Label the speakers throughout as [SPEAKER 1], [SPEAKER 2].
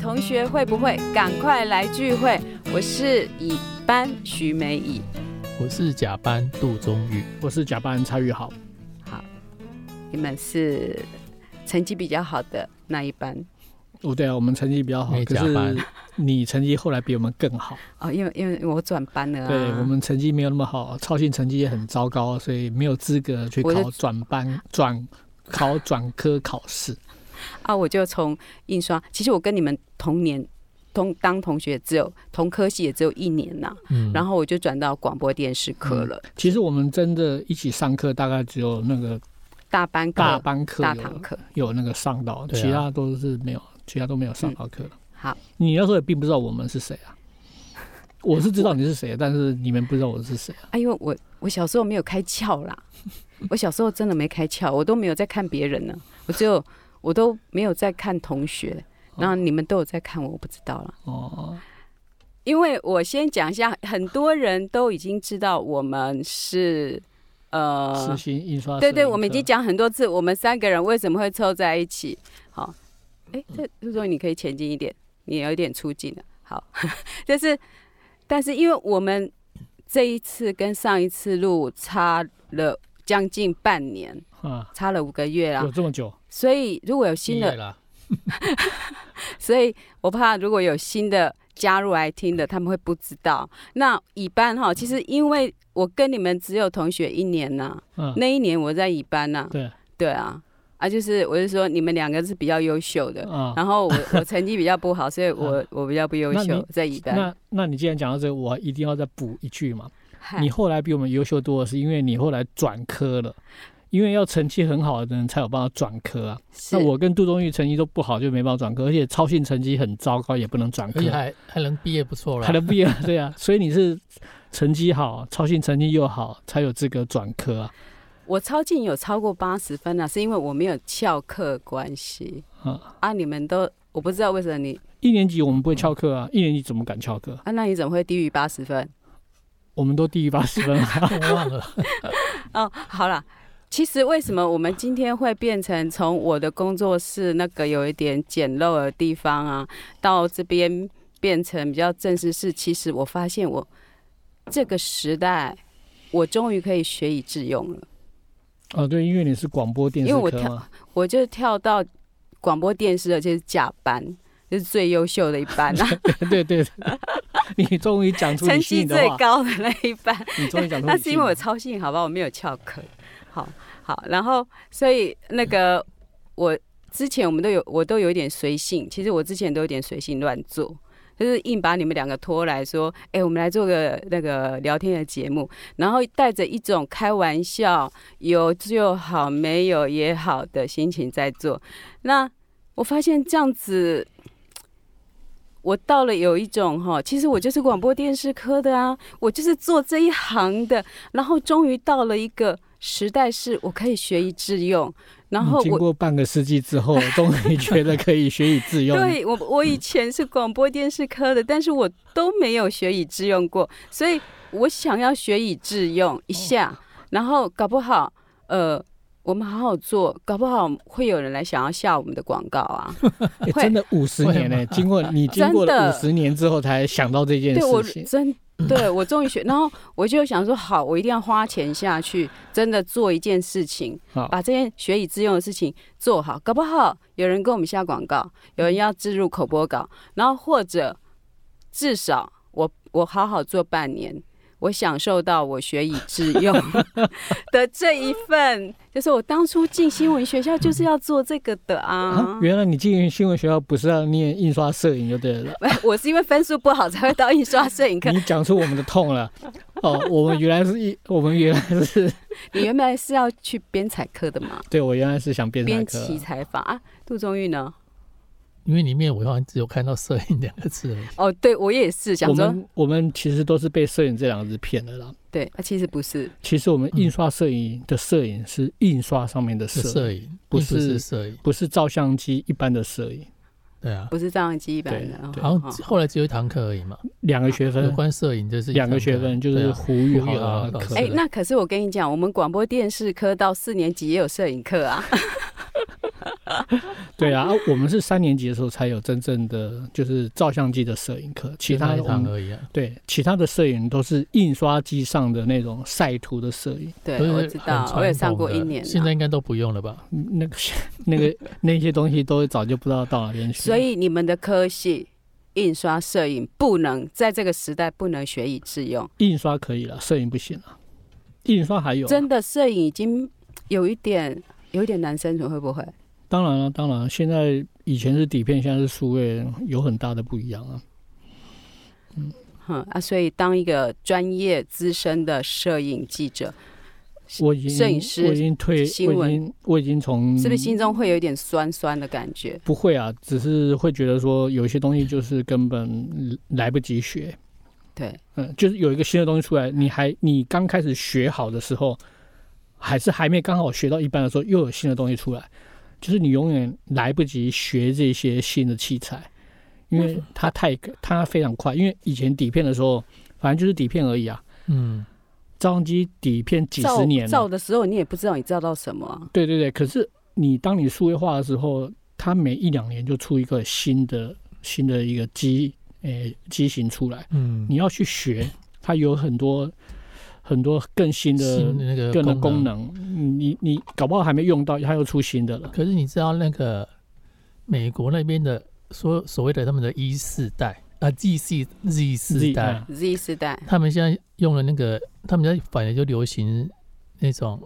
[SPEAKER 1] 同学会不会赶快来聚会？我是乙班徐美乙。
[SPEAKER 2] 我是甲班杜宗宇，
[SPEAKER 3] 我是甲班蔡玉豪，
[SPEAKER 1] 好，你们是成绩比较好的那一班
[SPEAKER 3] 哦，对啊，我们成绩比较好
[SPEAKER 2] 没，
[SPEAKER 3] 可
[SPEAKER 2] 甲班
[SPEAKER 3] 是你成绩后来比我们更好。
[SPEAKER 1] 哦，因为因为我转班了啊。
[SPEAKER 3] 对我们成绩没有那么好，操行成绩也很糟糕，所以没有资格去
[SPEAKER 1] 我就
[SPEAKER 3] 考转班转考转科考试。
[SPEAKER 1] 啊，我就从印刷。其实我跟你们同年同当同学，只有同科系也只有一年呐、
[SPEAKER 2] 嗯，
[SPEAKER 1] 然后我就转到广播电视科了，
[SPEAKER 3] 其实我们真的一起上课，大概只有那个
[SPEAKER 1] 大班课、
[SPEAKER 3] 大班课
[SPEAKER 1] 大堂
[SPEAKER 3] 有
[SPEAKER 1] 课。
[SPEAKER 3] 有那个上到，
[SPEAKER 2] 对啊
[SPEAKER 3] 其他都是没有，其他都没有上到课的。
[SPEAKER 1] 嗯好，
[SPEAKER 3] 你那时候也并不知道我们是谁啊。我是知道你是谁，但是你们不知道我是谁啊。
[SPEAKER 1] 啊，因为我我小时候没有开窍啦，我小时候真的没开窍，我都没有在看别人呢，我只有我都没有在看同学，然后你们都有在看我，我不知道啦。
[SPEAKER 3] 哦，
[SPEAKER 1] 因为我先讲一下，很多人都已经知道我们是呃
[SPEAKER 3] 实习印刷摄
[SPEAKER 1] 对
[SPEAKER 3] 影
[SPEAKER 1] 对，我们已
[SPEAKER 3] 课
[SPEAKER 1] 经讲很多次，我们三个人为什么会凑在一起？好，哎，这陆总你可以前进一点，你有一点出镜了。好， 但是但是因为我们这一次跟上一次录差了将近半年，
[SPEAKER 3] 啊，
[SPEAKER 1] 差了五个月啦
[SPEAKER 3] 有，这么久，
[SPEAKER 1] 所以如果有新
[SPEAKER 2] 毕业
[SPEAKER 1] 的，
[SPEAKER 2] 啦，
[SPEAKER 1] 所以我怕如果有新的加入来听的，他们会不知道。那乙班哈，其实因为我跟你们只有同学一年呐、
[SPEAKER 3] 嗯，
[SPEAKER 1] 那一年我在乙班呐、
[SPEAKER 3] 对
[SPEAKER 1] 对啊，啊，就是我是说你们两个是比较优秀的，
[SPEAKER 3] 啊。
[SPEAKER 1] 然 后我我成绩比较不好，所以我我比较不优
[SPEAKER 3] 那
[SPEAKER 1] 秀
[SPEAKER 3] 你，
[SPEAKER 1] 在乙班。
[SPEAKER 3] 那那你既然讲到这个，我一定要再补一句嘛。
[SPEAKER 1] 嗨
[SPEAKER 3] 你后来比我们优秀多的是，因为你后来转科了，因为要成绩很好的人才有办法转科啊。
[SPEAKER 1] 是
[SPEAKER 3] 那我跟杜宗玉成绩都不好，就没办法转科，而且超信成绩很糟糕，也不能转科
[SPEAKER 1] 哎
[SPEAKER 2] 而，且还还能毕业，不错了
[SPEAKER 3] 还。能毕业。对 啊，所以你是成绩好，超信成绩又好，才有资格转科啊。
[SPEAKER 1] 我超进有超过八十分啊，是因为我没有翘课关系
[SPEAKER 3] 啊，
[SPEAKER 1] 啊。你们都我不知道为什么你
[SPEAKER 3] 一年级我们不会翘课啊，一年级怎么敢翘课？
[SPEAKER 1] 啊，那你怎么会低于八十分？
[SPEAKER 3] 我们都低于八十分啊。
[SPEAKER 2] 我忘了，
[SPEAKER 1] 哦，好啦，其实为什么我们今天会变成从我的工作室那个有一点简陋的地方啊，到这边变成比较正式式？其实我发现我这个时代，我终于可以学以致用了。
[SPEAKER 3] 哦，对，因为你是广播电视
[SPEAKER 1] 因为我
[SPEAKER 3] 科嘛，
[SPEAKER 1] 我就跳到广播电视的，就是甲班，就是最优秀的一班 啊，
[SPEAKER 3] 对对对，你终于讲出
[SPEAKER 1] 成
[SPEAKER 3] 你
[SPEAKER 1] 绩
[SPEAKER 3] 心里的
[SPEAKER 1] 最
[SPEAKER 3] 话，
[SPEAKER 1] 高的那一班。
[SPEAKER 3] 你终于讲出
[SPEAKER 1] 那
[SPEAKER 3] 你
[SPEAKER 1] 是
[SPEAKER 3] 心
[SPEAKER 1] 因
[SPEAKER 3] 里
[SPEAKER 1] 为我
[SPEAKER 3] 的
[SPEAKER 1] 操心，好吧，我没有翘课。好好，然后所以那个我之前我们都有，我都有一点随性，其实我之前都有点随性乱做。就是硬把你们两个拖来说，哎、我们来做个那个聊天的节目，然后带着一种开玩笑，有就好，没有也好的心情在做。那我发现这样子，我到了有一种哈，其实我就是广播电视科的啊，我就是做这一行的，然后终于到了一个时代，是我可以学以致用。然后
[SPEAKER 3] 你嗯经
[SPEAKER 1] 我
[SPEAKER 3] 过半个世纪 之后，终于觉得可以学以致用。
[SPEAKER 1] 对我，我以前是广播电视科的，但是我都没有学以致用过，所以我想要学以致用一下，然后搞不好，呃，我们好好做，搞不好会有人来想要下我们的广告啊。
[SPEAKER 3] 诶
[SPEAKER 1] 会
[SPEAKER 3] 哎真的五十年呢、经过你经过了五十年之后才想到这件
[SPEAKER 1] 对我
[SPEAKER 3] 事情。
[SPEAKER 1] 真对我终于学，然后我就想说，好，我一定要花钱下去，真的做一件事情，
[SPEAKER 3] 好，
[SPEAKER 1] 把这件学以致用的事情做好，搞不好有人跟我们下广告，有人要置入口播稿，然后或者至少我我好好做半年，我享受到我学以致用的这一份，就是我当初进新闻学校就是要做这个的
[SPEAKER 3] 啊
[SPEAKER 1] 啊，。
[SPEAKER 3] 原来你进新闻学校不是要念印刷摄影就对 了。
[SPEAKER 1] 我是因为分数不好才会到印刷摄影课，
[SPEAKER 3] 你讲出我们的痛了。哦，我们原来是一， 我们原来是，
[SPEAKER 1] 你原本是要去编采课的嘛？
[SPEAKER 3] 对我原来是想变
[SPEAKER 1] 编
[SPEAKER 3] 采科。
[SPEAKER 1] 辑采访啊，杜宗玉呢？
[SPEAKER 2] 因为里面我好像只有看到摄影两个字而已。
[SPEAKER 1] 哦，对我也是想
[SPEAKER 3] 我
[SPEAKER 1] 说，
[SPEAKER 3] 们我们其实都是被摄影这两个字骗的啦。
[SPEAKER 1] 对，啊、其实不是，
[SPEAKER 3] 其实我们印刷摄影的摄影是印刷上面的
[SPEAKER 2] 是
[SPEAKER 3] 摄影，
[SPEAKER 2] 摄影，
[SPEAKER 3] 不
[SPEAKER 2] 不
[SPEAKER 3] 是
[SPEAKER 2] 是摄影。
[SPEAKER 3] 不是照相机一般的摄影。
[SPEAKER 2] 对啊，
[SPEAKER 1] 不是照相机版的。
[SPEAKER 3] 对
[SPEAKER 2] 好
[SPEAKER 1] 哦
[SPEAKER 2] 像只后来只有一堂课而已嘛。
[SPEAKER 3] 两个
[SPEAKER 1] 啊
[SPEAKER 3] 学
[SPEAKER 2] 有
[SPEAKER 3] 分，
[SPEAKER 2] 关摄影就是一
[SPEAKER 3] 两个
[SPEAKER 2] 堂
[SPEAKER 3] 学
[SPEAKER 2] 课
[SPEAKER 3] 分就
[SPEAKER 2] 对
[SPEAKER 3] 是
[SPEAKER 2] 啊
[SPEAKER 3] 胡玉
[SPEAKER 2] 胡玉
[SPEAKER 3] 豪
[SPEAKER 2] 豪
[SPEAKER 3] 的
[SPEAKER 2] 老
[SPEAKER 3] 课
[SPEAKER 2] 师。
[SPEAKER 1] 哎、
[SPEAKER 2] 是
[SPEAKER 1] 那可是我跟你讲，我们广播电视科到四年级也有摄影课啊。
[SPEAKER 3] 对啊，啊我们是三年级的时候才有真正的就是照相机的摄影课，其他
[SPEAKER 2] 就
[SPEAKER 3] 的
[SPEAKER 2] 那一
[SPEAKER 3] 我
[SPEAKER 2] 堂
[SPEAKER 3] 们
[SPEAKER 2] 而已啊，
[SPEAKER 3] 对其他的摄影都是印刷机上的那种晒图的摄影，
[SPEAKER 1] 对，
[SPEAKER 2] 都是
[SPEAKER 1] 我知
[SPEAKER 2] 很
[SPEAKER 1] 道，
[SPEAKER 2] 传
[SPEAKER 1] 我也上过
[SPEAKER 2] 统
[SPEAKER 1] 一
[SPEAKER 2] 的
[SPEAKER 1] 年啊。
[SPEAKER 2] 现在应该都不用了吧？
[SPEAKER 3] 嗯那个 那 个那些东西都早就不知道到哪边去
[SPEAKER 1] 所
[SPEAKER 3] 了。
[SPEAKER 1] 以你们的科系印刷摄影不能在这个时代不能学以致用，
[SPEAKER 3] 印刷可以了，摄影不行了。印刷还有啊，
[SPEAKER 1] 真的摄影已经有一点有一点难生存，会不会？
[SPEAKER 3] 当然了，当然了，现在以前是底片，现在是数位，有很大的不一样啊。
[SPEAKER 1] 哼啊，所以当一个专业资深的摄影记者，
[SPEAKER 3] 我已经
[SPEAKER 1] 摄影师
[SPEAKER 3] 我已经退，
[SPEAKER 1] 新
[SPEAKER 3] 我
[SPEAKER 1] 闻
[SPEAKER 3] 已经我已经从
[SPEAKER 1] 是不是心中会有一点酸酸的感觉？
[SPEAKER 3] 不会啊，只是会觉得说有些东西就是根本来不及学，
[SPEAKER 1] 对，
[SPEAKER 3] 嗯，就是有一个新的东西出来，你还你刚开始学好的时候，还是还没刚好学到一半的时候，又有新的东西出来，就是你永远来不及学这些新的器材，因
[SPEAKER 1] 嗯
[SPEAKER 3] 为它太它非常快，因为以前底片的时候，反正就是底片而已啊，
[SPEAKER 2] 嗯，
[SPEAKER 3] 照相机底片几
[SPEAKER 1] 照
[SPEAKER 3] 十年了
[SPEAKER 1] 照的时候，你也不知道你照到什么啊、
[SPEAKER 3] 对对对，可是你当你数位化的时候，它每一两年就出一个新的新的一个机诶、机型出来，
[SPEAKER 2] 嗯，
[SPEAKER 3] 你要去学，它有很多很多更新的
[SPEAKER 2] 新的那个
[SPEAKER 3] 更的
[SPEAKER 2] 功啊
[SPEAKER 3] 功。能，你你搞不好还没用到，它又出新的了。
[SPEAKER 2] 可是你知道那个美国那边的说所谓的他们的一世代啊，Z 系 Z 世
[SPEAKER 3] Z，
[SPEAKER 2] 代
[SPEAKER 3] 嗯，
[SPEAKER 1] Z 世代，
[SPEAKER 2] 他们现在用了那个，他们现在反而就流行那种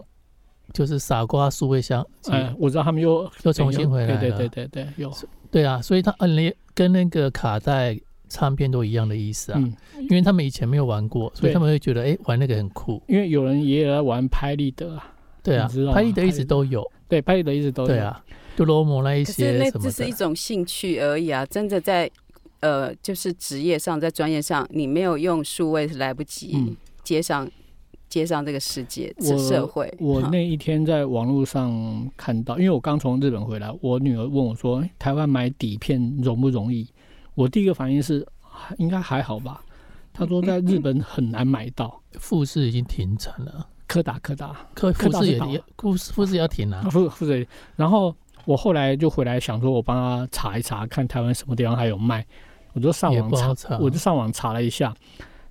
[SPEAKER 2] 就是傻瓜数位相机，
[SPEAKER 3] 哎、我知道他们又哎
[SPEAKER 2] 又重新回来了。
[SPEAKER 3] 对对对对对，有，
[SPEAKER 2] 对啊，所以它嗯，连跟那个卡带唱片都一样的意思啊，
[SPEAKER 3] 嗯，
[SPEAKER 2] 因为他们以前没有玩过，所以
[SPEAKER 3] 对
[SPEAKER 2] 他们会觉得哎、诶玩那个很酷。
[SPEAKER 3] 因为有人也有在玩拍立得啊，
[SPEAKER 2] 对啊
[SPEAKER 3] 你知道，吗
[SPEAKER 2] 拍立得一直都有，
[SPEAKER 3] 对，拍立得一直都有
[SPEAKER 2] 对，啊，就罗摩那一
[SPEAKER 1] 可是
[SPEAKER 2] 些
[SPEAKER 1] 那
[SPEAKER 2] 什
[SPEAKER 1] 只
[SPEAKER 2] 么
[SPEAKER 1] 是一
[SPEAKER 2] 的，
[SPEAKER 1] 种兴趣而已啊！真的在呃，就是职业上，在专业上，你没有用数位是来不及
[SPEAKER 3] 嗯
[SPEAKER 1] 接上、接上这个世界、
[SPEAKER 3] 我
[SPEAKER 1] 社会。
[SPEAKER 3] 我
[SPEAKER 1] 哈
[SPEAKER 3] 那一天在网络上看到，因为我刚从日本回来，我女儿问我说：“诶台湾买底片容不容易？”我第一个反应是啊应该还好吧。她说在日本很难买到，
[SPEAKER 2] 富士已经停产了，
[SPEAKER 3] 柯达柯达
[SPEAKER 2] 可
[SPEAKER 3] 柯
[SPEAKER 2] 富
[SPEAKER 3] 达
[SPEAKER 2] 士
[SPEAKER 3] 是
[SPEAKER 2] 也
[SPEAKER 3] 倒了
[SPEAKER 2] 也富士富士也要停 啊
[SPEAKER 3] 啊，负负责。然后我后来就回来想说，我帮她查一查，看台湾什么地方还有卖。我就上
[SPEAKER 2] 也
[SPEAKER 3] 网
[SPEAKER 2] 不
[SPEAKER 3] 查
[SPEAKER 2] 好，嗯查，
[SPEAKER 3] 我就上网查了一下，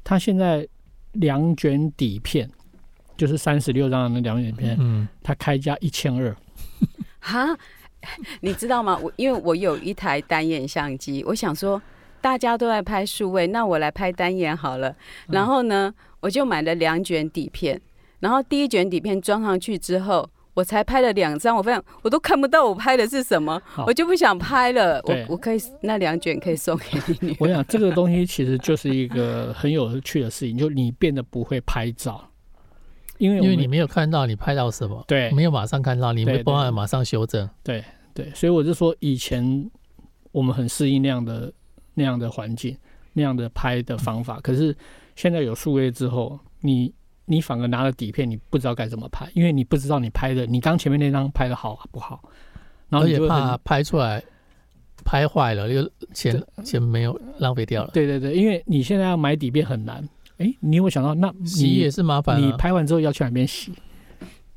[SPEAKER 3] 她现在两卷底片，就是三十六张的那两卷底片，
[SPEAKER 2] 嗯，
[SPEAKER 3] 她开价一千二。
[SPEAKER 1] 哈， 你知道吗？我因为我有一台单眼相机，我想说大家都在拍数位，那我来拍单眼好了。
[SPEAKER 2] 嗯
[SPEAKER 1] 然后呢，我就买了两卷底片，然后第一卷底片装上去之后。我才拍了两张，我发现我都看不到我拍的是什么，
[SPEAKER 3] 好
[SPEAKER 1] 我就不想拍了。我
[SPEAKER 3] 对
[SPEAKER 1] 我可以那两卷可以送给 你女儿。
[SPEAKER 3] 我想这个东西其实就是一个很有趣的事情，就你变得不会拍照，因为我
[SPEAKER 2] 因为
[SPEAKER 3] 们
[SPEAKER 2] 你没有看到你拍到什么，
[SPEAKER 3] 对
[SPEAKER 2] 没有马上看到，你
[SPEAKER 3] 对
[SPEAKER 2] 没
[SPEAKER 3] 对
[SPEAKER 2] 办法马上修正，
[SPEAKER 3] 对，所以我就说以前我们很适应那样的那样的环境，那样的拍
[SPEAKER 2] 嗯
[SPEAKER 3] 的方法，可是现在有数位之后，你你反而拿了底片，你不知道该怎么拍，因为你不知道你拍的你刚前面那张拍的好啊不好，然后
[SPEAKER 2] 而
[SPEAKER 3] 你
[SPEAKER 2] 且
[SPEAKER 3] 就会很
[SPEAKER 2] 怕拍出来拍坏了，又钱钱没有浪费掉了，
[SPEAKER 3] 对对对，因为你现在要买底片很难，哎，你有没有想到那
[SPEAKER 2] 洗也
[SPEAKER 3] 你
[SPEAKER 2] 是麻烦
[SPEAKER 3] 你
[SPEAKER 2] 啊。
[SPEAKER 3] 拍完之后要去哪边洗，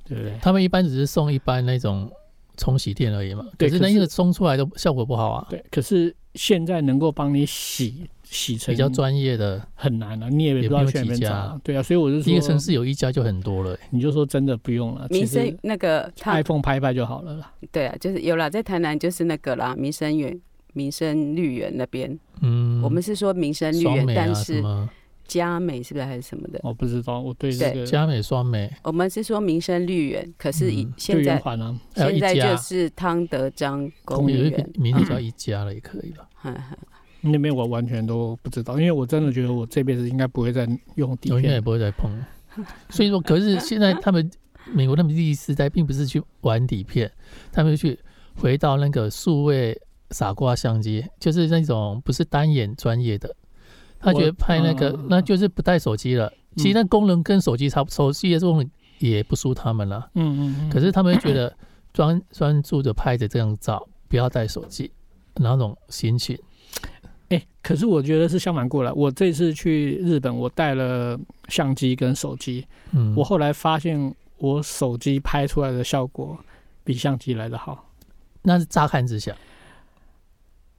[SPEAKER 3] 对不对？
[SPEAKER 2] 他们一般只是送一般那种冲洗店而已嘛，
[SPEAKER 3] 对
[SPEAKER 2] 可是
[SPEAKER 3] 可
[SPEAKER 2] 那
[SPEAKER 3] 是
[SPEAKER 2] 个冲出来的效果不好啊，
[SPEAKER 3] 对，可是现在能够帮你洗洗成
[SPEAKER 2] 比较专业的，
[SPEAKER 3] 很难了、你也不知
[SPEAKER 2] 也
[SPEAKER 3] 道
[SPEAKER 2] 没有
[SPEAKER 3] 去哪边
[SPEAKER 2] 几家
[SPEAKER 3] 找。对啊，所以我就说，
[SPEAKER 2] 一个城市有一家就很多了欸、
[SPEAKER 3] 你就说真的不用了，其
[SPEAKER 1] 民
[SPEAKER 3] 实
[SPEAKER 1] 生那个他
[SPEAKER 3] iPhone 拍一拍就好了啦。
[SPEAKER 1] 对啊，就是有啦，在台南就是那个啦，民生园、民生绿园那边，
[SPEAKER 2] 嗯，
[SPEAKER 1] 我们是说民生绿
[SPEAKER 2] 双
[SPEAKER 1] 园，
[SPEAKER 2] 美啊
[SPEAKER 1] 但
[SPEAKER 2] 什
[SPEAKER 1] 是
[SPEAKER 2] 么
[SPEAKER 1] 佳美是不是还是什么的？
[SPEAKER 3] 我不知道，我对这个
[SPEAKER 2] 佳美双美，
[SPEAKER 1] 我们是说民生绿园，可是以
[SPEAKER 2] 嗯
[SPEAKER 1] 现
[SPEAKER 3] 圆
[SPEAKER 1] 在、
[SPEAKER 3] 环啊，
[SPEAKER 2] 还有一
[SPEAKER 1] 现在就
[SPEAKER 2] 家
[SPEAKER 1] 是汤德章公
[SPEAKER 3] 公
[SPEAKER 2] 有一
[SPEAKER 1] 园
[SPEAKER 2] 个，名 字叫一家了也可以吧？
[SPEAKER 1] 哼哼
[SPEAKER 3] 那边我完全都不知道，因为我真的觉得我这辈子应该不会再用底
[SPEAKER 2] 我应该也
[SPEAKER 3] 片。
[SPEAKER 2] 不会再碰了。所以说，可是现在他们美国他们第一世代并不是去玩底片，他们去回到那个数位傻瓜相机，就是那种不是单眼专业的，他觉得拍那个
[SPEAKER 3] 我嗯
[SPEAKER 2] 那就是不带手机了。其实那功能跟手机差不，手机的功能也不输他们了。
[SPEAKER 3] 嗯嗯嗯。
[SPEAKER 2] 可是他们觉得 专专注的拍着这样照，不要带手机，那种心情。
[SPEAKER 3] 哎、可是我觉得是相反过来。我这次去日本，我带了相机跟手机，
[SPEAKER 2] 嗯，
[SPEAKER 3] 我后来发现我手机拍出来的效果比相机来的好。
[SPEAKER 2] 那是乍看之下，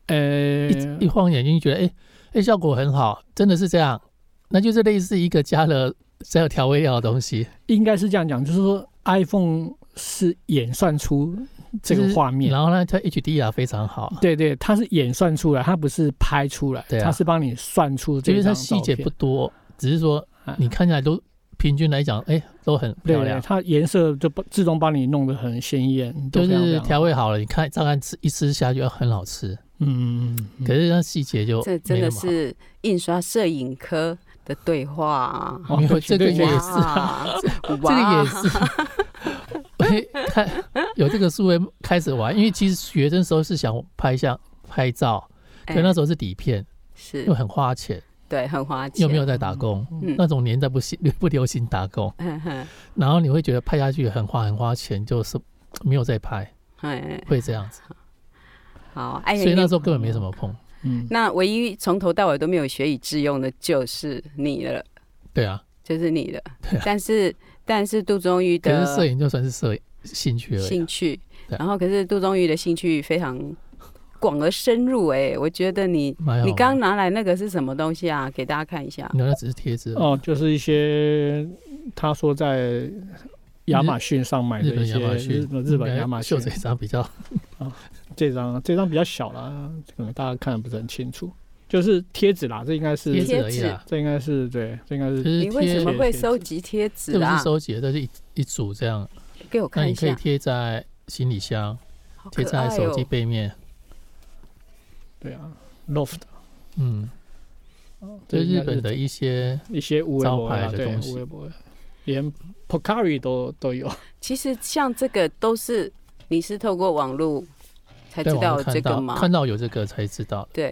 [SPEAKER 3] 呃，
[SPEAKER 2] 一一晃眼睛就觉得，哎、哎、效果很好，真的是这样，那就是类似一个加了加有调味料的东西，
[SPEAKER 3] 应该是这样讲，就是说 iPhone 是演算出这
[SPEAKER 2] 就
[SPEAKER 3] 个
[SPEAKER 2] 是
[SPEAKER 3] 画面，
[SPEAKER 2] 然后呢，它 HDR 啊非常好，
[SPEAKER 3] 对对，它是演算出来，它不是拍出来，
[SPEAKER 2] 对啊
[SPEAKER 3] 它是帮你算出
[SPEAKER 2] 因
[SPEAKER 3] 这
[SPEAKER 2] 为
[SPEAKER 3] 张
[SPEAKER 2] 它
[SPEAKER 3] 照
[SPEAKER 2] 细节
[SPEAKER 3] 片
[SPEAKER 2] 不多，只是说
[SPEAKER 3] 啊
[SPEAKER 2] 你看起来都平均来讲，哎、都很
[SPEAKER 3] 对
[SPEAKER 2] 漂亮。
[SPEAKER 3] 它颜色就不自动帮你弄得很鲜艳，都
[SPEAKER 2] 就
[SPEAKER 3] 非常非
[SPEAKER 2] 是
[SPEAKER 3] 常好
[SPEAKER 2] 调味好了，你看，乍看吃一吃下去很好吃，
[SPEAKER 3] 嗯嗯嗯嗯，
[SPEAKER 2] 可是那细节就
[SPEAKER 1] 这
[SPEAKER 2] 没
[SPEAKER 1] 真
[SPEAKER 2] 那
[SPEAKER 1] 的
[SPEAKER 2] 么好
[SPEAKER 1] 是印刷摄影科的对话啊。
[SPEAKER 3] 哦
[SPEAKER 2] 没有
[SPEAKER 3] 对不起
[SPEAKER 2] 这个
[SPEAKER 3] 对不起
[SPEAKER 2] 也是
[SPEAKER 1] 哇，这
[SPEAKER 2] 这个也是， 我也看有这个数位开始玩，因为其实学生时候是想拍相拍照，
[SPEAKER 1] 哎
[SPEAKER 2] 可那时候是底片，
[SPEAKER 1] 是
[SPEAKER 2] 又很花钱，
[SPEAKER 1] 对很花钱，
[SPEAKER 2] 又 没有在打工，
[SPEAKER 1] 嗯
[SPEAKER 2] 那种年代不行 不流行打工，
[SPEAKER 1] 嗯哼
[SPEAKER 2] 然后你会觉得拍下去很花很花钱，就是没有在拍，
[SPEAKER 1] 哎
[SPEAKER 2] 会这样子，
[SPEAKER 1] 好哎，
[SPEAKER 2] 所以那时
[SPEAKER 1] 候
[SPEAKER 2] 候根本没怎么碰。
[SPEAKER 3] 嗯，
[SPEAKER 1] 那唯一从头到尾都没有学以致用的就是你了，
[SPEAKER 2] 对啊，
[SPEAKER 1] 就是你了
[SPEAKER 2] 对啊。
[SPEAKER 1] 但是但是杜宗玉
[SPEAKER 2] 可
[SPEAKER 1] 的
[SPEAKER 2] 是摄影就算是摄影兴趣而已
[SPEAKER 1] 兴
[SPEAKER 2] 啊，
[SPEAKER 1] 趣，
[SPEAKER 2] 对
[SPEAKER 1] 然后可是杜宗玉的兴趣非常广而深入哎、我觉得你
[SPEAKER 2] 蛮好
[SPEAKER 1] 你
[SPEAKER 2] 玩
[SPEAKER 1] 刚拿来那个是什么东西啊？给大家看一下。
[SPEAKER 2] 你那只是贴纸而已，
[SPEAKER 3] 哦，就是一些他说在亚马逊上买
[SPEAKER 2] 日
[SPEAKER 3] 的
[SPEAKER 2] 本
[SPEAKER 3] 一些
[SPEAKER 2] 亚马逊，嗯
[SPEAKER 3] 日本亚马逊
[SPEAKER 2] 秀这一张比较
[SPEAKER 3] 这张这张比较小啦，可能大家看的不是很清楚，就是贴纸啦，这应该
[SPEAKER 2] 贴
[SPEAKER 3] 是
[SPEAKER 2] 纸而已啦，
[SPEAKER 3] 啊这应该是对，这应该
[SPEAKER 2] 就是是
[SPEAKER 1] 你为
[SPEAKER 2] 贴
[SPEAKER 1] 什么
[SPEAKER 3] 贴
[SPEAKER 1] 会
[SPEAKER 3] 贴
[SPEAKER 1] 收集贴纸
[SPEAKER 2] 这不
[SPEAKER 1] 啊
[SPEAKER 2] 是？收集的，这是一一组这样。
[SPEAKER 1] 给我
[SPEAKER 2] 那
[SPEAKER 1] 看
[SPEAKER 2] 你
[SPEAKER 1] 一
[SPEAKER 2] 可以
[SPEAKER 1] 下，
[SPEAKER 2] 贴在行李箱，
[SPEAKER 1] 好可
[SPEAKER 2] 贴在
[SPEAKER 1] 爱
[SPEAKER 2] 手
[SPEAKER 1] 哦
[SPEAKER 2] 机背面，
[SPEAKER 3] 对啊，loft
[SPEAKER 2] 嗯，这
[SPEAKER 3] 这
[SPEAKER 2] 是
[SPEAKER 3] 应
[SPEAKER 2] 日
[SPEAKER 3] 该
[SPEAKER 2] 本的一些
[SPEAKER 3] 一些无微博
[SPEAKER 2] 招
[SPEAKER 3] 啦，
[SPEAKER 2] 牌的
[SPEAKER 3] 对
[SPEAKER 2] 东西
[SPEAKER 3] 无微博，连 Pocari 都都有，
[SPEAKER 1] 其实像这个都是你是透过网络才
[SPEAKER 2] 在
[SPEAKER 1] 知
[SPEAKER 2] 网
[SPEAKER 1] 道
[SPEAKER 2] 上
[SPEAKER 1] 这
[SPEAKER 2] 看
[SPEAKER 1] 个
[SPEAKER 2] 到
[SPEAKER 1] 吗？
[SPEAKER 2] 看到有这个才知道的，
[SPEAKER 1] 对，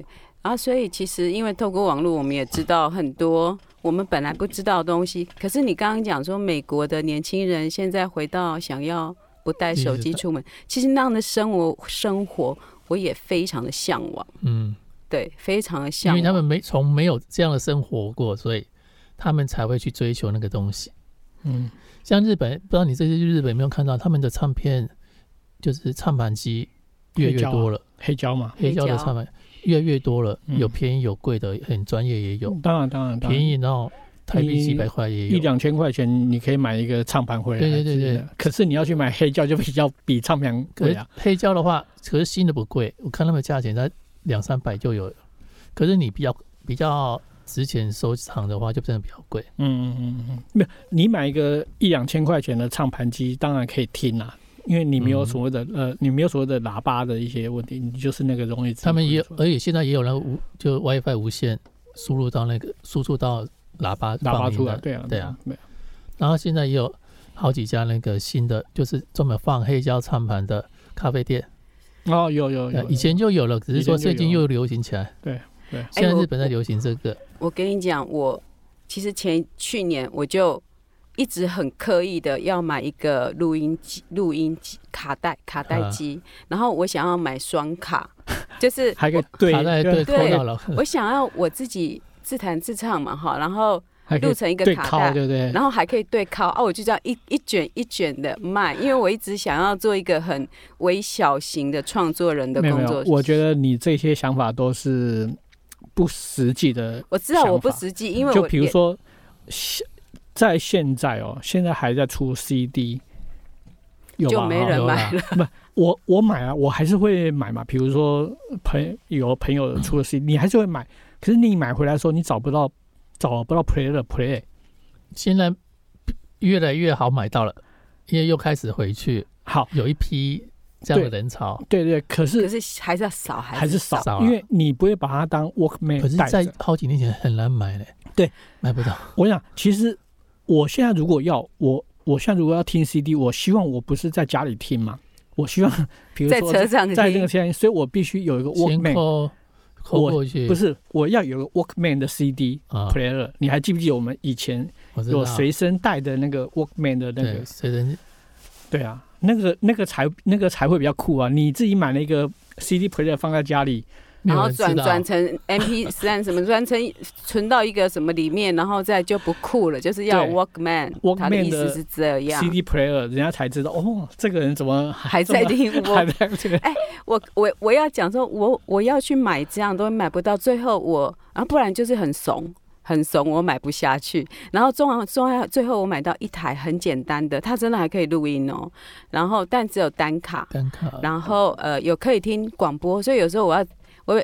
[SPEAKER 1] 然后啊所以其实因为透过网络，我们也知道很多我们本来不知道的东西。可是你刚刚讲说，美国的年轻人现在回到想要不带手机出门，其实那样的生活生活，我也非常的向往，
[SPEAKER 2] 嗯，
[SPEAKER 1] 对，非常的
[SPEAKER 2] 因
[SPEAKER 1] 向
[SPEAKER 2] 为
[SPEAKER 1] 往。
[SPEAKER 2] 他们没从没有这样的生活过，所以他们才会去追求那个东西。
[SPEAKER 3] 嗯，
[SPEAKER 2] 像日本，不知道你这次去日本有没有看到他们的唱片，就是唱盘机越来越多了，
[SPEAKER 3] 黑胶嘛，
[SPEAKER 2] 黑胶的
[SPEAKER 1] 黑胶
[SPEAKER 2] 唱盘越来越多了，
[SPEAKER 3] 嗯
[SPEAKER 2] 有便宜有贵的，很专业也有，
[SPEAKER 3] 当然当然当然
[SPEAKER 2] 便，宜然后台币
[SPEAKER 3] 你
[SPEAKER 2] 几百块也有
[SPEAKER 3] 一，两千块钱你可以买一个唱盘回来，
[SPEAKER 2] 对对对
[SPEAKER 3] 之类的
[SPEAKER 2] 对。
[SPEAKER 3] 可是你要去买黑胶就比较比唱盘
[SPEAKER 2] 可
[SPEAKER 3] 贵
[SPEAKER 2] 是
[SPEAKER 3] 啊，
[SPEAKER 2] 黑胶的话，可是新的不贵，我看他们价钱在两三百就有了。可是你比较比较值钱收藏的话，就真的比较贵。
[SPEAKER 3] 嗯嗯嗯嗯，没有，你买一个一两千块钱的唱盘机，当然可以听啦、因为你没有所谓的、
[SPEAKER 2] 嗯
[SPEAKER 3] 呃，你没有所谓的喇叭的一些问题，你就是那个容易自己
[SPEAKER 2] 他们也有
[SPEAKER 3] 会，出来
[SPEAKER 2] 而且现在也有那个无就 WiFi 无线输入到那个输出到喇叭
[SPEAKER 3] 喇叭
[SPEAKER 2] 放音
[SPEAKER 3] 出来，
[SPEAKER 2] 的
[SPEAKER 3] 对啊
[SPEAKER 2] 对啊，
[SPEAKER 3] 对啊，
[SPEAKER 2] 然后现在也有好几家那个新的，就是专门放黑胶唱盘的咖啡店，
[SPEAKER 3] 哦，有有有
[SPEAKER 2] 呃，以前就有了，只是说
[SPEAKER 3] 以前就
[SPEAKER 2] 最
[SPEAKER 3] 有
[SPEAKER 2] 近又流行起来。
[SPEAKER 3] 对对
[SPEAKER 2] 现在
[SPEAKER 1] 哎我
[SPEAKER 2] 日本在流行这个，
[SPEAKER 1] 我跟你讲，我其实前去年我就一直很刻意的要买一个录音机、录音机卡带、卡
[SPEAKER 2] 啊
[SPEAKER 1] 带机，然后我想要买双卡，就是
[SPEAKER 3] 还可以
[SPEAKER 1] 我
[SPEAKER 3] 对
[SPEAKER 2] 卡带对
[SPEAKER 1] 对
[SPEAKER 2] 扣到了，
[SPEAKER 1] 我想要我自己自弹自唱嘛，哈，然后
[SPEAKER 3] 还嗯可
[SPEAKER 1] 录
[SPEAKER 3] 以
[SPEAKER 1] 成一个
[SPEAKER 3] 对
[SPEAKER 1] 卡
[SPEAKER 3] 靠，
[SPEAKER 1] 带。
[SPEAKER 3] 对不对？
[SPEAKER 1] 然后还可以对靠哦，我就这样一一卷一卷的卖，因为我一直想要做一个很微小型的创作人的
[SPEAKER 3] 没有没
[SPEAKER 1] 工
[SPEAKER 3] 有
[SPEAKER 1] 作，
[SPEAKER 3] 我觉得你这些想法都是不实际的
[SPEAKER 1] 我知道我不
[SPEAKER 3] 想法
[SPEAKER 1] 实际，因为
[SPEAKER 3] 就
[SPEAKER 1] 我
[SPEAKER 3] 比如
[SPEAKER 1] 也
[SPEAKER 3] 说，现在现在哦，现在还在出 CD，有吧
[SPEAKER 1] 就没人
[SPEAKER 2] 有啦
[SPEAKER 1] 买了，
[SPEAKER 3] 我我买啊，我还是会买嘛。比如说朋有朋友出了 CD，你还是会买。可是你买回来的时候，你找不到找不到 play 的 play，
[SPEAKER 2] 现在越来越好买到了，因为又开始回去，
[SPEAKER 3] 好，
[SPEAKER 2] 有一批这样的人潮。
[SPEAKER 3] 对对，可
[SPEAKER 1] 可
[SPEAKER 3] 是
[SPEAKER 1] 是还是要少，
[SPEAKER 3] 还是少，
[SPEAKER 2] 少啊
[SPEAKER 3] 因为你不会把它当
[SPEAKER 2] 可
[SPEAKER 3] Walkman
[SPEAKER 2] 是，
[SPEAKER 3] 带
[SPEAKER 2] 在
[SPEAKER 3] 着。
[SPEAKER 2] 好几年前很难买嘞，
[SPEAKER 3] 对，
[SPEAKER 2] 买不到。
[SPEAKER 3] 我想，其实我现在如果要我，我现在如果要听 CD，我希望我不是在家里听嘛，我希望 比如
[SPEAKER 1] 在
[SPEAKER 3] 说
[SPEAKER 1] 车上
[SPEAKER 3] 在那
[SPEAKER 1] 听
[SPEAKER 3] 个现在，所以我必须有一个
[SPEAKER 2] 先
[SPEAKER 3] Walkman，
[SPEAKER 2] 扣扣
[SPEAKER 3] 我
[SPEAKER 2] 过去，
[SPEAKER 3] 不是我要有个 Walkman 的 CD
[SPEAKER 2] 啊，
[SPEAKER 3] player。你还记不记得我们以前
[SPEAKER 2] 我知道
[SPEAKER 3] 有随身带的那个 Walkman 的那
[SPEAKER 2] 对
[SPEAKER 3] 个？
[SPEAKER 2] 随身
[SPEAKER 3] 对啊，那个那个才那个才会比较酷啊！你自己买了一个 CD player 放在家里，
[SPEAKER 2] 没
[SPEAKER 1] 然
[SPEAKER 2] 有
[SPEAKER 1] 后
[SPEAKER 2] 人知
[SPEAKER 1] 转
[SPEAKER 2] 道
[SPEAKER 1] 转成 MP 三什么， 转成存到一个什么里面，然后再就不酷了，就是要
[SPEAKER 3] 对
[SPEAKER 1] Walkman。
[SPEAKER 3] Walkman
[SPEAKER 1] 他的意思
[SPEAKER 3] 的
[SPEAKER 1] 是这样，
[SPEAKER 3] CD player，人家才知道哦，这个人怎么
[SPEAKER 1] 还在
[SPEAKER 3] 这么
[SPEAKER 1] 听
[SPEAKER 3] 还
[SPEAKER 1] 我
[SPEAKER 3] 在这个
[SPEAKER 1] 我我我要讲说，我我要去买这样都买不到，最后我啊，不然就是很怂。很怂，我买不下去。然后中行中行最后我买到一台很简单的，它真的还可以录音哦。然后但只有单卡，
[SPEAKER 2] 单卡，
[SPEAKER 1] 然后呃有可以听广播，所以有时候我要我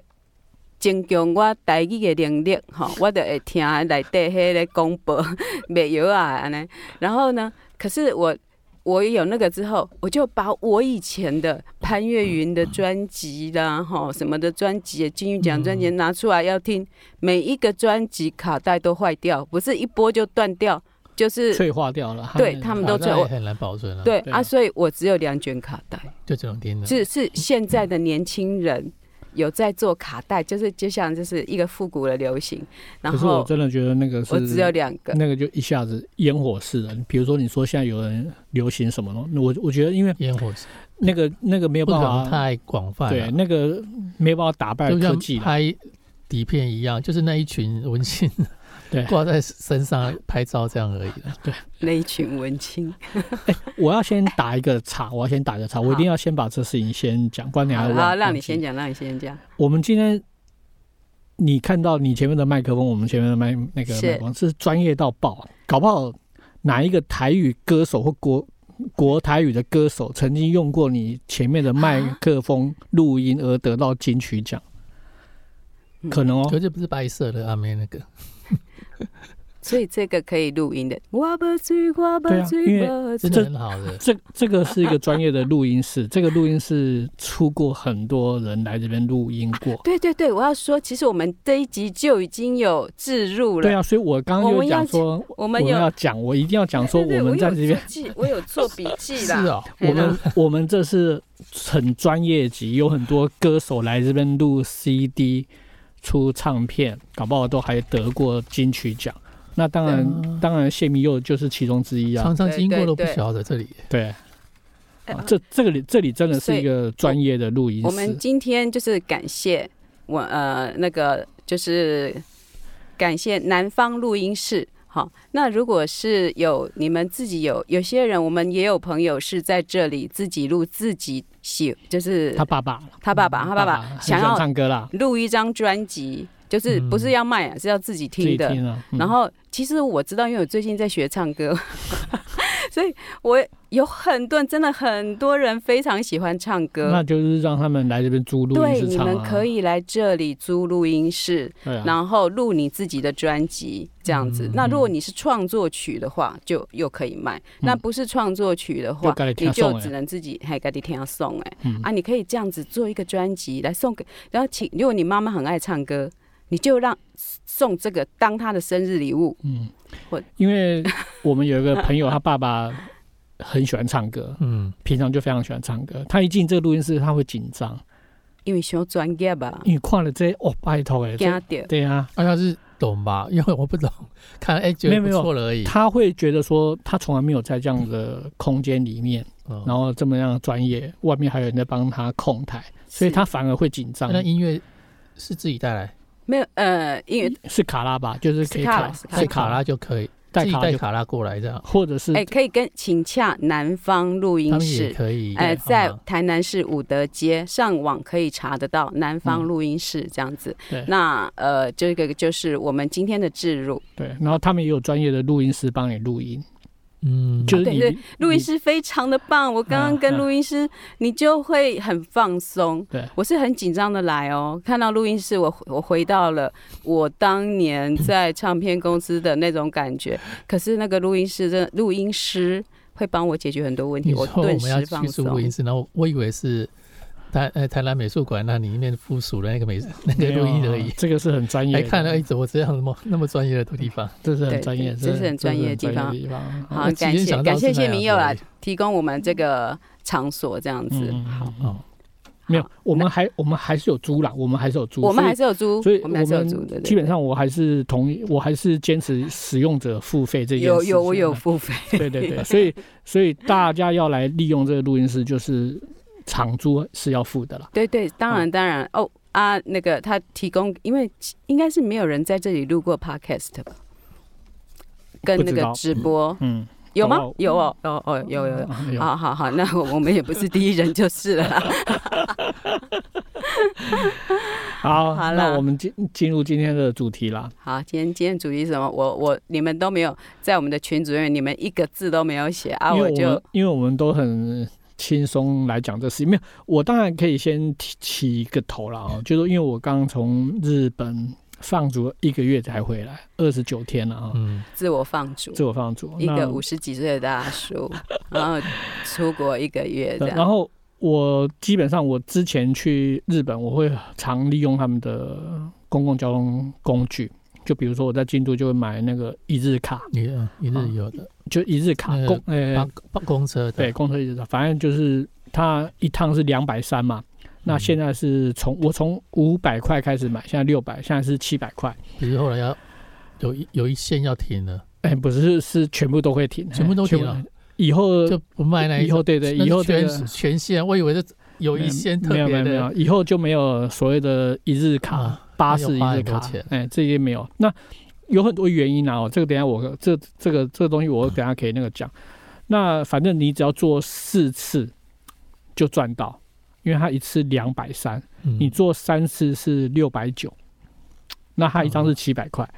[SPEAKER 1] 增强我台语的能力 吼，我就会听内底迄个广播 没有啊安尼。然后呢，可是我我有那个之后，我就把我以前的潘越云的专辑啦吼什么的专辑，金曲奖专辑拿出来要听，每一个专辑卡带都坏掉，不是一播就断掉，就是。
[SPEAKER 3] 脆化掉了。
[SPEAKER 1] 对
[SPEAKER 3] 那个
[SPEAKER 1] 他们
[SPEAKER 2] 卡
[SPEAKER 1] 都
[SPEAKER 2] 带
[SPEAKER 1] 最后
[SPEAKER 2] 很难保存了，，
[SPEAKER 1] 对
[SPEAKER 3] 对啊
[SPEAKER 1] 啊，所以我只有两卷卡带。
[SPEAKER 2] 就只能
[SPEAKER 3] 嗯
[SPEAKER 2] 听了。
[SPEAKER 1] 是是现在的年轻人有在做卡带，就是就像就是一个复古的流行，然
[SPEAKER 3] 可是我
[SPEAKER 1] 后
[SPEAKER 3] 真的觉得那个是
[SPEAKER 1] 我只有两个，
[SPEAKER 3] 那个就一下子烟火式的。比如说你说现在有人流行什么东西，我我觉得因为
[SPEAKER 2] 烟火
[SPEAKER 3] 那个那个没有
[SPEAKER 2] 不
[SPEAKER 3] 办
[SPEAKER 2] 可
[SPEAKER 3] 法
[SPEAKER 2] 能太广泛
[SPEAKER 3] 啊对，
[SPEAKER 2] 了，
[SPEAKER 3] 那个没有办法打败
[SPEAKER 2] 就
[SPEAKER 3] 科
[SPEAKER 2] 像
[SPEAKER 3] 技啦
[SPEAKER 2] 拍底片一样，就是那一群文青
[SPEAKER 3] 对 哦
[SPEAKER 2] 挂在身上拍照这样而已了。
[SPEAKER 1] 那一群文 青。
[SPEAKER 3] 我要先打一个岔，我要先打一个岔，我一定要先把这事情先讲，不然你还
[SPEAKER 1] 好，
[SPEAKER 3] 会
[SPEAKER 1] 好
[SPEAKER 3] 忘
[SPEAKER 1] 让你先
[SPEAKER 3] 讲。
[SPEAKER 1] 讲，让你先讲。
[SPEAKER 3] 我们今天你看到你前面的麦克风，我们前面的麦那个
[SPEAKER 1] 是
[SPEAKER 3] 麦克风是专业到爆，搞不好哪一个台语歌手或国国台语的歌手曾经用过你前面的麦克风录音而得到金曲奖，
[SPEAKER 1] 嗯
[SPEAKER 3] 可能哦。
[SPEAKER 2] 可是不是白色的阿妹那个，
[SPEAKER 1] 所以这个可以录音的。我不醉，我不
[SPEAKER 3] 对啊因
[SPEAKER 1] 醉，
[SPEAKER 3] 为
[SPEAKER 1] 我不
[SPEAKER 2] 真
[SPEAKER 1] 醉
[SPEAKER 2] 的很好的。
[SPEAKER 3] 这这个是一个专业的录音室，这个录音室出过很多人来这边录音过。
[SPEAKER 1] 对对对，我要说，其实我们这一集就已经有置入了。
[SPEAKER 3] 对啊，所以我刚刚
[SPEAKER 1] 我
[SPEAKER 3] 就
[SPEAKER 1] 们要
[SPEAKER 3] 讲说，
[SPEAKER 1] 我
[SPEAKER 3] 我
[SPEAKER 1] 们有
[SPEAKER 3] 要讲，我一定要讲说，
[SPEAKER 1] 对对
[SPEAKER 3] 们在这边，啊
[SPEAKER 1] 对我有做笔记，我有 做笔记
[SPEAKER 2] 是
[SPEAKER 1] 啦。
[SPEAKER 2] 哦，
[SPEAKER 1] 对
[SPEAKER 3] 我
[SPEAKER 1] 对
[SPEAKER 3] 们我们这是很专业级，有很多歌手来这边录 CD、出唱片，搞不好都还得过金曲奖。那当
[SPEAKER 2] 对啊
[SPEAKER 3] 然，当然谢明佑就是其中之一啊
[SPEAKER 2] 常。常经过都不
[SPEAKER 1] 对对对
[SPEAKER 2] 晓得这里。
[SPEAKER 3] 对，
[SPEAKER 1] 哎
[SPEAKER 3] 啊这这个里这里真的是一个专业的录音
[SPEAKER 1] 我们
[SPEAKER 3] 室。
[SPEAKER 1] 今天就是感谢我呃那个就是感谢南方录音室。好，那如果是有你们自己有有些人，我们也有朋友是在这里自己录自己喜，就是
[SPEAKER 3] 他爸嗯爸，
[SPEAKER 1] 他爸爸他爸爸
[SPEAKER 3] 很
[SPEAKER 1] 想
[SPEAKER 3] 喜
[SPEAKER 1] 要
[SPEAKER 3] 欢唱歌啦，
[SPEAKER 1] 录一张专辑，就是不是要卖啊，是要自己
[SPEAKER 3] 自己
[SPEAKER 1] 听的。
[SPEAKER 3] 听啊。嗯
[SPEAKER 1] 然后其实我知道，因为我最近在学唱歌， 所以我有很多人真的很多人非常喜欢唱歌。
[SPEAKER 3] 那就是让他们来这边租录音
[SPEAKER 1] 对，
[SPEAKER 3] 室
[SPEAKER 1] 你
[SPEAKER 3] 唱啊。
[SPEAKER 1] 们可以来这里租录音室，
[SPEAKER 3] 对啊，
[SPEAKER 1] 然后录你自己的专辑这样子。
[SPEAKER 2] 嗯
[SPEAKER 1] 那如果你是创作曲的话，就又可以卖；
[SPEAKER 3] 嗯
[SPEAKER 1] 那不是创作曲的话
[SPEAKER 3] 就自己，听
[SPEAKER 1] 你就
[SPEAKER 3] 送欸
[SPEAKER 1] 只能自己还给你听送哎、
[SPEAKER 3] 嗯
[SPEAKER 1] 啊，你可以这样子做一个专辑来送给，然后请，如果你妈妈很爱唱歌，你就让送这个当她的生日礼物。
[SPEAKER 3] 嗯
[SPEAKER 1] 我，
[SPEAKER 3] 因为我们有一个朋友，他爸爸很喜欢唱歌，
[SPEAKER 2] 嗯，
[SPEAKER 3] 平常就非常喜欢唱歌。他一进这个录音室，他会紧张，
[SPEAKER 1] 因为想专业吧，
[SPEAKER 3] 因为看了这些哦，拜托哎，
[SPEAKER 1] 惊
[SPEAKER 3] 这
[SPEAKER 1] 掉。
[SPEAKER 3] 对啊，
[SPEAKER 2] 好像是懂吧？因为我不懂，看哎觉
[SPEAKER 3] 没
[SPEAKER 2] 得
[SPEAKER 3] 有
[SPEAKER 2] 不
[SPEAKER 3] 没有
[SPEAKER 2] 错了而已。
[SPEAKER 3] 他会觉得说他从来没有在这样的空间里面，
[SPEAKER 2] 嗯
[SPEAKER 3] 然后这么样专业，外面还有人在帮他控台，所以他反而会紧张
[SPEAKER 2] 那。音乐是自己带来，
[SPEAKER 1] 没有呃，因为
[SPEAKER 3] 是卡拉吧，就是可以
[SPEAKER 1] 是卡拉
[SPEAKER 3] 卡
[SPEAKER 1] 是卡拉
[SPEAKER 2] 带卡拉就可以，
[SPEAKER 3] 带
[SPEAKER 2] 自己
[SPEAKER 3] 卡拉
[SPEAKER 2] 带
[SPEAKER 3] 就，
[SPEAKER 2] 卡拉过来这样，
[SPEAKER 3] 或者是
[SPEAKER 1] 哎、可以跟请洽南方录
[SPEAKER 2] 他
[SPEAKER 1] 音
[SPEAKER 2] 们也
[SPEAKER 1] 室。
[SPEAKER 2] 可以。啊
[SPEAKER 1] 哎、
[SPEAKER 2] 好
[SPEAKER 1] 在
[SPEAKER 2] 吗
[SPEAKER 1] 台南市武德街上网可以查得到南
[SPEAKER 2] 嗯
[SPEAKER 1] 方录音室这样子。
[SPEAKER 3] 对
[SPEAKER 1] 那呃，这个就是我们今天的置入。
[SPEAKER 3] 对，然后他们也有专业的录音师帮你录音，
[SPEAKER 2] 嗯，
[SPEAKER 3] 就是
[SPEAKER 1] 啊对
[SPEAKER 3] 你
[SPEAKER 1] 对录音
[SPEAKER 3] 你
[SPEAKER 1] 师非常的棒，我刚刚跟录音师，你就会很放 松。
[SPEAKER 3] 对
[SPEAKER 1] 我是很紧张的来哦，看到录音室，我我回到了我当年在唱片公司的那种感 觉。可是那个录音室真的，录音师会帮我解决很多问题，
[SPEAKER 2] 你
[SPEAKER 1] 我
[SPEAKER 2] 说我
[SPEAKER 1] 顿
[SPEAKER 2] 们要
[SPEAKER 1] 时放
[SPEAKER 2] 去住录
[SPEAKER 1] 松
[SPEAKER 2] 音。室，然后我以为是台呃台南美术馆那里面附属的那个美那个
[SPEAKER 3] 没有
[SPEAKER 2] 录音而
[SPEAKER 3] 啊
[SPEAKER 2] 已。
[SPEAKER 3] 这个是很专业
[SPEAKER 2] 还
[SPEAKER 3] 的，
[SPEAKER 2] 看到哎一种我这样那么 那么专业的地方，
[SPEAKER 3] 这是
[SPEAKER 1] 对
[SPEAKER 3] 很专业，
[SPEAKER 1] 对这是很专业的地
[SPEAKER 3] 这是
[SPEAKER 1] 方
[SPEAKER 3] 很专业的地方。
[SPEAKER 1] 好
[SPEAKER 2] 我，
[SPEAKER 1] 感
[SPEAKER 2] 只是
[SPEAKER 1] 谢
[SPEAKER 2] 想到
[SPEAKER 1] 感谢
[SPEAKER 2] 是那
[SPEAKER 1] 谢
[SPEAKER 2] 样
[SPEAKER 1] 明
[SPEAKER 2] 子
[SPEAKER 1] 佑
[SPEAKER 2] 而
[SPEAKER 1] 啦
[SPEAKER 2] 已，
[SPEAKER 1] 提供我们这个场所这样子。
[SPEAKER 3] 嗯
[SPEAKER 1] 好，
[SPEAKER 2] 哦，
[SPEAKER 3] 没有，我们还我们还是有租啦，我们还是有租，
[SPEAKER 1] 我们还
[SPEAKER 3] 是
[SPEAKER 1] 是有租，
[SPEAKER 3] 所以
[SPEAKER 1] 我们还是有租的。对
[SPEAKER 3] 基本上我还是同意，我还是坚持使用者付费这件事
[SPEAKER 1] 有
[SPEAKER 3] 情啊
[SPEAKER 1] 有我有，付 费，
[SPEAKER 3] 对对对，所以所以大家要来利用这个录音室，就是场租是要付的啦。
[SPEAKER 1] 对对，当然当然哦，啊，那个他提供，因为应该是没有人在这里录过 podcast 吧，跟那
[SPEAKER 3] 不知
[SPEAKER 1] 个
[SPEAKER 3] 道
[SPEAKER 1] 直播
[SPEAKER 3] 嗯，
[SPEAKER 1] 有吗
[SPEAKER 3] 搞不好？
[SPEAKER 1] 有哦，哦哦，有有有，
[SPEAKER 3] 啊有
[SPEAKER 1] 好好好，那我 我们也不是第一人就是了 啦。
[SPEAKER 3] 好，
[SPEAKER 1] 好啦
[SPEAKER 3] 那我们进进入今天的主题啦。
[SPEAKER 1] 好，今天今天主题是什么？我我你们都没有在我们的群组里面，你们一个字都没有写啊，
[SPEAKER 3] 因
[SPEAKER 1] 我
[SPEAKER 3] 为我
[SPEAKER 1] 就
[SPEAKER 3] 们因为我们都很轻松来讲这事情，没有，我当然可以先起起一个头 了啊，就是因为我刚从日本放逐一个月才回来，二十九天了啊，
[SPEAKER 2] 嗯，
[SPEAKER 1] 自我放逐，
[SPEAKER 3] 自我放逐，
[SPEAKER 1] 一
[SPEAKER 3] 那
[SPEAKER 1] 个五十几岁的大 叔，然后出国一个月这
[SPEAKER 3] 对然
[SPEAKER 1] 样。
[SPEAKER 3] 后我基本上我之前去日本，我会常利用他们的公共交通工具。就比如说我在京都就会买那个一日卡，
[SPEAKER 2] 一嗯一日游的，
[SPEAKER 3] 就一日卡
[SPEAKER 2] 那个
[SPEAKER 3] 公呃
[SPEAKER 2] 搭搭公车
[SPEAKER 3] 对，
[SPEAKER 2] 的，
[SPEAKER 3] 公车一直到，反正就是它一趟是两百三嘛。那
[SPEAKER 2] 嗯
[SPEAKER 3] 现在是从我从五百块开始买，现在六百，现在是七百块。
[SPEAKER 2] 只是后来要有一有一线要停了，
[SPEAKER 3] 哎，不是，是全部都会停，
[SPEAKER 2] 全部都停
[SPEAKER 3] 哎
[SPEAKER 2] 了。，
[SPEAKER 3] 以后
[SPEAKER 2] 就不卖那一
[SPEAKER 3] 以后对对，
[SPEAKER 2] 那
[SPEAKER 3] 以
[SPEAKER 2] 是
[SPEAKER 3] 后对
[SPEAKER 2] 全全线，我以为是有一线特
[SPEAKER 3] 没有没
[SPEAKER 2] 别
[SPEAKER 3] 有没有，
[SPEAKER 2] 的，
[SPEAKER 3] 以后就没有所谓的一日卡
[SPEAKER 2] 啊、
[SPEAKER 3] 巴
[SPEAKER 2] 那
[SPEAKER 3] 士
[SPEAKER 2] 要
[SPEAKER 3] 一
[SPEAKER 2] 花
[SPEAKER 3] 日
[SPEAKER 2] 很多
[SPEAKER 3] 卡
[SPEAKER 2] 钱，
[SPEAKER 3] 哎，这些没有。那有很多原因啊，哦这个等一下我这这个这个东西我等一下可以那个讲。那反正你只要做四次就赚到，因为它一次两百三。你
[SPEAKER 2] 嗯，
[SPEAKER 3] 做三次是六百九，那它一张是七百块。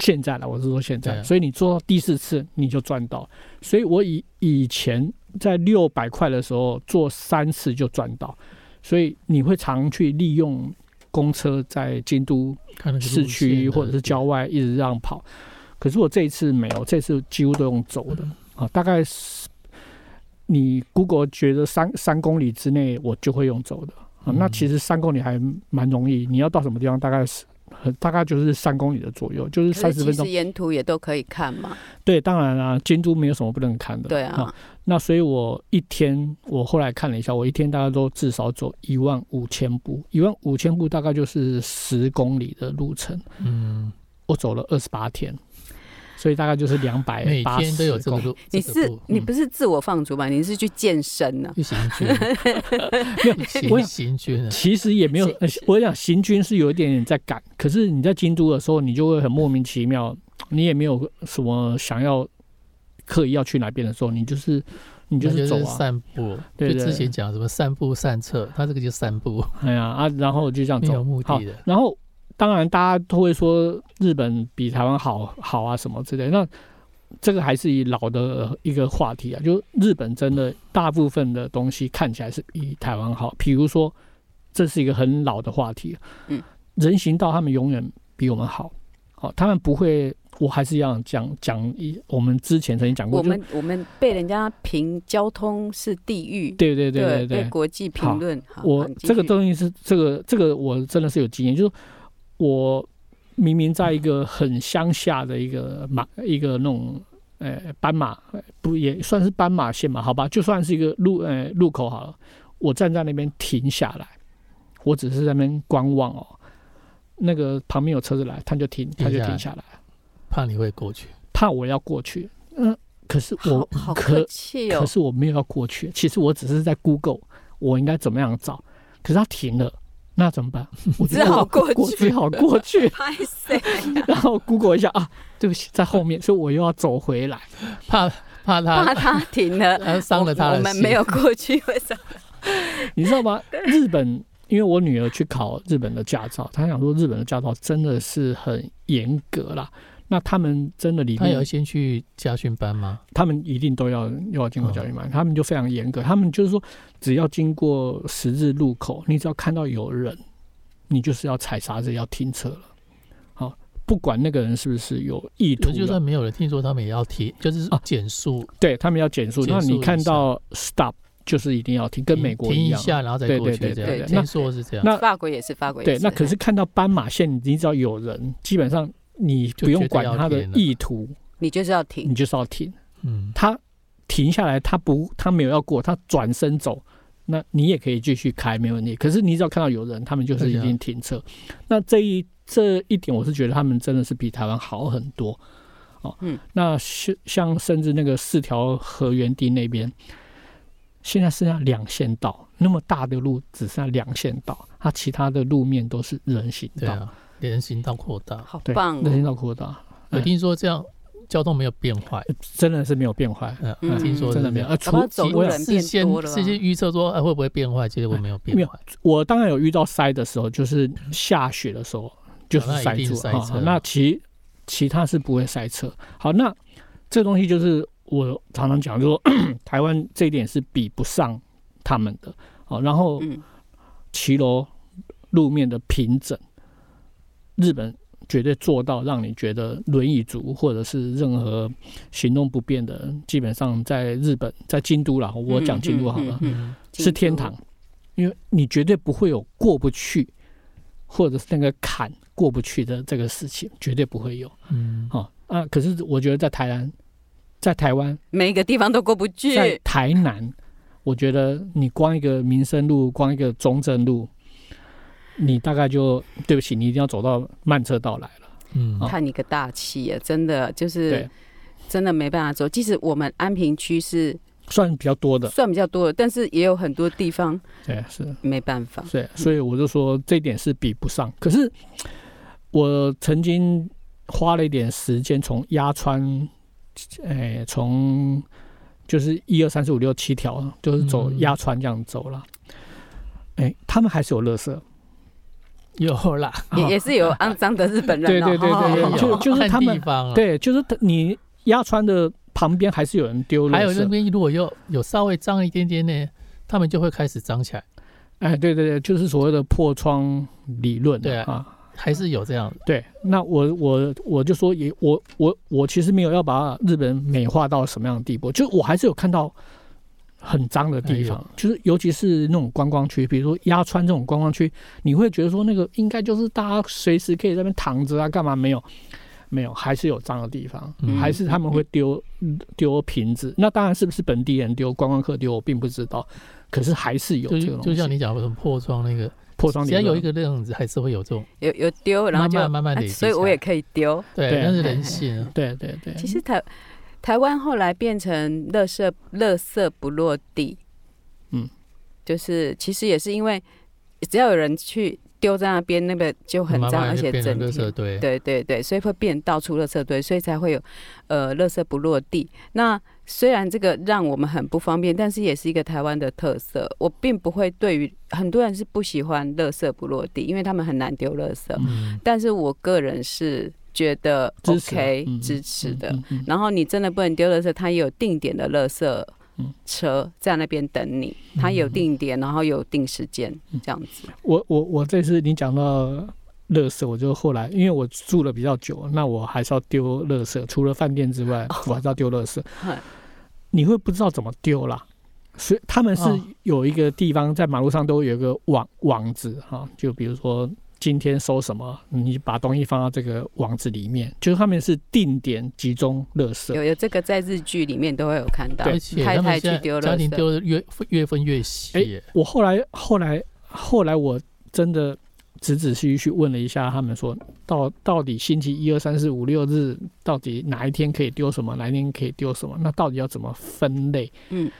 [SPEAKER 3] 现在了，我是说现在，
[SPEAKER 2] 嗯对啊
[SPEAKER 3] 所以你做到第四次你就赚到。所以我以以前在六百块的时候做三次就赚到，所以你会常去利用公车在京都
[SPEAKER 2] 看那个路
[SPEAKER 3] 市区
[SPEAKER 2] 线的
[SPEAKER 3] 或者是郊外一直让跑。可是我这一次没有，这次几乎都用走的啊，大概是你 Google 觉得三三公里之内我就会用走的啊。
[SPEAKER 2] 嗯
[SPEAKER 3] 那其实三公里还蛮容易，你要到什么地方大概是。很大概就是三公里的左右，就是
[SPEAKER 1] 可
[SPEAKER 3] 三
[SPEAKER 1] 是
[SPEAKER 3] 十分
[SPEAKER 1] 其
[SPEAKER 3] 钟
[SPEAKER 1] 实。沿途也都可以看嘛，
[SPEAKER 3] 对，当然啦、京都没有什么不能看的。
[SPEAKER 1] 对啊，
[SPEAKER 3] 那所以我一天，我后来看了一下，我一天大概都至少走一万五千步，一万五千步大概就是十公里的路程。
[SPEAKER 2] 嗯，
[SPEAKER 3] 我走了二十八天，所以大概就是两百
[SPEAKER 2] 每
[SPEAKER 3] 八
[SPEAKER 2] 天都有
[SPEAKER 3] 十
[SPEAKER 2] 这个
[SPEAKER 3] 公里。
[SPEAKER 2] 路，
[SPEAKER 1] 你
[SPEAKER 2] 这个
[SPEAKER 1] 是
[SPEAKER 2] 路
[SPEAKER 3] 嗯
[SPEAKER 1] 你不是自我放逐吧？你是去健身啊呢？
[SPEAKER 2] 去行 军，行
[SPEAKER 3] 我想
[SPEAKER 2] 行军啊，
[SPEAKER 3] 其实也没有
[SPEAKER 1] 是，
[SPEAKER 3] 呃
[SPEAKER 1] 是
[SPEAKER 3] 我想行军是有一点点在赶，可是你在京都的时候，你就会很莫名其妙，你也没有什么想要刻意要去哪边的时候，你就是 你就
[SPEAKER 2] 那
[SPEAKER 3] 是
[SPEAKER 2] 就
[SPEAKER 3] 走
[SPEAKER 2] 是
[SPEAKER 3] 啊，
[SPEAKER 2] 散步，就
[SPEAKER 3] 对对
[SPEAKER 2] 之前讲什么散步散策，他这个就散步，
[SPEAKER 3] 哎呀啊，然后就这样
[SPEAKER 2] 没
[SPEAKER 3] 走
[SPEAKER 2] 有目
[SPEAKER 3] 好
[SPEAKER 2] 的的，
[SPEAKER 3] 然后当然大家都会说日本比台湾好好啊什么之类的，那这个还是以老的一个话题啊，就日本真的大部分的东西看起来是比台湾好，比如说这是一个很老的话题，
[SPEAKER 1] 嗯，
[SPEAKER 3] 人行道他们永远比我们好，好、他们不会，我还是要讲讲一，我们之前曾经讲过，
[SPEAKER 1] 我
[SPEAKER 3] 就
[SPEAKER 1] 们我们被人家评交通是地狱，
[SPEAKER 3] 对对对对
[SPEAKER 1] 被国际评论。啊好
[SPEAKER 3] 我这个，
[SPEAKER 1] 好
[SPEAKER 3] 东西是这个这个我真的是有经验，就是我明明在一个很乡下的一个马一个那种呃斑马呃不也算是斑马线嘛，好吧，就算是一个路呃路口好了，我站在那边停下来，我只是在那边观望哦，那个旁边有车子来，他就停，他就
[SPEAKER 2] 停下来
[SPEAKER 3] 停下来，
[SPEAKER 2] 怕你会过去，
[SPEAKER 3] 怕我要过去，嗯，可是
[SPEAKER 1] 继续
[SPEAKER 3] 我
[SPEAKER 1] 好好
[SPEAKER 3] 可
[SPEAKER 1] 客气哦
[SPEAKER 3] 可，是我没有要过去，其实我只是在 Google 我应该怎么样找，可是他停了，那怎 么办？我
[SPEAKER 1] 只好过去，
[SPEAKER 3] 我只好过去
[SPEAKER 1] 拍谁？
[SPEAKER 3] 然后 Google 一下啊，对不起，在后面，所以我又要走回来。
[SPEAKER 2] 怕怕
[SPEAKER 1] 怕
[SPEAKER 2] 他
[SPEAKER 1] 他停了，
[SPEAKER 2] 他伤了他
[SPEAKER 1] 我
[SPEAKER 2] 的
[SPEAKER 1] 我
[SPEAKER 2] 心，
[SPEAKER 1] 们没有过去，为什么？
[SPEAKER 3] 你知 道吗？日本，因为我女儿去考日本的驾照，她想说日本的驾照真的是很严格啦。那他们真的里
[SPEAKER 2] 他
[SPEAKER 3] 面
[SPEAKER 2] 有先去家训班吗？
[SPEAKER 3] 他们一定都要要经过
[SPEAKER 2] 嗯
[SPEAKER 3] 教育嘛，他们就非常严格，他们就是说，只要经过十字路口，你只要看到有人，你就是要踩刹车，要停车了。好，不管那个人是不是有意图
[SPEAKER 2] 就就
[SPEAKER 3] 的，
[SPEAKER 2] 算没有人听说，他们也要提，就是
[SPEAKER 3] 啊
[SPEAKER 2] 减速，
[SPEAKER 3] 对他们要减速。
[SPEAKER 2] 减
[SPEAKER 3] 那
[SPEAKER 2] 速
[SPEAKER 3] 你
[SPEAKER 2] 一
[SPEAKER 3] 看
[SPEAKER 2] 下
[SPEAKER 3] 到 stop 就是一定要停，跟美国
[SPEAKER 2] 停停
[SPEAKER 3] 一
[SPEAKER 2] 一
[SPEAKER 3] 样。
[SPEAKER 2] 下，然后再
[SPEAKER 3] 对
[SPEAKER 2] 过
[SPEAKER 3] 对
[SPEAKER 2] 去
[SPEAKER 3] 对
[SPEAKER 2] 这
[SPEAKER 1] 对
[SPEAKER 2] 样。
[SPEAKER 1] 对
[SPEAKER 2] 听说是这样，
[SPEAKER 3] 那
[SPEAKER 1] 法国也是，法国也
[SPEAKER 3] 对
[SPEAKER 1] 是。，
[SPEAKER 3] 那可是看到斑马线，你只要有人，基本上你
[SPEAKER 2] 就
[SPEAKER 3] 不用
[SPEAKER 2] 绝对
[SPEAKER 3] 管
[SPEAKER 2] 要
[SPEAKER 3] 他的
[SPEAKER 2] 停了
[SPEAKER 3] 意图，
[SPEAKER 1] 你就是要
[SPEAKER 3] 你
[SPEAKER 1] 停，
[SPEAKER 3] 就是要停。
[SPEAKER 2] 嗯，
[SPEAKER 3] 他停下来，他不，他没有要过，他转身走，那你也可以继续开，没问题。可是你只要看到有人，他们就是已经停车。那这一这一点，我是觉得他们真的是比台湾好很多。哦，
[SPEAKER 1] 嗯，
[SPEAKER 3] 那是像甚至那个四条河原町那边，现在剩下两线道，那么大的路只剩下两线道，它其他的路面都是人行
[SPEAKER 2] 对
[SPEAKER 3] 道，
[SPEAKER 2] 啊，人行道扩大，
[SPEAKER 1] 好
[SPEAKER 3] 对，
[SPEAKER 1] 棒
[SPEAKER 3] 人
[SPEAKER 1] 哦！
[SPEAKER 3] 行道扩大，
[SPEAKER 2] 我
[SPEAKER 3] 嗯
[SPEAKER 2] 听说这样交通没有变坏，
[SPEAKER 3] 真的是没有变坏，
[SPEAKER 2] 嗯，
[SPEAKER 1] 嗯
[SPEAKER 2] 听说
[SPEAKER 3] 真的没有。啊，
[SPEAKER 1] 搞不好
[SPEAKER 3] 除
[SPEAKER 1] 走路
[SPEAKER 3] 我
[SPEAKER 1] 人
[SPEAKER 2] 事
[SPEAKER 1] 变
[SPEAKER 2] 先
[SPEAKER 1] 多了啊
[SPEAKER 2] 事先预测说，哎，会不会变坏？结果没有变
[SPEAKER 3] 没有
[SPEAKER 2] 坏，
[SPEAKER 3] 我当然有遇到塞的时候，就是下雪的时候就是
[SPEAKER 2] 哦
[SPEAKER 3] 塞
[SPEAKER 2] 那一
[SPEAKER 3] 住
[SPEAKER 2] 定
[SPEAKER 3] 了
[SPEAKER 2] 塞
[SPEAKER 3] 哈、
[SPEAKER 2] 车
[SPEAKER 3] 那其其他是不会塞车。好，那这东西就是我常常讲，就说 台湾这一点是比不上他们的。好，然后
[SPEAKER 1] 嗯，
[SPEAKER 3] 骑楼路面的平整，日本绝对做到让你觉得轮椅族或者是任何行动不便的人，基本上在日本，在京都啦，我讲京都好了，
[SPEAKER 1] 嗯
[SPEAKER 2] 嗯，
[SPEAKER 1] 京
[SPEAKER 3] 是
[SPEAKER 1] 都
[SPEAKER 3] 天堂，因为你绝对不会有过不去，或者是那个坎过不去的这个事情，绝对不会有。
[SPEAKER 2] 嗯，
[SPEAKER 3] 哦啊，可是我觉得在台南，在台湾，
[SPEAKER 1] 每一个地方都过不去。
[SPEAKER 3] 在台南，我觉得你光一个民生路，光一个中正路，你大概就对不起，你一定要走到慢车道来了。
[SPEAKER 2] 嗯，
[SPEAKER 3] 哦
[SPEAKER 1] 叹你个大气耶，真的就是
[SPEAKER 3] 对，
[SPEAKER 1] 真的没办法走。即使我们安平区是
[SPEAKER 3] 算比较多的，
[SPEAKER 1] 算比较多的，但是也有很多地方
[SPEAKER 3] 对，是，
[SPEAKER 1] 没办 法。
[SPEAKER 2] 嗯
[SPEAKER 3] 对，所以我就说这一点是比不上。可是我曾经花了一点时间从鸭川，诶、从就是一二三四五六七条，就是走
[SPEAKER 2] 嗯
[SPEAKER 3] 鸭川这样走了。哎、他们还是有垃圾，
[SPEAKER 2] 嗯有啦，
[SPEAKER 1] 也也是有肮脏的日本人、哦，
[SPEAKER 3] 对对对对对
[SPEAKER 1] 哦
[SPEAKER 3] 就就是
[SPEAKER 2] 看
[SPEAKER 3] 他们
[SPEAKER 2] 地方啊，
[SPEAKER 3] 对，就是他你鸭川的旁边还是有人丢垃圾，
[SPEAKER 2] 还有那边如果有有稍微脏一点点呢，他们就会开始脏起来，
[SPEAKER 3] 哎，对对对，就是所谓的破窗理论、
[SPEAKER 2] 对啊
[SPEAKER 3] 啊，
[SPEAKER 2] 还是有这样的，
[SPEAKER 3] 对。那我我我就说也我我我其实没有要把日本美化到什么样的地步，就我还是有看到很脏的地方，
[SPEAKER 2] 哎呦
[SPEAKER 3] 就是尤其是那种观光区，比如说鸭川这种观光区，你会觉得说那个应该就是大家随时可以在那边躺着啊，干嘛没有？没有，还是有脏的地方，
[SPEAKER 2] 嗯
[SPEAKER 3] 还是他们会丢丢瓶子。那当然是不是本地人丢、观光客丢，我并不知道。可是还是有
[SPEAKER 2] 就
[SPEAKER 3] 这种，
[SPEAKER 2] 就像你讲的什么破窗那个，
[SPEAKER 3] 破窗理啊
[SPEAKER 2] 只要
[SPEAKER 3] 论，
[SPEAKER 2] 有一个这样子，还是会有这种，
[SPEAKER 1] 有有丢，然后就哎
[SPEAKER 2] 慢慢慢慢累积
[SPEAKER 1] 所以
[SPEAKER 2] 起来
[SPEAKER 1] 我也可以丢。
[SPEAKER 2] 对，
[SPEAKER 3] 对
[SPEAKER 2] 那是人性啊，
[SPEAKER 3] 对对对，
[SPEAKER 1] 其实台台湾后来变成垃圾垃圾不落地，
[SPEAKER 3] 嗯，
[SPEAKER 1] 就是其实也是因为只要有人去丢在那边，那个就 很
[SPEAKER 2] 慢
[SPEAKER 1] 脏，
[SPEAKER 2] 慢
[SPEAKER 1] 而
[SPEAKER 2] 就
[SPEAKER 1] 且
[SPEAKER 2] 变
[SPEAKER 1] 整
[SPEAKER 2] 成垃
[SPEAKER 1] 体
[SPEAKER 2] 圾堆，
[SPEAKER 1] 对对对，所以会变到处垃圾堆，所以才会有呃垃圾不落地。那虽然这个让我们很不方便，但是也是一个台湾的特色。我并不会对于很多人是不喜欢垃圾不落地，因为他们很难丢垃圾。
[SPEAKER 2] 嗯，
[SPEAKER 1] 但是我个人是觉得
[SPEAKER 3] 支持
[SPEAKER 1] OK
[SPEAKER 3] 嗯嗯
[SPEAKER 1] 支持的。
[SPEAKER 3] 嗯嗯嗯
[SPEAKER 1] 然后你真的不能丢垃圾，它也有定点的垃圾
[SPEAKER 3] 嗯
[SPEAKER 1] 车在那边等你，它有定点，然后有定时间
[SPEAKER 3] 嗯
[SPEAKER 1] 这样子。
[SPEAKER 3] 我我我这次你讲到垃圾，我就后来因为我住了比较久，那我还是要丢垃圾，除了饭店之外，我还是要丢垃圾
[SPEAKER 1] 嗨。
[SPEAKER 3] 你会不知道怎么丢啦，所以他们是
[SPEAKER 2] 哦
[SPEAKER 3] 有一个地方在马路上都有一个网网子哈、就比如说今天收什么，你把东西放到这个网子里面，就是他们是定点集中垃圾。
[SPEAKER 1] 有有这个在日剧里面都会有看到
[SPEAKER 2] 而，且
[SPEAKER 1] 太
[SPEAKER 2] 他
[SPEAKER 1] 太
[SPEAKER 2] 们
[SPEAKER 1] 去
[SPEAKER 2] 现
[SPEAKER 1] 丢
[SPEAKER 2] 在
[SPEAKER 1] 垃圾，
[SPEAKER 2] 家庭丢的越越分越细
[SPEAKER 3] 哎
[SPEAKER 2] 耶，
[SPEAKER 3] 我后来后来后来我真的仔仔细细去问了一下，他们说到到底星期一二三四五六日到底哪一天可以丢什么，哪一天可以丢什么，那到底要怎么分类？
[SPEAKER 1] 嗯，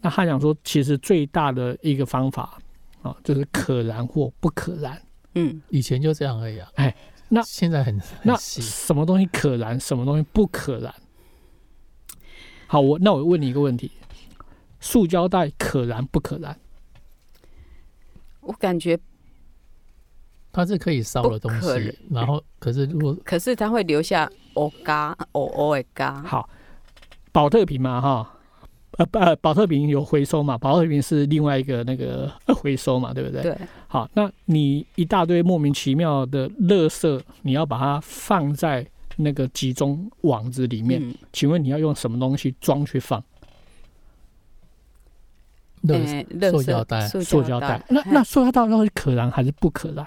[SPEAKER 3] 那他讲说，其实最大的一个方法啊，就是可燃或不可燃。
[SPEAKER 1] 嗯，
[SPEAKER 2] 以前就这样而已啊。
[SPEAKER 3] 哎，那
[SPEAKER 2] 现在很很
[SPEAKER 3] 那
[SPEAKER 2] 细
[SPEAKER 3] 什么东西可燃，什么东西不可燃？好，我那我问你一个问题：塑胶袋可燃不可燃？
[SPEAKER 1] 我感觉，
[SPEAKER 2] 它是可以烧的东
[SPEAKER 1] 不可燃
[SPEAKER 2] 西，然后可是如果
[SPEAKER 1] 可是它会留下哦嘎哦哦的嘎，
[SPEAKER 3] 好，保特瓶嘛，哈，呃不呃，保特瓶有回收嘛，保特瓶是另外一个那个呃回收嘛，对不对？
[SPEAKER 1] 对，
[SPEAKER 3] 好，那你一大堆莫名其妙的垃圾，你要把它放在那个集中网子里面，
[SPEAKER 1] 嗯，
[SPEAKER 3] 请问你要用什么东西装去放？
[SPEAKER 2] 热
[SPEAKER 1] 哎垃圾
[SPEAKER 2] 塑胶袋
[SPEAKER 3] 塑
[SPEAKER 1] 塑
[SPEAKER 3] 胶
[SPEAKER 1] 胶
[SPEAKER 3] 袋
[SPEAKER 1] 袋。。
[SPEAKER 3] 那
[SPEAKER 1] 哎
[SPEAKER 3] 那塑胶袋到底是可燃还是不可燃？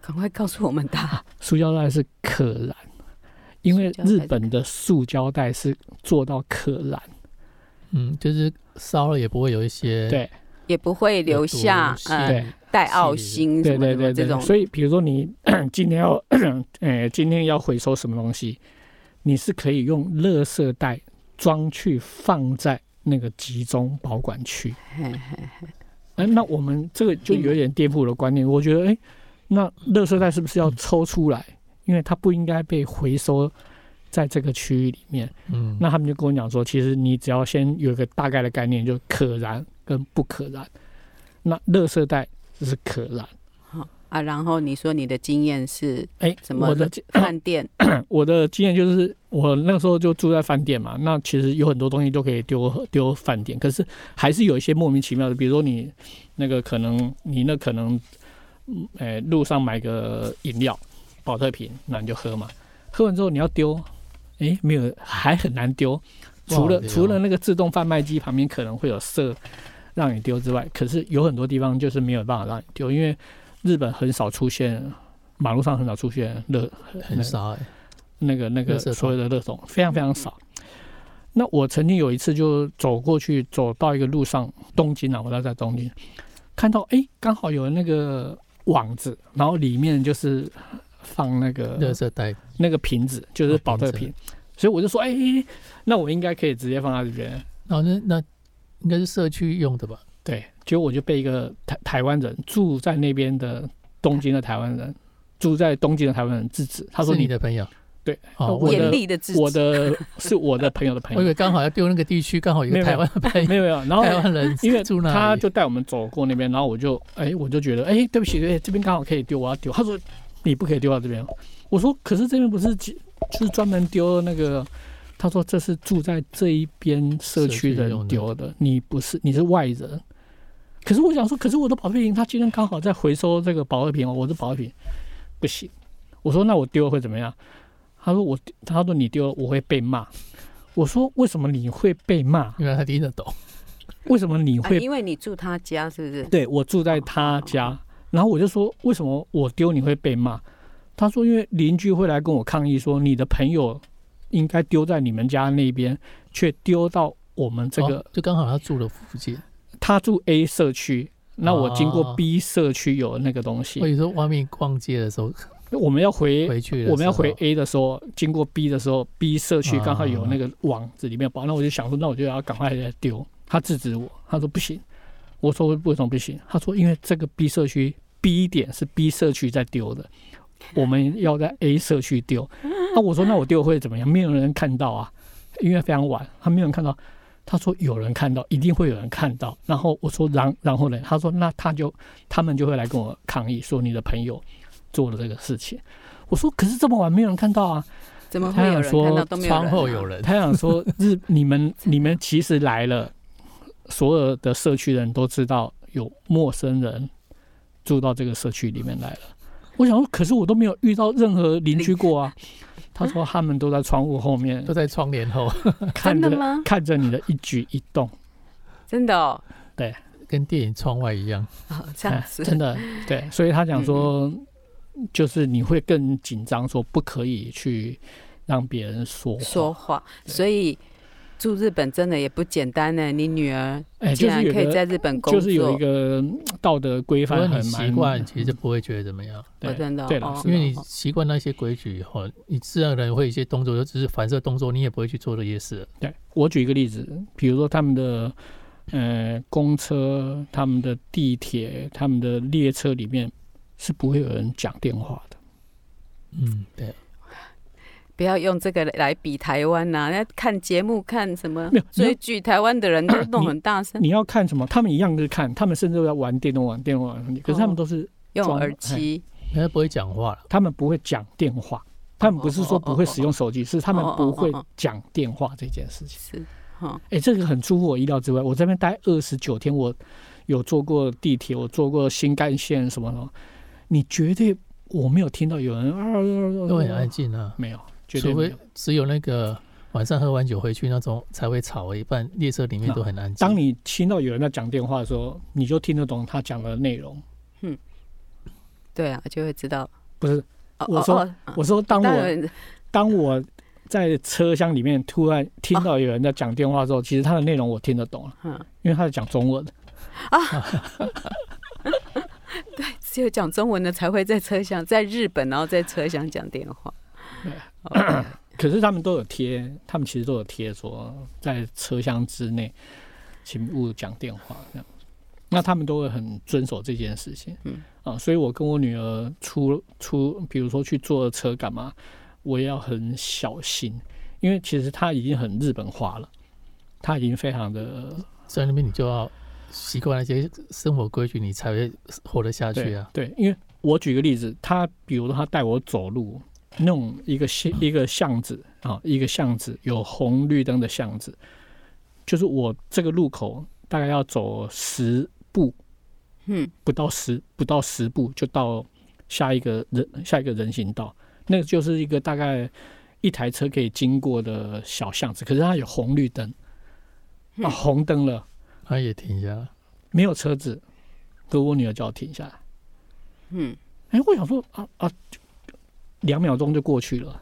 [SPEAKER 1] 赶快告诉我们答案。
[SPEAKER 3] 塑胶袋是可燃，因为
[SPEAKER 1] 塑胶袋
[SPEAKER 3] 日
[SPEAKER 1] 是
[SPEAKER 3] 本的塑胶袋是做到可燃。
[SPEAKER 2] 嗯，就是烧了也不会有一些
[SPEAKER 3] 对
[SPEAKER 1] 也不会留下
[SPEAKER 2] 有毒
[SPEAKER 1] 呃
[SPEAKER 3] 对
[SPEAKER 2] 性
[SPEAKER 1] 带奥星什
[SPEAKER 3] 对
[SPEAKER 1] 么
[SPEAKER 3] 对
[SPEAKER 1] 什
[SPEAKER 3] 对
[SPEAKER 1] 么
[SPEAKER 3] 对，
[SPEAKER 1] 这种，
[SPEAKER 3] 所以比如说你 今天要，呃，今天要回收什么东西，你是可以用垃圾袋装去放在那个集中保管区。
[SPEAKER 1] 嘿嘿
[SPEAKER 3] 哎，那我们这个就有点颠覆我的观念。我觉得，哎，那垃圾袋是不是要抽出来？因为它不应该被回收在这个区域里面。
[SPEAKER 2] 嗯，
[SPEAKER 3] 那他们就跟我讲说，其实你只要先有一个大概的概念，就可燃跟不可燃。那垃圾袋是可燃。
[SPEAKER 1] 啊，然后你说你的经验是
[SPEAKER 3] 哎，
[SPEAKER 1] 怎么
[SPEAKER 3] 我的
[SPEAKER 1] 了饭店
[SPEAKER 3] 我的经验就是，我那个时候就住在饭店嘛，那其实有很多东西都可以丢丢饭店，可是还是有一些莫名其妙的，比如说你那个可能你那可能，嗯诶、路上买个饮料，保特瓶，那你就喝嘛，喝完之后你要丢，诶、没有还很难丢，除了
[SPEAKER 2] 哇
[SPEAKER 3] 除了那个自动贩卖机旁边可能会有设让你丢之外，可是有很多地方就是没有办法让你丢，因为日本很少出现。马路上很少出现热
[SPEAKER 2] 很少哎，
[SPEAKER 3] 那个那个
[SPEAKER 2] 垃圾桶
[SPEAKER 3] 所有的垃圾桶非常非常少。那我曾经有一次就走过去，走到一个路上，东京啊，我那在东京，看到哎，诶刚好有那个网子，然后里面就是放那
[SPEAKER 2] 垃
[SPEAKER 3] 个
[SPEAKER 2] 圾袋
[SPEAKER 3] 那个瓶子，就是
[SPEAKER 2] 哦
[SPEAKER 3] 保特
[SPEAKER 2] 瓶
[SPEAKER 3] 瓶，所以我就说，哎，那我应该可以直接放在这边。
[SPEAKER 2] 然后那那应该是社区用的吧？
[SPEAKER 3] 对，结果我就被一个台台湾人住在那边的东京的台湾人，住在东京的台湾人制止，他说
[SPEAKER 2] 是你
[SPEAKER 3] 你
[SPEAKER 2] 的朋友，
[SPEAKER 3] 对，
[SPEAKER 2] 哦，
[SPEAKER 3] 我
[SPEAKER 2] 我
[SPEAKER 3] 的
[SPEAKER 1] 严
[SPEAKER 2] 的
[SPEAKER 1] 厉的制
[SPEAKER 3] 我
[SPEAKER 1] 止，
[SPEAKER 3] 的是我的朋友的朋
[SPEAKER 2] 我以
[SPEAKER 3] 友，
[SPEAKER 2] 为刚好要丢那个地区，刚好有
[SPEAKER 3] 没
[SPEAKER 2] 个台
[SPEAKER 3] 有
[SPEAKER 2] 湾的朋友
[SPEAKER 3] 没有没有，然后
[SPEAKER 2] 台湾人
[SPEAKER 3] 因为
[SPEAKER 2] 住那里，
[SPEAKER 3] 他就带我们走过那边，然后我就哎、我就觉得哎、对不起，哎、这边刚好可以丢，我要丢。他说你不可以丢到这边。我说可是这边不是集就是专门丢那个。他说这是住在这一边社区
[SPEAKER 2] 社区用的
[SPEAKER 3] 的人丢的，你不是你是外人。可是我想说，可是我的保特瓶，他今天刚好在回收这个保特瓶哦，我的保特瓶不行。我说那我丢了会怎么样？他说我他说你丢了我会被骂。我说为什么你会被骂？
[SPEAKER 2] 因为他听得懂，
[SPEAKER 3] 为什么你
[SPEAKER 1] 啊
[SPEAKER 3] 会
[SPEAKER 1] 因为你住他家是不是？
[SPEAKER 3] 对我住在他家，然后我就说为什么我丢你会被骂？他说因为邻居会来跟我抗议说你的朋友应该丢在你们家那边，却丢到我们这个、
[SPEAKER 2] 哦就刚好他住的附近，
[SPEAKER 3] 他住 A 社区。那我经过
[SPEAKER 2] 哦
[SPEAKER 3] B 社区有那个东西
[SPEAKER 2] 或，者说外面逛街的时候
[SPEAKER 3] 我们要回
[SPEAKER 2] 回去的时候，
[SPEAKER 3] 我们要回 A 的时候，经过 B 的时候，B 社区刚好有那个网子里面有包，那我就想说，那我就要赶快来丢。他制止我，他说不行。我说为什么不行？他说因为这个 B 社区 B 点是 B 社区在丢的，我们要在 A 社区丢。那我说那我丢会怎么样？没有人看到啊，因为非常晚，他没有人看到。他说有人看到，一定会有人看到。然后我说然然后呢？他说那他就他们就会来跟我抗议，说你的朋友做了这个事情。我说可是这么晚没有人看到啊。
[SPEAKER 1] 怎么会有人看到都没有人啊？
[SPEAKER 2] 窗后有人，
[SPEAKER 3] 他想说日 你们你们其实来了，所有的社区人都知道有陌生人住到这个社区里面来了。我想说，可是我都没有遇到任何邻居过啊。他说他们都在窗户后面
[SPEAKER 2] 都在窗帘后，
[SPEAKER 3] 看
[SPEAKER 1] 啊真的吗
[SPEAKER 3] 着看着你的一举一动，
[SPEAKER 1] 真的哦，
[SPEAKER 2] 跟电影窗外一样。
[SPEAKER 1] 哦这样
[SPEAKER 3] 哎
[SPEAKER 1] 子嗯
[SPEAKER 3] 真的对。所以他讲说，就是你会更紧张，说不可以去让别人说话
[SPEAKER 1] 说话，所以住日本真的也不简单呢。你女儿
[SPEAKER 3] 哎，
[SPEAKER 1] 竟
[SPEAKER 3] 就是
[SPEAKER 1] 然
[SPEAKER 3] 有
[SPEAKER 1] 可以
[SPEAKER 3] 一
[SPEAKER 1] 在
[SPEAKER 3] 个
[SPEAKER 1] 日本工
[SPEAKER 3] 就
[SPEAKER 1] 作，
[SPEAKER 3] 是有一个嗯道德规
[SPEAKER 2] 如果
[SPEAKER 3] 范
[SPEAKER 2] 你
[SPEAKER 3] 很
[SPEAKER 2] 习
[SPEAKER 3] 蛮嗯啊
[SPEAKER 2] 惯，其实就不会觉得怎么样，
[SPEAKER 1] 哦真的哦
[SPEAKER 3] 对了
[SPEAKER 1] 哦，
[SPEAKER 3] 是
[SPEAKER 2] 因
[SPEAKER 3] 的
[SPEAKER 2] 为你习惯那些规矩以后，你自然而然会有一些动作，就只是反射动作，你也不会去做这些事了。
[SPEAKER 3] 对我举一个例子，比如说他们的呃公车、他们的地铁、他们的列车里面是不会有人讲电话的。
[SPEAKER 2] 嗯，对，
[SPEAKER 1] 不要用这个来比台湾呐、那看节目看什么
[SPEAKER 3] 没有
[SPEAKER 1] 追剧，台湾的人 都弄
[SPEAKER 3] 你
[SPEAKER 1] 很大声，
[SPEAKER 3] 你要看什么？他们一样是看，他们甚至要玩电动、玩电动、玩可是他们都是、
[SPEAKER 1] 用
[SPEAKER 3] 装哎
[SPEAKER 1] 耳机，
[SPEAKER 2] 人家不会讲话了。
[SPEAKER 3] 他们不会讲电话。他们不是说不会使用手机，是他们不会讲电话这件事情。
[SPEAKER 1] 是，哈、
[SPEAKER 3] 哎、这个很出乎我意料之外。我这边待二十九天，我有坐过地铁，我坐过新干线什么的，你绝对我没有听到有人啊，
[SPEAKER 2] 都很安静啊，
[SPEAKER 3] 没有，绝对
[SPEAKER 2] 除
[SPEAKER 3] 没
[SPEAKER 2] 非
[SPEAKER 3] 有。
[SPEAKER 2] 只有那个晚上喝完酒回去那种才会吵而已，一般列车里面都很安静。
[SPEAKER 3] 啊当你听到有人在讲电话的时候，你就听得懂他讲的内容。
[SPEAKER 1] 对啊，就会知道。
[SPEAKER 3] 不是，
[SPEAKER 1] 哦
[SPEAKER 3] 我说
[SPEAKER 1] 哦哦
[SPEAKER 3] 我说当
[SPEAKER 1] 当
[SPEAKER 3] 我
[SPEAKER 1] 然
[SPEAKER 3] 当我在车厢里面突然听到有人在讲电话的时候，其实他的内容我听得懂了，
[SPEAKER 1] 嗯，
[SPEAKER 3] 因为他在讲中文。
[SPEAKER 1] 只有讲中文的才会在车厢，在日本然后在车厢讲电话。哦
[SPEAKER 3] 可是他们都有贴，他们其实都有贴说在车厢之内，请勿讲电话这样。那他们都会很遵守这件事情，
[SPEAKER 1] 嗯
[SPEAKER 3] 啊，所以我跟我女儿出出，比如说去坐车干嘛，我也要很小心，因为其实她已经很日本化了，她已经非常的
[SPEAKER 2] 在那边你就要习惯那些生活规矩，你才会活得下去啊。
[SPEAKER 3] 对。对，因为我举个例子，他比如说他带我走路，弄一 个巷一个巷子啊，一个巷子有红绿灯的巷子，就是我这个路口大概要走十步，
[SPEAKER 1] 嗯，
[SPEAKER 3] 不到十不到十步就到下一个人下一个人行道，那个就是一个大概一台车可以经过的小巷子，可是它有红绿灯，啊，
[SPEAKER 1] 嗯
[SPEAKER 3] 红灯了。
[SPEAKER 2] 他也停下来，
[SPEAKER 3] 没有车子，可我女儿叫我停下来。
[SPEAKER 1] 嗯，
[SPEAKER 3] 哎，我想说啊啊，就两秒钟就过去了。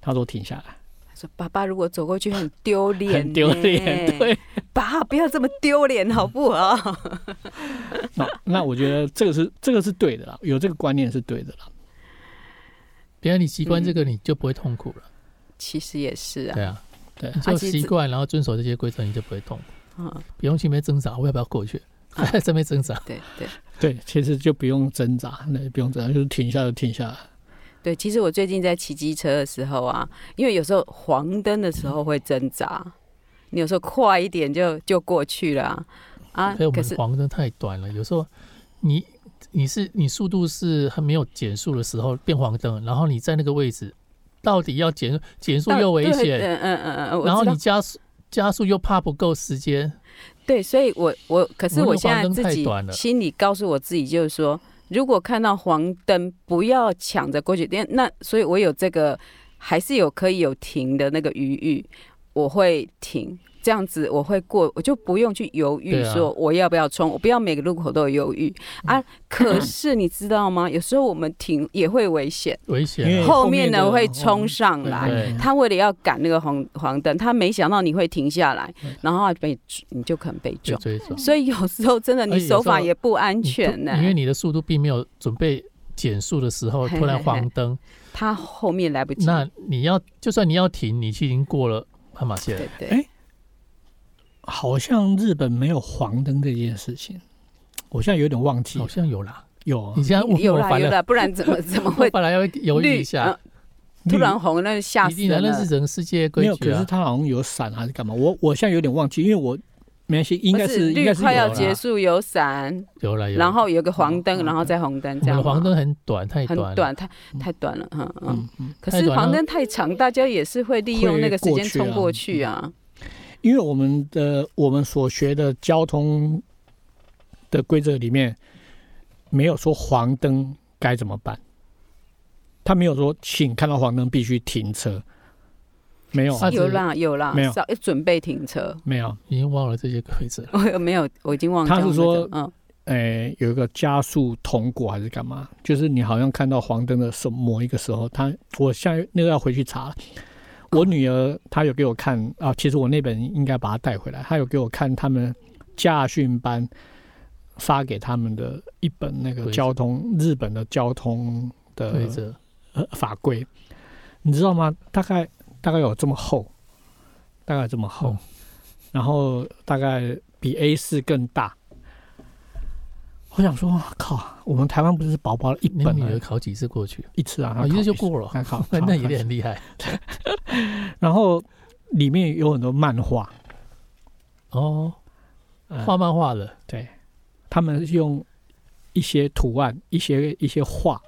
[SPEAKER 3] 她说停下来，
[SPEAKER 1] 他说：“爸爸如果走过去很丢脸，
[SPEAKER 3] 很丢脸。，对，
[SPEAKER 1] 爸不要这么丢脸好不好？
[SPEAKER 3] 那那我觉得这个是这个是对的啦，有这个观念是对的啦。
[SPEAKER 2] 别人你习惯这
[SPEAKER 3] 嗯
[SPEAKER 2] 个，你就不会痛苦了。
[SPEAKER 1] 其实也是啊，
[SPEAKER 2] 对啊，
[SPEAKER 3] 对
[SPEAKER 2] 你就习惯，然后遵守这些规则，你就不会痛苦，
[SPEAKER 1] 嗯，
[SPEAKER 2] 不用去那边挣扎，我要不要过去？
[SPEAKER 1] 啊
[SPEAKER 2] 在这边挣扎，
[SPEAKER 1] 对对
[SPEAKER 3] 对，其实就不用挣扎，那不用挣扎，就是停下就停下来。
[SPEAKER 1] 对。其实我最近在骑机车的时候啊，因为有时候黄灯的时候会挣扎，你有时候快一点就就过去了啊。啊
[SPEAKER 2] 所以我
[SPEAKER 1] 可
[SPEAKER 2] 们
[SPEAKER 1] 是
[SPEAKER 2] 黄灯太短了，有时候你你是你速度是还没有减速的时候变黄灯，然后你在那个位置到底要减减速
[SPEAKER 1] 到
[SPEAKER 2] 又危
[SPEAKER 1] 对
[SPEAKER 2] 险，
[SPEAKER 1] 嗯嗯嗯嗯，我
[SPEAKER 2] 然后
[SPEAKER 1] 知道
[SPEAKER 2] 你加速加速又怕不够时间，
[SPEAKER 1] 对，所以我我可是
[SPEAKER 2] 我
[SPEAKER 1] 我
[SPEAKER 2] 那个
[SPEAKER 1] 现在
[SPEAKER 2] 黄灯
[SPEAKER 1] 自
[SPEAKER 2] 太
[SPEAKER 1] 己
[SPEAKER 2] 短了
[SPEAKER 1] 心里告诉我自己，就是说，如果看到黄灯，不要抢着过去。那那所以，我有这个还是有可以有停的那个余裕，我会停。这样子我会过，我就不用去犹豫
[SPEAKER 2] 对啊嗯
[SPEAKER 1] 说我要不要冲，我不要每个路口都有犹豫啊。可是你知道吗？有时候我们停也会危险，
[SPEAKER 2] 危
[SPEAKER 3] 因
[SPEAKER 2] 险
[SPEAKER 3] 为
[SPEAKER 2] 啊、
[SPEAKER 1] 后
[SPEAKER 3] 后面
[SPEAKER 1] 面
[SPEAKER 3] 的
[SPEAKER 1] 呢会
[SPEAKER 3] 黄
[SPEAKER 1] 冲上来，
[SPEAKER 2] 对
[SPEAKER 1] 他为了要赶那个黄黄灯，他没想到你会停下来
[SPEAKER 3] 对，
[SPEAKER 1] 然后被你就可能被
[SPEAKER 2] 就
[SPEAKER 1] 撞。
[SPEAKER 2] 追踪。
[SPEAKER 1] 所以有时候真的
[SPEAKER 2] 而
[SPEAKER 1] 你
[SPEAKER 2] 哎且
[SPEAKER 1] 手
[SPEAKER 2] 有时候
[SPEAKER 1] 法也不安
[SPEAKER 2] 你
[SPEAKER 1] 全啊呢、
[SPEAKER 2] 突因为你的速度并没有准备减速的时候
[SPEAKER 1] 嘿
[SPEAKER 2] 突然
[SPEAKER 1] 嘿嘿
[SPEAKER 2] 黄灯，
[SPEAKER 1] 他后面来不及。
[SPEAKER 2] 那你要就算你要停，你已经过了斑马线了
[SPEAKER 1] 对。对
[SPEAKER 3] 哎好像日本没有黄灯这件事情，我现在有点忘记
[SPEAKER 2] 好像有啦，
[SPEAKER 3] 有啊
[SPEAKER 2] 你现在误
[SPEAKER 1] 有
[SPEAKER 2] 我
[SPEAKER 1] 啦
[SPEAKER 2] 反
[SPEAKER 1] 有
[SPEAKER 2] 了，哦
[SPEAKER 1] 啦，不然怎 么怎么
[SPEAKER 2] 我
[SPEAKER 1] 会
[SPEAKER 2] 本来要犹豫
[SPEAKER 1] 绿
[SPEAKER 2] 一下，
[SPEAKER 1] 呃突然红，那就吓
[SPEAKER 2] 一
[SPEAKER 1] 死
[SPEAKER 2] 定的，
[SPEAKER 1] 人
[SPEAKER 2] 那
[SPEAKER 1] 了
[SPEAKER 2] 是。整个世界
[SPEAKER 3] 没
[SPEAKER 2] 规
[SPEAKER 3] 有，
[SPEAKER 2] 矩
[SPEAKER 3] 可是
[SPEAKER 2] 啊。
[SPEAKER 3] 他好像有闪还是干嘛？我我现在有点忘记，因为我没关系，应该
[SPEAKER 1] 不
[SPEAKER 3] 是应
[SPEAKER 1] 绿
[SPEAKER 3] 该是
[SPEAKER 1] 快要
[SPEAKER 3] 有啦
[SPEAKER 1] 结束有闪，
[SPEAKER 2] 有啦有啦，
[SPEAKER 1] 然后有个黄
[SPEAKER 3] 嗯嗯
[SPEAKER 1] 灯，然后再红灯，
[SPEAKER 2] 我
[SPEAKER 1] 这
[SPEAKER 2] 们
[SPEAKER 1] 样
[SPEAKER 2] 的
[SPEAKER 1] 吗
[SPEAKER 2] 黄灯很短，太
[SPEAKER 1] 很
[SPEAKER 2] 短了，
[SPEAKER 1] 短，太太短了，嗯嗯。
[SPEAKER 3] 嗯嗯。
[SPEAKER 1] 可
[SPEAKER 2] 太
[SPEAKER 1] 是
[SPEAKER 2] 短了
[SPEAKER 1] 黄灯太长，大家也是会利用那个时
[SPEAKER 3] 会
[SPEAKER 1] 间
[SPEAKER 3] 过去啊
[SPEAKER 1] 冲过去
[SPEAKER 2] 嗯
[SPEAKER 1] 啊。
[SPEAKER 3] 因为我们的呃我们所学的交通的规则里面，没有说黄灯该怎么办，他没有说请看到黄灯必须停车，没有
[SPEAKER 2] 啊
[SPEAKER 1] 有啦有啦
[SPEAKER 3] 没有，
[SPEAKER 1] 少要准备停车。
[SPEAKER 3] 没有，啊
[SPEAKER 2] 已经忘了这些规则了。
[SPEAKER 1] 我有没有，我已经忘了
[SPEAKER 3] 他
[SPEAKER 1] 叫
[SPEAKER 3] 是
[SPEAKER 1] 我们
[SPEAKER 3] 说
[SPEAKER 1] 怎么，嗯，
[SPEAKER 3] 诶、有一个加速通过还是干嘛？就是你好像看到黄灯的时候某一个时候，他我现在那个要回去查了。我女儿她有给我看啊，其实我那本应该把它带回来。她有给我看他们驾训班发给他们的一本那
[SPEAKER 2] 规
[SPEAKER 3] 个
[SPEAKER 2] 则
[SPEAKER 3] 交通日本的交通的
[SPEAKER 2] 规则
[SPEAKER 3] 呃法规，你知道吗？大概大概有这么厚，大概有这么厚，
[SPEAKER 2] 嗯
[SPEAKER 3] 然后大概比 A 四更大。我想说，靠，我们台湾不是薄薄的一
[SPEAKER 2] 你
[SPEAKER 3] 本
[SPEAKER 2] 女
[SPEAKER 3] 啊
[SPEAKER 2] 儿考几次过去？
[SPEAKER 3] 一次啊，
[SPEAKER 2] 啊，一次就过了，
[SPEAKER 3] 还考，
[SPEAKER 2] 那那
[SPEAKER 3] 考
[SPEAKER 2] 也很厉害
[SPEAKER 3] 然后里面有很多漫画，
[SPEAKER 2] 哦。
[SPEAKER 3] 呃
[SPEAKER 2] 画漫画的，
[SPEAKER 3] 对，他们是用一些图案、一些一些画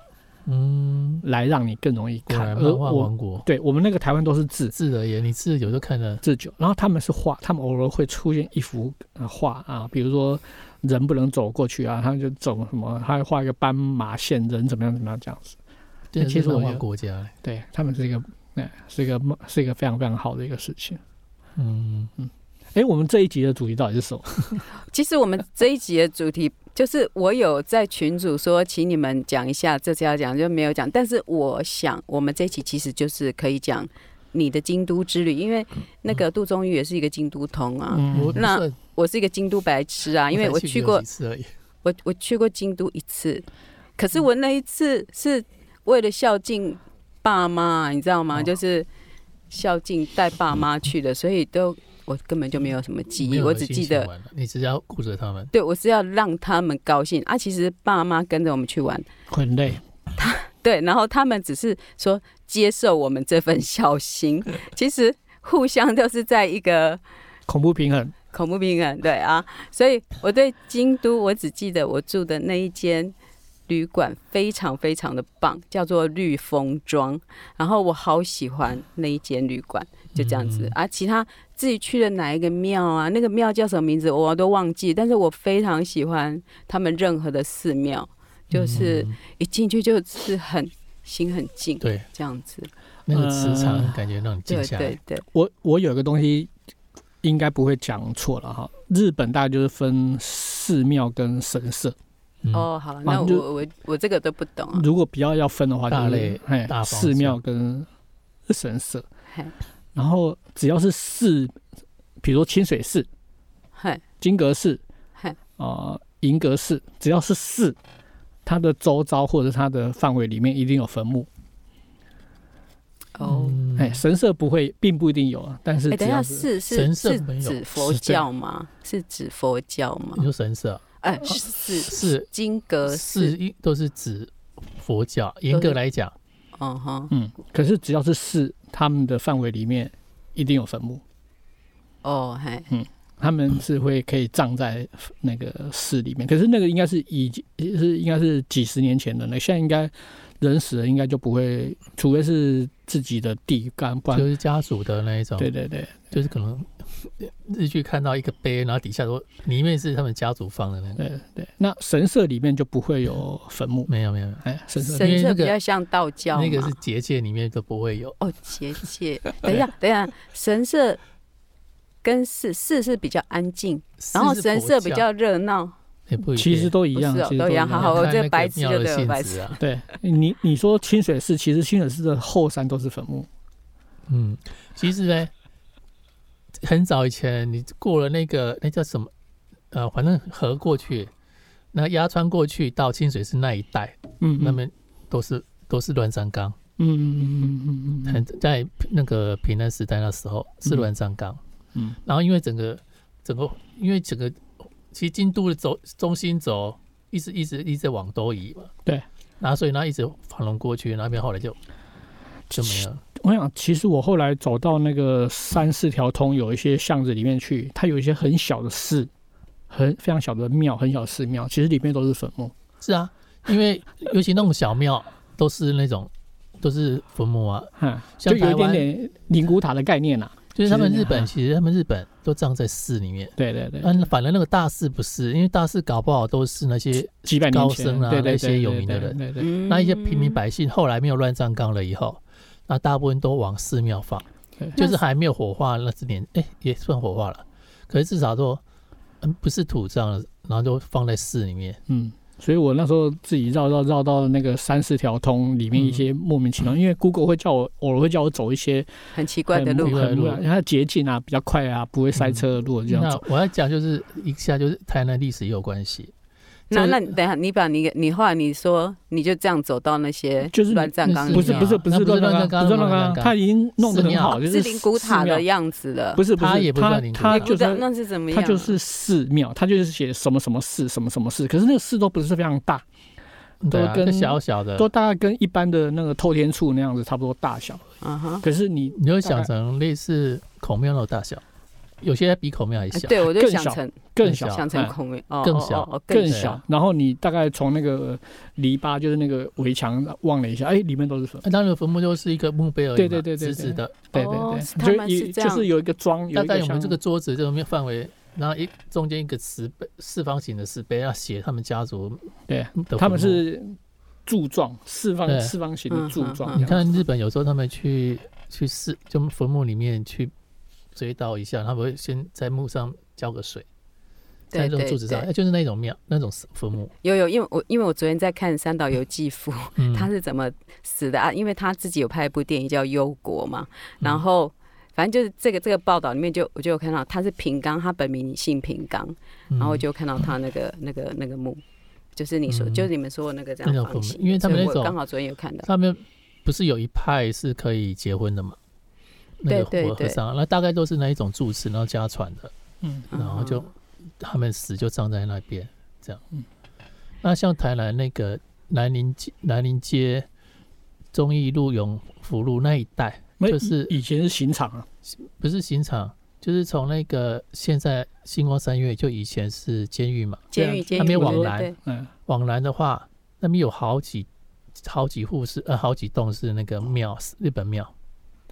[SPEAKER 2] 嗯，
[SPEAKER 3] 来让你更容易
[SPEAKER 2] 果
[SPEAKER 3] 看。
[SPEAKER 2] 然
[SPEAKER 3] 而
[SPEAKER 2] 漫画
[SPEAKER 3] 我，
[SPEAKER 2] 王国。
[SPEAKER 3] 对我们那个台湾都是字，
[SPEAKER 2] 字而言，你字有时候看了
[SPEAKER 3] 制酒，然后他们是画，他们偶尔会出现一幅呃画啊，比如说人不能走过去啊，他们就走什么，他会画一个斑马线，人怎么样怎么样这样子。
[SPEAKER 2] 对，
[SPEAKER 3] 其实
[SPEAKER 2] 日本
[SPEAKER 3] 我
[SPEAKER 2] 画
[SPEAKER 3] 有
[SPEAKER 2] 国家欸，
[SPEAKER 3] 对他们是一个，哎，是一个是一个非常非常好的一个事情。
[SPEAKER 2] 嗯，
[SPEAKER 3] 哎，我们这一集的主题到底是什么？
[SPEAKER 1] 其实我们这一集的主题就是，我有在群主说，请你们讲一下，这次要讲就没有讲。但是我想，我们这一期其实就是可以讲你的京都之旅，因为那
[SPEAKER 2] 嗯
[SPEAKER 1] 个杜宗玉也是一个京都通啊，
[SPEAKER 2] 我
[SPEAKER 3] 嗯，
[SPEAKER 2] 不
[SPEAKER 1] 那
[SPEAKER 2] 算
[SPEAKER 1] 我是一个京都白痴啊，因为我
[SPEAKER 2] 才
[SPEAKER 1] 去
[SPEAKER 2] 旅游
[SPEAKER 1] 过
[SPEAKER 2] 几，次而已，
[SPEAKER 1] 我我
[SPEAKER 2] 嗯
[SPEAKER 1] 去过京都一次，可是我那一次是为了孝敬。爸妈，你知道吗？
[SPEAKER 2] 哦
[SPEAKER 1] 就是孝敬带爸妈去的，所以都我根本就没有什么记
[SPEAKER 2] 没
[SPEAKER 1] 忆，
[SPEAKER 2] 有
[SPEAKER 1] 我
[SPEAKER 2] 人
[SPEAKER 1] 只
[SPEAKER 2] 心
[SPEAKER 1] 记
[SPEAKER 2] 情
[SPEAKER 1] 得
[SPEAKER 2] 玩了你只要顾着他们，
[SPEAKER 1] 对，我是要让他们高兴啊。其实爸妈跟着我们去玩，
[SPEAKER 3] 会很累。
[SPEAKER 1] 对，然后他们只是说接受我们这份 孝心，其实互相都是在一个
[SPEAKER 3] 恐怖平衡，
[SPEAKER 1] 恐怖平衡，对啊。所以我对京都，我只记得我住的那一间。旅馆非常非常的棒，叫做绿风庄，然后我好喜欢那一间旅馆，就这样子、
[SPEAKER 2] 嗯
[SPEAKER 1] 啊。其他自己去了哪一个庙啊，那个庙叫什么名字我都忘记，但是我非常喜欢他们任何的寺庙，就是
[SPEAKER 2] 嗯
[SPEAKER 1] 一进去就是很心很静，
[SPEAKER 2] 对
[SPEAKER 1] 这样子。
[SPEAKER 2] 那个磁场
[SPEAKER 3] 呃
[SPEAKER 2] 感觉让你静
[SPEAKER 1] 对
[SPEAKER 2] 下
[SPEAKER 1] 对
[SPEAKER 2] 来。
[SPEAKER 1] 对，
[SPEAKER 3] 我我有一个东西应该不会讲错了哈。日本大概就是分寺庙跟神社，
[SPEAKER 2] 嗯，
[SPEAKER 1] 哦，好，那
[SPEAKER 3] 就
[SPEAKER 1] 我我我这个都不懂啊。
[SPEAKER 3] 如果比较要分的话，
[SPEAKER 2] 大
[SPEAKER 3] 就
[SPEAKER 2] 类
[SPEAKER 3] 是嘿
[SPEAKER 2] 大方式
[SPEAKER 3] 寺庙跟呃神社。
[SPEAKER 1] 嘿，
[SPEAKER 3] 然后只要是寺，比如说清水寺、
[SPEAKER 1] 嘿，
[SPEAKER 3] 金阁寺、
[SPEAKER 1] 嘿，
[SPEAKER 3] 呃银阁寺，只要是寺，它的周遭或者它的范围里面一定有坟墓。
[SPEAKER 1] 哦，
[SPEAKER 2] 嗯
[SPEAKER 3] 哎、神社不会，并不一定有，啊，但是
[SPEAKER 1] 哎，
[SPEAKER 3] 只
[SPEAKER 1] 等一下，
[SPEAKER 3] 要是
[SPEAKER 1] 是是
[SPEAKER 2] 神社
[SPEAKER 1] 是
[SPEAKER 2] 没有
[SPEAKER 1] 指佛
[SPEAKER 3] 是这样
[SPEAKER 1] 教吗？是指佛教吗
[SPEAKER 2] 你？说神社
[SPEAKER 1] 哎，是
[SPEAKER 2] 啊是
[SPEAKER 1] 金阁
[SPEAKER 2] 是
[SPEAKER 1] 寺，
[SPEAKER 2] 一都是指佛教，严格来讲，
[SPEAKER 1] 嗯哼，
[SPEAKER 3] 嗯，可是只要是寺，他们的范围里面一定有坟墓，
[SPEAKER 1] 哦，嘿，
[SPEAKER 3] 他们是会可以葬在那个寺里面。可是那个应该是已经是应该是几十年前的，那现在应该人死了应该就不会，除非是自己的地干，不
[SPEAKER 2] 就
[SPEAKER 3] 然
[SPEAKER 2] 是家属的那一种，
[SPEAKER 3] 对对对
[SPEAKER 2] 就是可能日剧看到一个碑，然后底下都里面是他们家族放的那个，
[SPEAKER 3] 对对。那神社里面就不会有坟墓，
[SPEAKER 2] 没有没有，没有
[SPEAKER 3] 哎，神社
[SPEAKER 2] 因
[SPEAKER 1] 神
[SPEAKER 2] 为那
[SPEAKER 1] 社
[SPEAKER 2] 个
[SPEAKER 1] 比较像道教
[SPEAKER 2] 那个
[SPEAKER 1] 嘛
[SPEAKER 2] 是结界里面都不会有，
[SPEAKER 1] 哦，结 界。等一下，等一下，神社跟寺寺是比较安静，然后
[SPEAKER 2] 是是
[SPEAKER 1] 神
[SPEAKER 2] 佛
[SPEAKER 1] 社比
[SPEAKER 2] 教
[SPEAKER 1] 较热闹。
[SPEAKER 2] 也不一定
[SPEAKER 3] 其实都一样
[SPEAKER 1] 不是哦，
[SPEAKER 3] 其实
[SPEAKER 1] 都一样。好好，
[SPEAKER 2] 看
[SPEAKER 1] 我
[SPEAKER 2] 那
[SPEAKER 1] 这
[SPEAKER 2] 个
[SPEAKER 1] 白痴
[SPEAKER 2] 庙
[SPEAKER 1] 就
[SPEAKER 2] 的
[SPEAKER 1] 对了，
[SPEAKER 2] 性
[SPEAKER 1] 白
[SPEAKER 2] 质
[SPEAKER 1] 痴。
[SPEAKER 2] 啊，
[SPEAKER 3] 对你你说清水寺，其实清水寺的后山都是坟墓，
[SPEAKER 2] 嗯，其实呢，很早以前你过了那个那叫什么，呃，反正河过去，那鸭川过去到清水寺那一带，
[SPEAKER 3] 嗯
[SPEAKER 2] 那边都是都是乱葬岗，
[SPEAKER 3] 嗯嗯嗯嗯嗯
[SPEAKER 2] 很在那个平安时代那时候是乱葬岗，
[SPEAKER 3] 嗯
[SPEAKER 2] 然后因为整个整个因为整个其实京都的轴中心轴一直一直一直往东移嘛，
[SPEAKER 3] 对，
[SPEAKER 2] 然后所以那一直反龙过去，那边后来就就没有了，
[SPEAKER 3] 我想，其实我后来走到那个三四条通有一些巷子里面去，它有一些很小的寺，很非常小的庙，很小的寺庙，其实里面都是坟墓。
[SPEAKER 2] 是啊，因为尤其那种小庙都是那种都是坟墓啊，
[SPEAKER 3] 哈，
[SPEAKER 2] 像
[SPEAKER 3] 就有
[SPEAKER 2] 台
[SPEAKER 3] 一点
[SPEAKER 2] 湾
[SPEAKER 3] 点灵骨塔的概念啊啦、
[SPEAKER 2] 就是他们
[SPEAKER 3] 其实
[SPEAKER 2] 日本其实他们日本都葬在寺里面。
[SPEAKER 3] 对对对，
[SPEAKER 2] 嗯，反正那个大寺不是，因为大寺搞不好都是那些
[SPEAKER 3] 几百年
[SPEAKER 2] 高
[SPEAKER 3] 前，
[SPEAKER 2] 僧啊
[SPEAKER 3] 对对
[SPEAKER 2] 那
[SPEAKER 3] 对
[SPEAKER 2] 些
[SPEAKER 3] 对
[SPEAKER 2] 有名的人
[SPEAKER 3] 对对对
[SPEAKER 1] 嗯
[SPEAKER 2] 那一些平民百姓，后来没有乱葬岗了以后，那大部分都往寺庙放
[SPEAKER 3] 对，
[SPEAKER 2] 就是还没有火化那之年，哎、也算火化了，可是至少说，嗯，不是土葬了，然后就放在寺里面。
[SPEAKER 3] 嗯。所以我那时候自己绕绕绕到那个三四条通里面一些莫名其妙，因为 Google 会叫我偶尔会叫我走一些
[SPEAKER 1] 很奇嗯怪
[SPEAKER 3] 很
[SPEAKER 1] 的
[SPEAKER 2] 很
[SPEAKER 1] 路嗯
[SPEAKER 2] 不，
[SPEAKER 3] 很
[SPEAKER 2] 路
[SPEAKER 3] 因为它捷径啊，比较快啊，不会塞车的路，这样
[SPEAKER 2] 那
[SPEAKER 3] 走。
[SPEAKER 2] 我要讲就是一下就是台南历史也有关系，
[SPEAKER 1] 那
[SPEAKER 2] 这
[SPEAKER 1] 那你等一下，你把你你后来你说你就这样走到那些
[SPEAKER 3] 就是
[SPEAKER 1] 乱葬
[SPEAKER 2] 那
[SPEAKER 1] 岗
[SPEAKER 2] 是
[SPEAKER 1] 里面，
[SPEAKER 3] 不是不是不
[SPEAKER 2] 那
[SPEAKER 3] 是
[SPEAKER 2] 不是乱
[SPEAKER 3] 乱不是
[SPEAKER 2] 葬岗
[SPEAKER 3] 乱
[SPEAKER 2] 乱葬
[SPEAKER 3] 葬岗，
[SPEAKER 2] 岗
[SPEAKER 3] 他已经弄得
[SPEAKER 2] 寺
[SPEAKER 3] 很
[SPEAKER 2] 庙
[SPEAKER 3] 好，就是
[SPEAKER 1] 是灵骨塔
[SPEAKER 3] 寺庙
[SPEAKER 1] 的样子了，
[SPEAKER 3] 不是不
[SPEAKER 2] 它
[SPEAKER 3] 是，
[SPEAKER 2] 也不
[SPEAKER 3] 他
[SPEAKER 2] 算灵骨
[SPEAKER 3] 他
[SPEAKER 2] 塔
[SPEAKER 1] 灵骨
[SPEAKER 3] 就
[SPEAKER 1] 塔
[SPEAKER 3] 是
[SPEAKER 1] 那是怎么
[SPEAKER 3] 他
[SPEAKER 1] 样？啊
[SPEAKER 3] 就是寺庙，他就是写什么什么寺什么什么寺，可是那个寺都不是非常大，
[SPEAKER 2] 对啊，
[SPEAKER 3] 都
[SPEAKER 2] 就
[SPEAKER 3] 跟
[SPEAKER 2] 小小的，
[SPEAKER 3] 都大概跟一般的那个透天处那样子差不多大小。
[SPEAKER 1] 嗯哼，
[SPEAKER 3] 可是你
[SPEAKER 2] 你就想成类似孔庙那种大小，有些比孔庙还
[SPEAKER 1] 哎
[SPEAKER 2] 小。
[SPEAKER 1] 对我就
[SPEAKER 3] 更
[SPEAKER 1] 想
[SPEAKER 3] 小
[SPEAKER 1] 成
[SPEAKER 3] 更
[SPEAKER 2] 小
[SPEAKER 3] 小，
[SPEAKER 1] 想成
[SPEAKER 3] 哎
[SPEAKER 1] 孔明哦，
[SPEAKER 2] 更
[SPEAKER 1] 哦
[SPEAKER 2] 小
[SPEAKER 1] 哦哦
[SPEAKER 3] 更
[SPEAKER 1] 更
[SPEAKER 2] 小
[SPEAKER 3] 小，然后你大概从那个篱笆，就是那个围墙望了一下，哎，里面都是坟。
[SPEAKER 2] 那当然，坟墓就是一个墓碑而已嘛，
[SPEAKER 3] 对对对对
[SPEAKER 2] 直直的，
[SPEAKER 3] 对
[SPEAKER 1] 哦
[SPEAKER 3] 对
[SPEAKER 1] 是他
[SPEAKER 3] 对，
[SPEAKER 1] 们
[SPEAKER 3] 就是一
[SPEAKER 1] 这
[SPEAKER 3] 就
[SPEAKER 1] 样
[SPEAKER 3] 是有一个庄，有
[SPEAKER 2] 大
[SPEAKER 3] 一
[SPEAKER 2] 概
[SPEAKER 3] 个
[SPEAKER 2] 我们
[SPEAKER 3] 像
[SPEAKER 2] 这个桌子这个范围，然后一中间一个石碑四方形的石碑，要写他们家族
[SPEAKER 3] 对
[SPEAKER 2] 的坟墓
[SPEAKER 3] 他们是柱状，四
[SPEAKER 2] 对
[SPEAKER 3] 方四方形的柱状
[SPEAKER 1] 嗯嗯嗯。
[SPEAKER 2] 你看日本有时候他们去去寺，就坟墓里面去追悼一下，他们会先在墓上浇个水，在
[SPEAKER 1] 对
[SPEAKER 2] 那种
[SPEAKER 1] 对
[SPEAKER 2] 柱子上，
[SPEAKER 1] 对，
[SPEAKER 2] 哎，就是那种庙那种坟墓，
[SPEAKER 1] 有有，因为我因为我昨天在看《三岛由 纪夫》，
[SPEAKER 2] 嗯，
[SPEAKER 1] 他是怎么死的啊？因为他自己有拍一部电影叫《忧国》嘛，
[SPEAKER 2] 嗯
[SPEAKER 1] 然后。反正就是这个这个报道里面就我就有看到他是平冈，他本名姓平冈，
[SPEAKER 2] 嗯，
[SPEAKER 1] 然后我就看到他那个那个那个墓，就是你说，
[SPEAKER 2] 嗯
[SPEAKER 1] 就是你们说的那个这
[SPEAKER 2] 那
[SPEAKER 1] 样
[SPEAKER 2] 种
[SPEAKER 1] 方
[SPEAKER 2] 坟墓
[SPEAKER 1] 形，
[SPEAKER 2] 因为他们
[SPEAKER 1] 所以
[SPEAKER 2] 那
[SPEAKER 1] 我
[SPEAKER 2] 种
[SPEAKER 1] 刚好昨天有看到，
[SPEAKER 2] 他们不是有一派是可以结婚的嘛？那个
[SPEAKER 1] 对对
[SPEAKER 2] 和和
[SPEAKER 1] 对
[SPEAKER 2] 尚，那大概都是那一种住持，然后家传的，
[SPEAKER 3] 嗯，
[SPEAKER 2] 然后就他们死就葬在那边，这样。
[SPEAKER 3] 嗯
[SPEAKER 2] 那像台南那个南宁街、南宁街、忠义路、永福路那一带，
[SPEAKER 3] 没
[SPEAKER 2] 就是
[SPEAKER 3] 以以前是刑场啊，
[SPEAKER 2] 不是刑场，就是从那个现在星光三月，就以前是监狱嘛。
[SPEAKER 1] 监
[SPEAKER 3] 对
[SPEAKER 1] 狱
[SPEAKER 3] 啊
[SPEAKER 1] 监
[SPEAKER 2] 他没
[SPEAKER 1] 狱
[SPEAKER 2] 有
[SPEAKER 1] 对
[SPEAKER 2] 往
[SPEAKER 1] 对
[SPEAKER 2] 来
[SPEAKER 1] 对
[SPEAKER 3] 嗯，
[SPEAKER 2] 往南的话，那边有好几好几户是呃好几栋是那个庙，日本庙。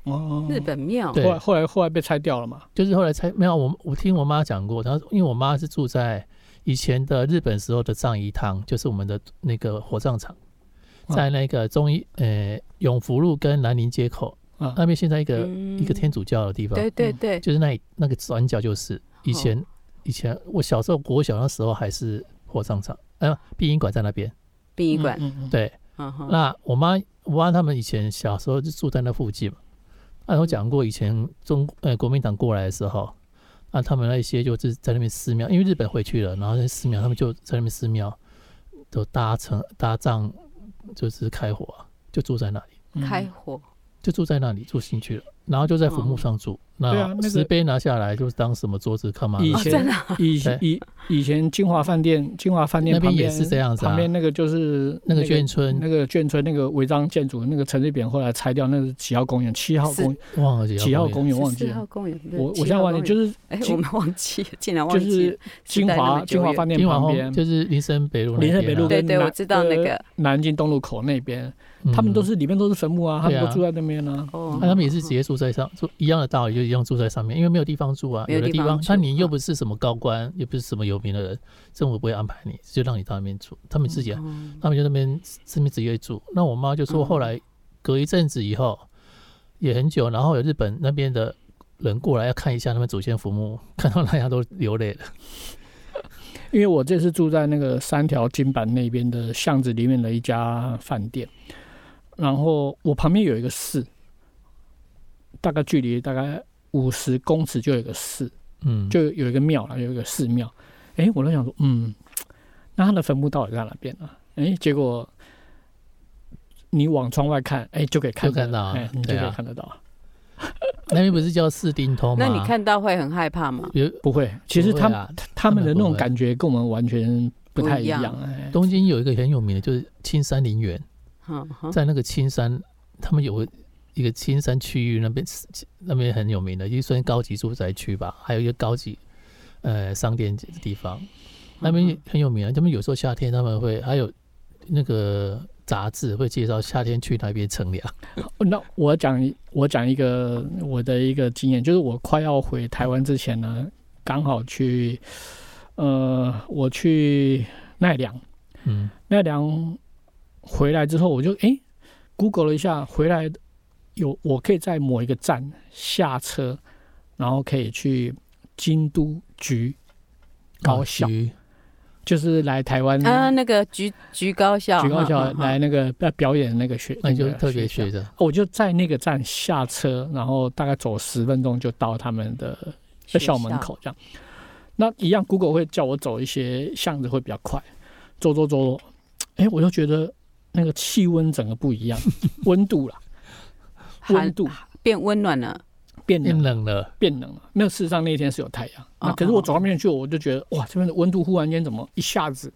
[SPEAKER 3] 哦，
[SPEAKER 2] 嗯
[SPEAKER 1] 日本庙
[SPEAKER 2] 对
[SPEAKER 3] 后来后来后来被拆掉了嘛，
[SPEAKER 2] 就是后来才没有我，我听我妈讲过，她说因为我妈是住在以前的日本时候的葬仪堂，就是我们的那个火葬场，
[SPEAKER 3] 嗯
[SPEAKER 2] 在那个中医呃永福路跟南宁街口
[SPEAKER 3] 啊，
[SPEAKER 2] 那边，现在一个、
[SPEAKER 1] 嗯
[SPEAKER 2] 一个天主教的地方，
[SPEAKER 1] 对哦对对，
[SPEAKER 2] 就是那里那个转角就是以前、以前我小时候国小那时候还是火葬场，呃殡仪馆在那边，
[SPEAKER 1] 殡仪馆，
[SPEAKER 3] 嗯，嗯嗯
[SPEAKER 2] 对，
[SPEAKER 1] 嗯哼，
[SPEAKER 2] 那我妈我妈他们以前小时候就住在那附近嘛，那我讲过以前中呃国民党过来的时候，那他们那些就是在那边寺庙，因为日本回去了，然后在寺庙他们就在那边寺庙都搭成搭帐，就是开火啊、就住在那里，
[SPEAKER 3] 嗯
[SPEAKER 1] 开火，
[SPEAKER 2] 就住在那里住进去了，然后就在坟墓上住，
[SPEAKER 3] 对啊那
[SPEAKER 2] 那
[SPEAKER 3] 个
[SPEAKER 2] 石碑拿下来就是当什么桌子看嘛，
[SPEAKER 3] 以
[SPEAKER 1] 哦，
[SPEAKER 3] 前
[SPEAKER 1] 真的
[SPEAKER 3] 以
[SPEAKER 2] 对
[SPEAKER 3] 以以前金华饭店，金华饭店
[SPEAKER 2] 那边
[SPEAKER 3] 旁
[SPEAKER 2] 也
[SPEAKER 3] 边
[SPEAKER 2] 是这样子啊
[SPEAKER 3] 旁边那个就是
[SPEAKER 2] 那个眷村
[SPEAKER 3] 那个眷村那个违章建筑，那个陈水扁后来拆掉，那是几号公园？七号公
[SPEAKER 2] 忘了
[SPEAKER 3] 几号
[SPEAKER 2] 公
[SPEAKER 3] 公园忘记
[SPEAKER 1] 14
[SPEAKER 3] 了
[SPEAKER 1] 号。公园，不是
[SPEAKER 3] 我我
[SPEAKER 1] 7
[SPEAKER 3] 现在
[SPEAKER 1] 号
[SPEAKER 3] 忘记，
[SPEAKER 1] 公
[SPEAKER 3] 就
[SPEAKER 1] 园
[SPEAKER 3] 是
[SPEAKER 1] 哎，
[SPEAKER 3] 金
[SPEAKER 1] 我们忘记， 了，竟然忘
[SPEAKER 3] 就
[SPEAKER 1] 记
[SPEAKER 3] 是
[SPEAKER 1] 了，
[SPEAKER 3] 金
[SPEAKER 1] 时代那么
[SPEAKER 3] 华
[SPEAKER 1] 久
[SPEAKER 3] 金华
[SPEAKER 1] 远
[SPEAKER 3] 饭
[SPEAKER 2] 园
[SPEAKER 3] 店
[SPEAKER 2] 金华
[SPEAKER 3] 旁
[SPEAKER 2] 红
[SPEAKER 3] 边，
[SPEAKER 2] 就是林森北路那
[SPEAKER 3] 林
[SPEAKER 2] 边啊，
[SPEAKER 3] 森北路
[SPEAKER 1] 对
[SPEAKER 3] 跟
[SPEAKER 1] 对，我
[SPEAKER 3] 南
[SPEAKER 1] 知道那
[SPEAKER 3] 呃
[SPEAKER 1] 个
[SPEAKER 3] 南京东路口那边，
[SPEAKER 2] 嗯
[SPEAKER 3] 他们都。是里面都是坟墓啊，他
[SPEAKER 2] 对啊
[SPEAKER 3] 们都住在那边啊。
[SPEAKER 1] 哦
[SPEAKER 2] 那、他们也是直接住在上，住一样的道理，就一样住在上面，因为没有地方住啊。
[SPEAKER 1] 没有
[SPEAKER 2] 有的
[SPEAKER 1] 地方
[SPEAKER 2] 方，
[SPEAKER 1] 住
[SPEAKER 2] 那你又
[SPEAKER 1] 嗯
[SPEAKER 2] 不是什么高官，也不是什么有名的人，政府不会安排你，就让你到那边住。他们自己，
[SPEAKER 3] 啊
[SPEAKER 1] 嗯
[SPEAKER 2] 他们就那边这边自己住。那我妈就说，
[SPEAKER 1] 嗯
[SPEAKER 2] 后来隔一阵子以后，也很久，然后有日本那边的人过来要看一下他们祖先坟墓，看到大家都流泪了。
[SPEAKER 3] 因为我这次住在那个三条金板那边的巷子里面的一家饭店，然后我旁边有一个寺，大概距离大概五十公尺就有一个寺，
[SPEAKER 2] 嗯，
[SPEAKER 3] 就有一个庙了，有一个寺庙。哎，我都想说，嗯，那他的坟墓到底在哪边啊？哎，结果你往窗外看，哎，就可以看
[SPEAKER 2] 就看到啊
[SPEAKER 3] 哎，
[SPEAKER 1] 嗯
[SPEAKER 3] 你就
[SPEAKER 2] 对
[SPEAKER 3] 可以
[SPEAKER 2] 啊
[SPEAKER 3] 看得到。
[SPEAKER 2] 那边不是叫四丁通吗？
[SPEAKER 1] 哦那你，看到会很害怕吗？
[SPEAKER 2] 有
[SPEAKER 3] 不会，其实
[SPEAKER 2] 不会
[SPEAKER 3] 他们、
[SPEAKER 2] 啊
[SPEAKER 3] 他们的
[SPEAKER 2] 他们
[SPEAKER 3] 那
[SPEAKER 2] 不
[SPEAKER 3] 种
[SPEAKER 2] 会
[SPEAKER 3] 感觉跟我们完全不太一样。
[SPEAKER 1] 不
[SPEAKER 3] 哎
[SPEAKER 2] 东京有一个很有名的，就是青山陵园。
[SPEAKER 1] 嗯哼，
[SPEAKER 2] 在那个青山，他们有个一个青山区域那边是那边很有名的，就算高级住宅区吧，还有一个高级呃商店街的地方，那边也很有名啊。他们有时候夏天他们会还有那个杂志会介绍夏天去那边乘凉，
[SPEAKER 3] 那我讲一我讲一个我的一个经验，就是我快要回台湾之前呢，刚好去，呃，我去奈良，
[SPEAKER 2] 嗯，
[SPEAKER 3] 奈良回来之后，我就诶 g o o g l e 了一下，回来有我可以在某一个站下车，然后可以去京都局高校，
[SPEAKER 2] 菊
[SPEAKER 3] 就是来台湾
[SPEAKER 1] 啊，那个橘橘高校，
[SPEAKER 3] 举高校
[SPEAKER 1] 嗯嗯嗯
[SPEAKER 3] 来那个要表演的那个学，
[SPEAKER 2] 那你
[SPEAKER 3] 个
[SPEAKER 2] 就特别
[SPEAKER 3] 学校啊
[SPEAKER 2] 学。着
[SPEAKER 3] 我就在那个站下车，然后大概走十分钟就到他们的在校门口这样。那一样，Google 会叫我走一些巷子会比较快，走走走，哎、我就觉得那个气温整个不一 样，温度啦，温
[SPEAKER 1] 寒
[SPEAKER 3] 度
[SPEAKER 1] 变温暖了，
[SPEAKER 3] 变
[SPEAKER 2] 变
[SPEAKER 3] 冷
[SPEAKER 2] 哎冷了，
[SPEAKER 3] 变冷了。那事实上那一天是有太阳，
[SPEAKER 1] 哦
[SPEAKER 3] 那可是我走到面去，我就觉得哇，这边的温度忽然间怎么一下子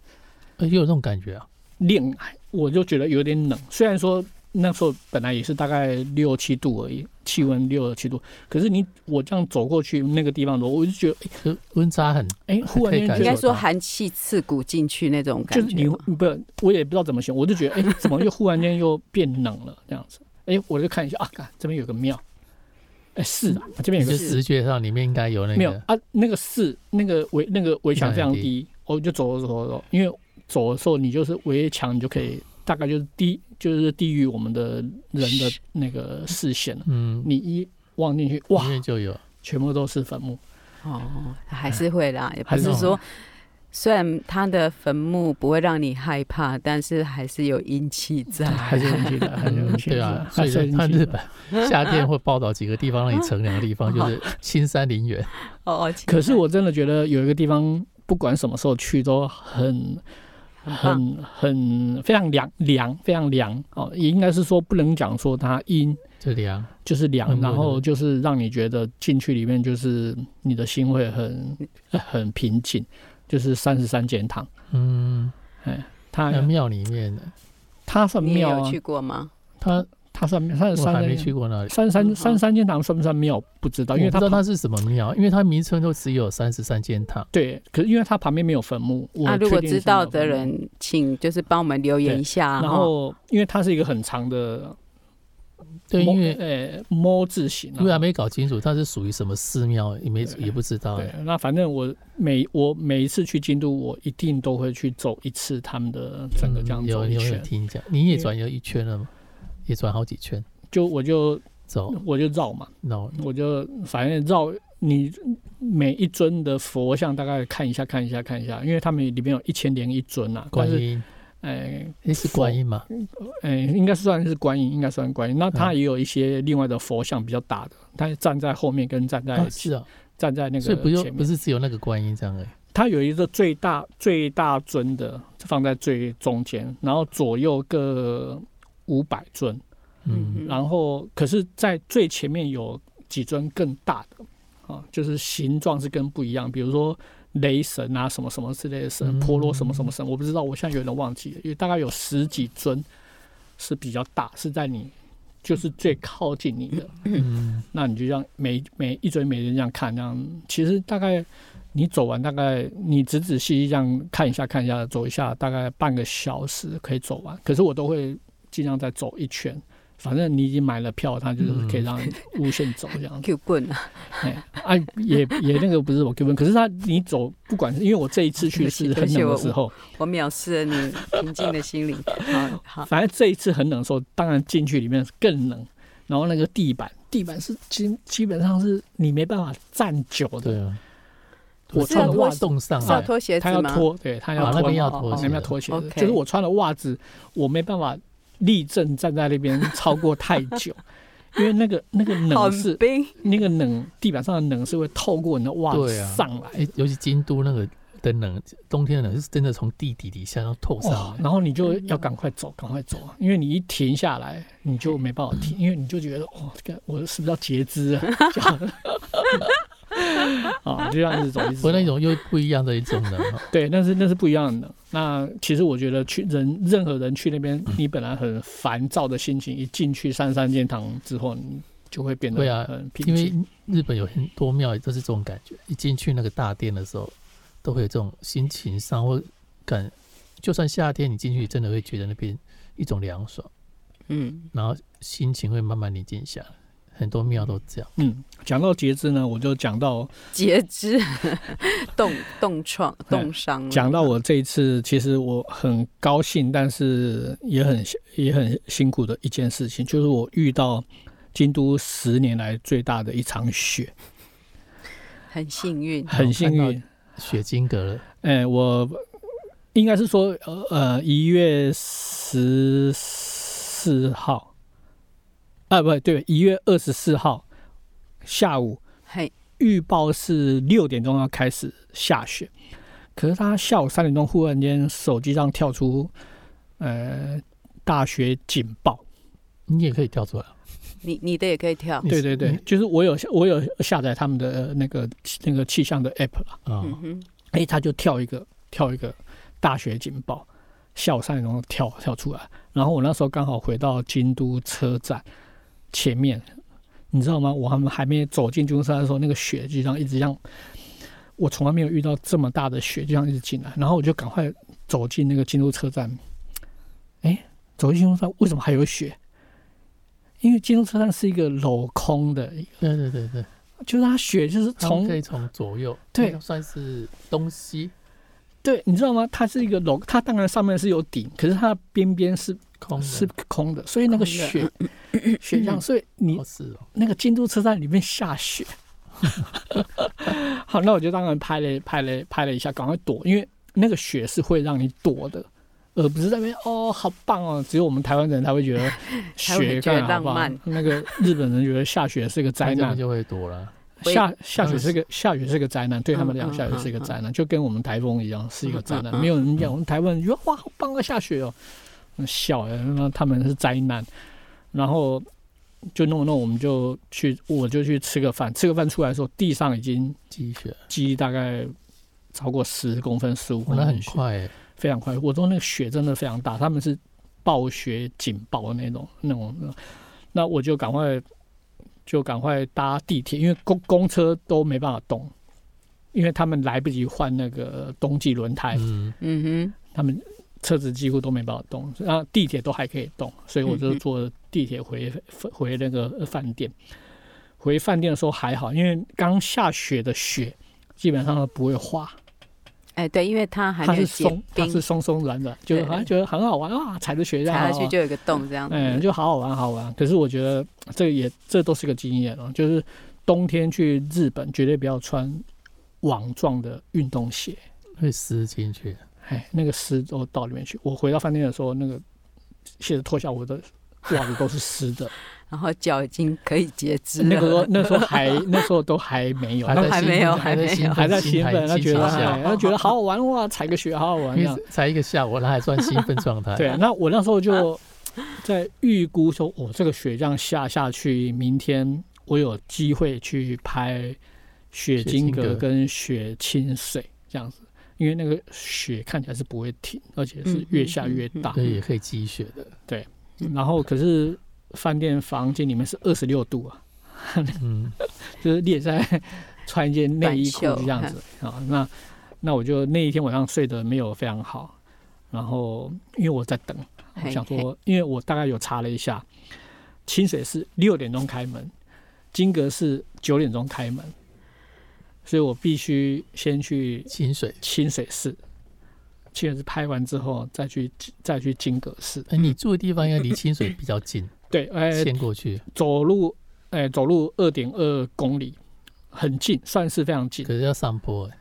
[SPEAKER 2] 哎有这种感觉啊，
[SPEAKER 3] 恋爱，我就觉得有点冷。虽然说那时候本来也是大概六七度而已，气温六七度，可是你我这样走过去那个地方的时候，我就觉得，
[SPEAKER 2] 就温差很
[SPEAKER 3] 哎、哎忽然间
[SPEAKER 2] 可以感
[SPEAKER 1] 应
[SPEAKER 3] 觉
[SPEAKER 1] 该
[SPEAKER 3] 得
[SPEAKER 2] 受
[SPEAKER 1] 说
[SPEAKER 2] 到
[SPEAKER 1] 寒气刺骨进去那种
[SPEAKER 3] 就
[SPEAKER 1] 感
[SPEAKER 3] 是你
[SPEAKER 1] 觉吧。哦
[SPEAKER 3] 不，我也不知道怎么形容，我就觉得，哎、怎么又忽然间又变冷了这样子？哎、我就看一下啊，看这边有个庙，哎、是啊，这边
[SPEAKER 2] 你
[SPEAKER 3] 有个
[SPEAKER 2] 就
[SPEAKER 3] 寺，
[SPEAKER 2] 直觉上里面应该有那
[SPEAKER 3] 没有
[SPEAKER 2] 个
[SPEAKER 3] 啊，那个寺那个围那个围墙非常
[SPEAKER 2] 非常
[SPEAKER 3] 低，我就走走走走，因为走的时候你就是围墙，你就可以大概就是低就是低于我们的人的那个视线了。
[SPEAKER 2] 嗯，
[SPEAKER 3] 你一望进去，哇
[SPEAKER 2] 里，面就有，
[SPEAKER 3] 全部都是坟墓，
[SPEAKER 1] 哦，还是会啦，也不
[SPEAKER 3] 哎还是
[SPEAKER 1] 是
[SPEAKER 3] 会
[SPEAKER 1] 说，虽然他的坟墓不会让你害怕，但是还是有阴气在。
[SPEAKER 3] 还是很期待，还是
[SPEAKER 2] 嗯
[SPEAKER 3] 很期
[SPEAKER 2] 对啊
[SPEAKER 3] 待，，
[SPEAKER 2] 所
[SPEAKER 3] 还
[SPEAKER 2] 以
[SPEAKER 3] 是很期
[SPEAKER 2] 说
[SPEAKER 3] 待
[SPEAKER 2] 看日本夏天会报道几个地方让你乘凉的地 方，就是青山陵园。
[SPEAKER 1] 哦，
[SPEAKER 3] 可是我真的觉得有一个地方，不管什么时候去都很
[SPEAKER 1] 很棒，
[SPEAKER 3] 很很非常凉凉，非常凉哦，也应该是说不能讲说它阴，
[SPEAKER 2] 这里啊，
[SPEAKER 3] 就是
[SPEAKER 1] 嗯
[SPEAKER 3] 凉，
[SPEAKER 2] 很
[SPEAKER 3] 然后
[SPEAKER 2] 温
[SPEAKER 3] 就是让你觉得进去里面就是你的心会 很很平静，就是三十三间堂，
[SPEAKER 2] 嗯，
[SPEAKER 3] 它
[SPEAKER 2] 那庙里面的，
[SPEAKER 3] 它算
[SPEAKER 1] 嗯你也
[SPEAKER 3] 庙
[SPEAKER 1] 有
[SPEAKER 3] 啊
[SPEAKER 1] 去，过吗？
[SPEAKER 2] 他
[SPEAKER 3] 它算庙，它是
[SPEAKER 2] 我
[SPEAKER 3] 三
[SPEAKER 2] 还
[SPEAKER 3] 山
[SPEAKER 2] 没去过那里，
[SPEAKER 3] 三
[SPEAKER 1] 嗯
[SPEAKER 3] 三
[SPEAKER 1] 好
[SPEAKER 3] 三三间堂算不算庙不知道，啊因为
[SPEAKER 2] 我不
[SPEAKER 3] 它
[SPEAKER 2] 知道
[SPEAKER 3] 旁
[SPEAKER 2] 它是什么庙，因为它名称都只有三十三间堂。
[SPEAKER 3] 对，可是因为它旁边没有坟墓，我
[SPEAKER 1] 啊，如果
[SPEAKER 3] 确定
[SPEAKER 1] 知
[SPEAKER 3] 是没有
[SPEAKER 1] 道的
[SPEAKER 3] 坟墓
[SPEAKER 1] 人，请就是帮我们留言一下啊。
[SPEAKER 3] 然
[SPEAKER 1] 哈
[SPEAKER 3] 后因为它是一个很长的
[SPEAKER 2] 对，
[SPEAKER 3] 摸
[SPEAKER 2] 因为
[SPEAKER 3] 呃摸字形、啊，
[SPEAKER 2] 因为还没搞清楚它是属于什么寺庙，也没也不知道。
[SPEAKER 3] 对
[SPEAKER 2] 哎，
[SPEAKER 3] 那反正我每我每一次去京都，我一定都会去走一次他们的整个这样
[SPEAKER 2] 嗯
[SPEAKER 3] 走
[SPEAKER 2] 有
[SPEAKER 3] 一
[SPEAKER 2] 有有
[SPEAKER 3] 圈，
[SPEAKER 2] 听讲，你也
[SPEAKER 3] 因为
[SPEAKER 2] 转悠一圈了吗？也转好几圈，
[SPEAKER 3] 就我就
[SPEAKER 2] 走，
[SPEAKER 3] 我就绕嘛，
[SPEAKER 2] 然后
[SPEAKER 3] 我就反正绕你每一尊的佛像大概看一下看一下看一下，因为他们里面有一千零一尊啊，但
[SPEAKER 2] 观
[SPEAKER 3] 是
[SPEAKER 2] 音，
[SPEAKER 3] 哎
[SPEAKER 2] 那是观音嘛？
[SPEAKER 3] 哎，应该算是观音，应该算观音。那它
[SPEAKER 2] 嗯
[SPEAKER 3] 也有一些另外的佛像比较大的，它站在后面跟站在
[SPEAKER 2] 啊是啊，
[SPEAKER 3] 站在那
[SPEAKER 2] 所
[SPEAKER 3] 个
[SPEAKER 2] 以不就
[SPEAKER 3] 前
[SPEAKER 2] 不
[SPEAKER 3] 面，
[SPEAKER 2] 是只有那个观音这样而已。
[SPEAKER 3] 它有一个最大最大尊的放在最中间，然后左右各五百尊，
[SPEAKER 2] 嗯，
[SPEAKER 1] 嗯
[SPEAKER 3] 然后可是，在最前面有几尊更大的啊，就是形状是跟不一样，比如说雷神啊什么什么之类的神，
[SPEAKER 2] 嗯
[SPEAKER 3] 婆罗什么什么神，我不知道，我现在有点忘记了，因为大概有十几尊是比较大，是在你就是最靠近你的。
[SPEAKER 2] 嗯，
[SPEAKER 3] 那你就这样每每一尊每人这样看，这样其实大概你走完大概你仔仔细细这样看一下看一下，走一下大概半个小时可以走完。可是我都会尽量再走一圈，反正你已经买了票，它就是可以让你无限走这 样子。
[SPEAKER 1] Q 棍啊，
[SPEAKER 3] 哎、啊，也也那个不是我 Q 分，可是它你走不管是因为我这一次去是很冷的时候，
[SPEAKER 1] 我啊藐视了你平静的心灵。 好好，
[SPEAKER 3] 反正这一次很冷的时候，当然进去里面更冷，然后那个地板地板是基基本上是你没办法站久的。
[SPEAKER 2] 对啊，
[SPEAKER 3] 我
[SPEAKER 1] 是要
[SPEAKER 2] 穿的
[SPEAKER 1] 脱
[SPEAKER 2] 袜
[SPEAKER 1] 鞋
[SPEAKER 2] 冻上
[SPEAKER 1] 是要啊
[SPEAKER 2] 来，
[SPEAKER 1] 脱鞋
[SPEAKER 3] 他
[SPEAKER 1] 子
[SPEAKER 3] 要
[SPEAKER 1] 吗？
[SPEAKER 3] 脱，对他
[SPEAKER 2] 啊
[SPEAKER 3] 要
[SPEAKER 2] 那
[SPEAKER 3] 脱
[SPEAKER 2] 个
[SPEAKER 3] 嘛，
[SPEAKER 2] 要
[SPEAKER 1] 哦
[SPEAKER 2] 脱
[SPEAKER 1] 哦
[SPEAKER 2] 鞋
[SPEAKER 3] 你
[SPEAKER 2] 的，
[SPEAKER 3] 们要脱鞋子
[SPEAKER 1] OK
[SPEAKER 3] 就是我穿了袜子，我没办法立正站在那边超过太 久，因为那个那个冷
[SPEAKER 1] 很
[SPEAKER 3] 是
[SPEAKER 1] 冰，
[SPEAKER 3] 那个冷，地板上的冷是会透过你的袜
[SPEAKER 2] 对
[SPEAKER 3] 子
[SPEAKER 2] 啊
[SPEAKER 3] 上来，
[SPEAKER 2] 哎，尤其京都那个的冷，冬天的冷是真的从地底底下要透上
[SPEAKER 3] 哇
[SPEAKER 2] 来，。
[SPEAKER 3] 然后你就要赶快走，赶快走，啊因为你一停下来你就没办法停，因为你就觉得哦，这个我是不是要截肢啊？这 样 啊，就这样一直走，一直
[SPEAKER 2] 不
[SPEAKER 3] 走
[SPEAKER 2] 过那种又不一样的一种人 哈，
[SPEAKER 3] 对，那是那是不一样的。那其实我觉得去人任何人去那边，
[SPEAKER 2] 嗯
[SPEAKER 3] 你本来很烦躁的心情，一进去三三间堂之后，你就会变
[SPEAKER 2] 对
[SPEAKER 3] 得
[SPEAKER 2] 啊
[SPEAKER 3] 很平
[SPEAKER 2] 因
[SPEAKER 3] 静。
[SPEAKER 2] 为日本有很多庙也都是这种感觉，一进去那个大殿的时候，都会有这种心情上或感，就算夏天你进去，真的会觉得那边一种凉爽，
[SPEAKER 1] 嗯，
[SPEAKER 2] 然后心情会慢慢宁静下来。很多庙都这样，
[SPEAKER 3] 嗯，讲到截肢呢，我就讲到
[SPEAKER 1] 截肢， 冻冻创、冻伤了。
[SPEAKER 3] 讲到我这一次，其实我很高兴，但是也很也很辛苦的一件事情，就是我遇到京都十年来最大的一场雪，
[SPEAKER 1] 很幸运，
[SPEAKER 3] 很幸
[SPEAKER 2] 看到
[SPEAKER 3] 运。
[SPEAKER 2] 雪晶阁了，
[SPEAKER 3] 哎、我应该是说，呃呃，一月十四号，啊，不对，一月二十四号下午，
[SPEAKER 1] 嘿，
[SPEAKER 3] 预报是六点钟要开始下雪，可是他下午三点钟忽然间手机上跳出，呃，大雪警报。
[SPEAKER 2] 你也可以跳出来。啊
[SPEAKER 1] 你你的也可以跳。
[SPEAKER 2] 你
[SPEAKER 3] 对对对
[SPEAKER 2] 你，
[SPEAKER 3] 就是我有我有下载他们的呃那个那个气象的 app 啦。
[SPEAKER 2] 啊、
[SPEAKER 1] 嗯哼，
[SPEAKER 3] 哎、他就跳一个跳一个大学警报，下午三点钟跳跳出来，然后我那时候刚好回到京都车站前面，你知道吗？我还没还没走进京都车站的时候，那个雪就这样一直这样，我从来没有遇到这么大的雪，就这样一直进来，然后我就赶快走进那个京都车站，哎、走进京都车站为什么还有雪？因为京都车站是一个镂空的，
[SPEAKER 2] 对对对对，
[SPEAKER 3] 就是它雪就是
[SPEAKER 2] 他们
[SPEAKER 3] 从
[SPEAKER 2] 可以从左右，
[SPEAKER 3] 对
[SPEAKER 2] 那个算是东西
[SPEAKER 3] 对，你知道吗？它是一个楼，它当然上面是有顶，可是它的边边是
[SPEAKER 2] 空的，
[SPEAKER 3] 是空的，所以那个
[SPEAKER 1] 哦空的嗯
[SPEAKER 3] 雪雪样，所以你
[SPEAKER 2] 哦是哦，
[SPEAKER 3] 那个京都车站里面下雪。 好，那我就当然拍了拍了拍了一下，赶快躲，因为那个雪是会让你躲的，而不是在那边哦，好棒哦！只有我们台湾人才会觉得
[SPEAKER 1] 台湾人
[SPEAKER 3] 雪
[SPEAKER 1] 觉得
[SPEAKER 3] 干好不好
[SPEAKER 1] 浪漫
[SPEAKER 3] 那个日本人觉得下雪是个灾
[SPEAKER 2] 那这样
[SPEAKER 3] 难，
[SPEAKER 2] 就会躲了。
[SPEAKER 1] 喂
[SPEAKER 3] 下下雪是个下雪是个灾难，对他们来
[SPEAKER 1] 嗯
[SPEAKER 3] 讲
[SPEAKER 1] 嗯
[SPEAKER 3] 下雪是一个
[SPEAKER 1] 嗯嗯
[SPEAKER 3] 灾难，就跟我们台风一样是一个灾
[SPEAKER 1] 嗯嗯
[SPEAKER 3] 难。
[SPEAKER 1] 嗯
[SPEAKER 3] 没有人讲我们台湾人觉得哇好棒啊下雪哦，嗯笑哎，那他们是灾难。然后就弄一弄，我们就去我就去吃个饭，吃个饭出来的时候，地上已经
[SPEAKER 2] 积雪，
[SPEAKER 3] 积大概超过十公分、十五
[SPEAKER 2] 我
[SPEAKER 3] 公
[SPEAKER 2] 那
[SPEAKER 3] 分，
[SPEAKER 2] 很，快欸，
[SPEAKER 3] 非常快。我说那个雪真的非常大，他们是暴雪警报的那种那种。那我就赶快就赶快搭地铁，因为公公车都没办法动，因为他们来不及换那个冬季轮胎，
[SPEAKER 2] 嗯，
[SPEAKER 1] 嗯
[SPEAKER 3] 他们车子几乎都没办法动，啊，地铁都还可以动，所以我就坐地铁回回那个饭店。回饭店的时候还好，因为刚下雪的雪基本上都不会化，
[SPEAKER 1] 哼，哎，对，因为它还
[SPEAKER 3] 它
[SPEAKER 1] 没有
[SPEAKER 3] 是
[SPEAKER 1] 结
[SPEAKER 3] 松，它
[SPEAKER 1] 冰，
[SPEAKER 3] 是松松软软，就是
[SPEAKER 1] 对
[SPEAKER 3] 好像觉得很好玩啊，踩着雪这样
[SPEAKER 1] 踩下
[SPEAKER 3] 好好
[SPEAKER 1] 去就有一个洞这样子。
[SPEAKER 3] 嗯，就好好玩，好好玩。可是我觉得这个也这都是个经验啊，就是冬天去日本绝对不要穿网状的运动鞋，
[SPEAKER 2] 会湿进去，
[SPEAKER 3] 哎，那个湿都到里面去。我回到饭店的时候，那个鞋子脱下，我的袜子都是湿 的。
[SPEAKER 1] 然后脚已经可以截肢了。
[SPEAKER 3] 那个时候那时候 还那时候都还没有，
[SPEAKER 2] 还在
[SPEAKER 1] 还
[SPEAKER 2] 兴
[SPEAKER 1] 没有
[SPEAKER 2] 奋还在
[SPEAKER 1] 还没有
[SPEAKER 2] 兴奋，
[SPEAKER 3] 还在兴奋，他
[SPEAKER 2] 心
[SPEAKER 3] 觉得
[SPEAKER 2] 情下
[SPEAKER 3] 哎他觉得好好玩哇，踩个雪好好玩这
[SPEAKER 2] 因
[SPEAKER 3] 样。
[SPEAKER 2] 为才一个下午，他还算兴奋状
[SPEAKER 1] 哎
[SPEAKER 2] 态，
[SPEAKER 3] 对，啊那我那时候
[SPEAKER 1] 啊
[SPEAKER 3] 就 在预估说，我、这个雪这样下下去，明天我有机会去拍
[SPEAKER 2] 雪
[SPEAKER 3] 雪金
[SPEAKER 2] 金
[SPEAKER 3] 阁
[SPEAKER 2] 阁
[SPEAKER 3] 跟雪清水这样子，因为那个雪看起来是不会停，而且是
[SPEAKER 1] 嗯
[SPEAKER 3] 越下越大。
[SPEAKER 2] 所以也可以积雪的，
[SPEAKER 1] 嗯
[SPEAKER 3] 然后可是饭店房间里面是二十六度啊，
[SPEAKER 2] 嗯，
[SPEAKER 3] 就是你也在 穿一件内衣裤
[SPEAKER 1] 短袖
[SPEAKER 3] 这样子啊。那那我就那一天晚上睡得没有非常好，然后因为我在等，我
[SPEAKER 1] 嘿
[SPEAKER 3] 想
[SPEAKER 1] 嘿
[SPEAKER 3] 说，因为我大概有查了一下，清水是六点钟开门，金阁是九点钟开门，所以我必须先去
[SPEAKER 2] 清水。
[SPEAKER 3] 清水寺，清水寺拍完之后再去再去金阁寺。
[SPEAKER 2] 哎，你住的地方应该离清水比较近，
[SPEAKER 3] 对，哎、
[SPEAKER 2] 先过去，
[SPEAKER 3] 走路，哎、走路二点二公里，很近，算是非常近
[SPEAKER 2] 可。是要上坡哎，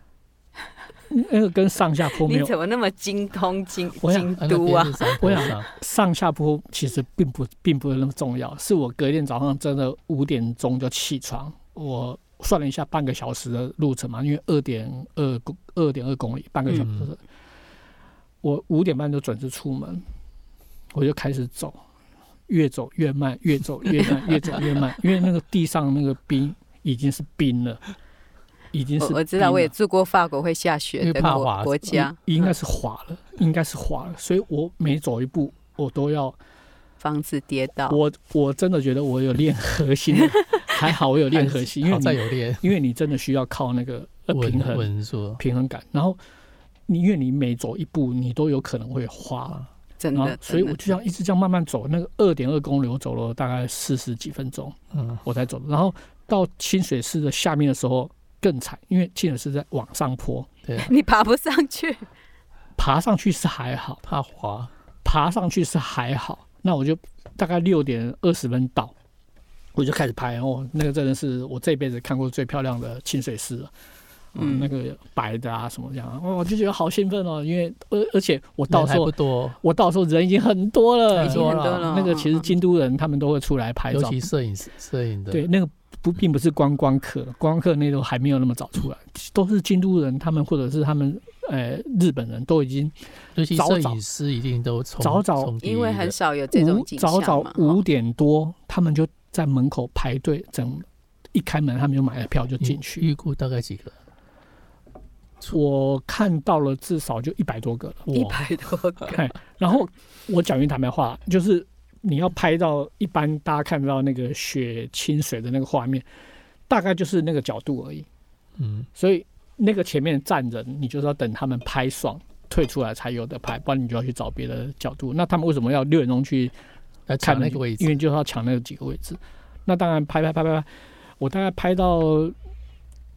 [SPEAKER 3] 那个跟上下坡没
[SPEAKER 1] 你
[SPEAKER 3] 有
[SPEAKER 1] 怎么那么精通京
[SPEAKER 3] 我想
[SPEAKER 1] 京
[SPEAKER 2] 啊
[SPEAKER 3] 呃
[SPEAKER 2] 那
[SPEAKER 1] 都
[SPEAKER 2] 边
[SPEAKER 1] 啊
[SPEAKER 2] 是？山
[SPEAKER 3] 我
[SPEAKER 2] 坡
[SPEAKER 3] 想
[SPEAKER 2] 上，
[SPEAKER 3] 上下坡其实并不并不是那么重要，是我隔天早上真的五点钟就起床，我算了一下半个小时的路程嘛，因为二点二公二点二公里，半个小时，
[SPEAKER 2] 嗯
[SPEAKER 3] 我五点半就准时出门，我就开始走，越走越慢，越走越慢，越走越慢，因为那个地上那个冰已经是冰了，已经是
[SPEAKER 1] 我我知
[SPEAKER 3] 冰了
[SPEAKER 1] 道，我也住过法国会下雪
[SPEAKER 2] 因为
[SPEAKER 1] 的
[SPEAKER 2] 怕
[SPEAKER 1] 国
[SPEAKER 2] 滑
[SPEAKER 1] 国家，
[SPEAKER 3] 应该是滑了，应该是滑了，所以我每走一步我都要。
[SPEAKER 1] 防止嗯跌倒。
[SPEAKER 3] 我我真的觉得我有练核心的，还好我有练核心，因为
[SPEAKER 2] 好在
[SPEAKER 3] 你
[SPEAKER 2] 有练
[SPEAKER 3] 因为你真的需要靠那个呃平
[SPEAKER 2] 稳
[SPEAKER 3] 衡
[SPEAKER 2] 稳住，
[SPEAKER 3] 平衡感，然后你因为你每走一步你都有可能会滑，
[SPEAKER 1] 真
[SPEAKER 3] 然后
[SPEAKER 1] 的，
[SPEAKER 3] 啊所以
[SPEAKER 1] 真的
[SPEAKER 3] 我就这样一直这样慢慢走，那个二点二公里我走了大概四十几分钟
[SPEAKER 2] 嗯，
[SPEAKER 3] 我才走，然后到清水寺的下面的时候更惨，因为清水寺在往上坡，
[SPEAKER 2] 对啊，
[SPEAKER 1] 你爬不上去，
[SPEAKER 3] 爬上去是还好。
[SPEAKER 2] 怕滑，
[SPEAKER 3] 爬上去是还好，那我就大概六点二十分到，我就开始拍哦，那个真的是我这辈子看过最漂亮的清水寺了。嗯，
[SPEAKER 1] 嗯
[SPEAKER 3] 那个白的啊，什么这样啊，哦我就觉得好兴奋哦，因为而而且我到
[SPEAKER 2] 人
[SPEAKER 3] 时
[SPEAKER 2] 还不
[SPEAKER 3] 候
[SPEAKER 2] 多，
[SPEAKER 3] 我到时候人已经很多了，
[SPEAKER 2] 已
[SPEAKER 1] 已经很多了。
[SPEAKER 3] 那个其实
[SPEAKER 1] 嗯
[SPEAKER 3] 京都人他们都会出来拍
[SPEAKER 2] 尤
[SPEAKER 3] 照
[SPEAKER 2] 其，摄影师摄影的，
[SPEAKER 3] 对，那个不并不是观光客，观光客那都还没有那么早出来，都是京都人，他们或者是他们呃日本人都已经
[SPEAKER 2] 尤其
[SPEAKER 3] 早
[SPEAKER 2] 摄
[SPEAKER 3] 早
[SPEAKER 2] 影师一定都从
[SPEAKER 3] 早早
[SPEAKER 2] 从第
[SPEAKER 1] 因为
[SPEAKER 2] 一
[SPEAKER 1] 很
[SPEAKER 2] 的
[SPEAKER 1] 少有这
[SPEAKER 3] 五
[SPEAKER 1] 种景象
[SPEAKER 3] 早早
[SPEAKER 1] 嘛啊
[SPEAKER 3] 五
[SPEAKER 1] 哈
[SPEAKER 3] 点多，他们就在门口排队，整一开门他们就买了票就
[SPEAKER 2] 你
[SPEAKER 3] 进去。
[SPEAKER 2] 预估大概几个？
[SPEAKER 3] 我看到了至少就一百多个了。
[SPEAKER 1] 一
[SPEAKER 2] 哇，
[SPEAKER 1] 百多 个，
[SPEAKER 3] 哎，然后我讲句坦白话，就是你要拍到一般大家看到那个雪清水的那个画面，大概就是那个角度而已。
[SPEAKER 2] 嗯，
[SPEAKER 3] 所以那个前面站人，你就是要等他们拍爽退出来才有的拍，不然你就要去找别的角度。那他们为什么要六点钟去
[SPEAKER 2] 来
[SPEAKER 3] 看
[SPEAKER 2] 抢那个位
[SPEAKER 3] 因
[SPEAKER 2] 置，
[SPEAKER 3] 为就是要抢那几个位置。那当然拍拍拍拍拍，我大概拍到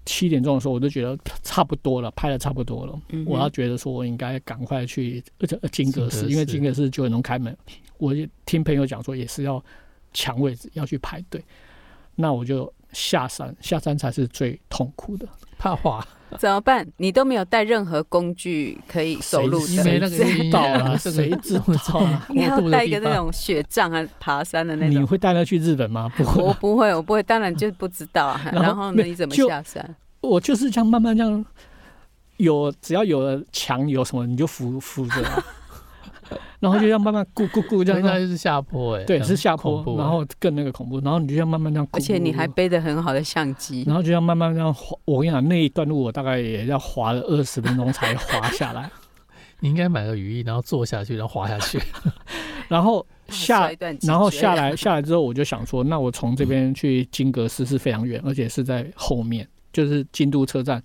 [SPEAKER 3] 七点钟的时候，我就觉得差不多了，拍的差不多了。
[SPEAKER 1] 嗯哼
[SPEAKER 3] 我要觉得说我应该赶快去呃这呃金阁
[SPEAKER 2] 金阁
[SPEAKER 3] 寺，
[SPEAKER 2] 寺
[SPEAKER 3] 因为金阁寺九点钟开门，我也听朋友讲说也是要抢位置，要去排队。那我就下山，下山才是最痛苦的。
[SPEAKER 2] 怕滑，
[SPEAKER 1] 怎么办？你都没有带任何工具可以走路
[SPEAKER 2] 因
[SPEAKER 1] 的，
[SPEAKER 2] 为
[SPEAKER 3] 谁
[SPEAKER 2] 那个
[SPEAKER 3] 知
[SPEAKER 2] 音乐
[SPEAKER 3] 道
[SPEAKER 2] 啊
[SPEAKER 3] 啊
[SPEAKER 2] 这个
[SPEAKER 3] 谁知道啊
[SPEAKER 2] 这 种
[SPEAKER 1] 你
[SPEAKER 2] 过
[SPEAKER 1] 要
[SPEAKER 2] 度的
[SPEAKER 1] 带一
[SPEAKER 2] 地
[SPEAKER 1] 个那
[SPEAKER 2] 方
[SPEAKER 1] 种雪杖啊，爬山的那
[SPEAKER 3] 你
[SPEAKER 1] 种。
[SPEAKER 3] 会带他去日本吗？不会
[SPEAKER 1] 我
[SPEAKER 3] 啊，
[SPEAKER 1] 不会，我不会，当然就不知道啊。
[SPEAKER 3] 然后
[SPEAKER 1] 然后呢，
[SPEAKER 3] 没有
[SPEAKER 1] 你怎么
[SPEAKER 3] 就
[SPEAKER 1] 下山？
[SPEAKER 3] 我就是这样慢慢这样，有只要有了墙有什么你就扶扶着啊、然后就这样慢慢咕咕咕这
[SPEAKER 2] 应该
[SPEAKER 3] 样，
[SPEAKER 2] 就是下坡哎，
[SPEAKER 3] 对，
[SPEAKER 2] 很
[SPEAKER 3] 是下
[SPEAKER 2] 恐
[SPEAKER 3] 坡
[SPEAKER 2] 怖，
[SPEAKER 3] 然后更那个恐怖，然后你就这样慢慢这样咕咕咕，
[SPEAKER 1] 而且你还背着很好的相机
[SPEAKER 3] 哦然，后就这样慢慢这样滑，我跟你讲那一段路我大概也要滑了二十分钟才滑下来，
[SPEAKER 2] 你应该买个雨衣，然后坐下去，然后滑下 去。
[SPEAKER 3] 然后 下
[SPEAKER 1] 啊摔断脊
[SPEAKER 3] 然后
[SPEAKER 1] 椎
[SPEAKER 3] 下
[SPEAKER 1] 了，
[SPEAKER 3] 来下来之后，我就想说，那我从这边去金阁寺是非常远，而且是在后面，就是京都车站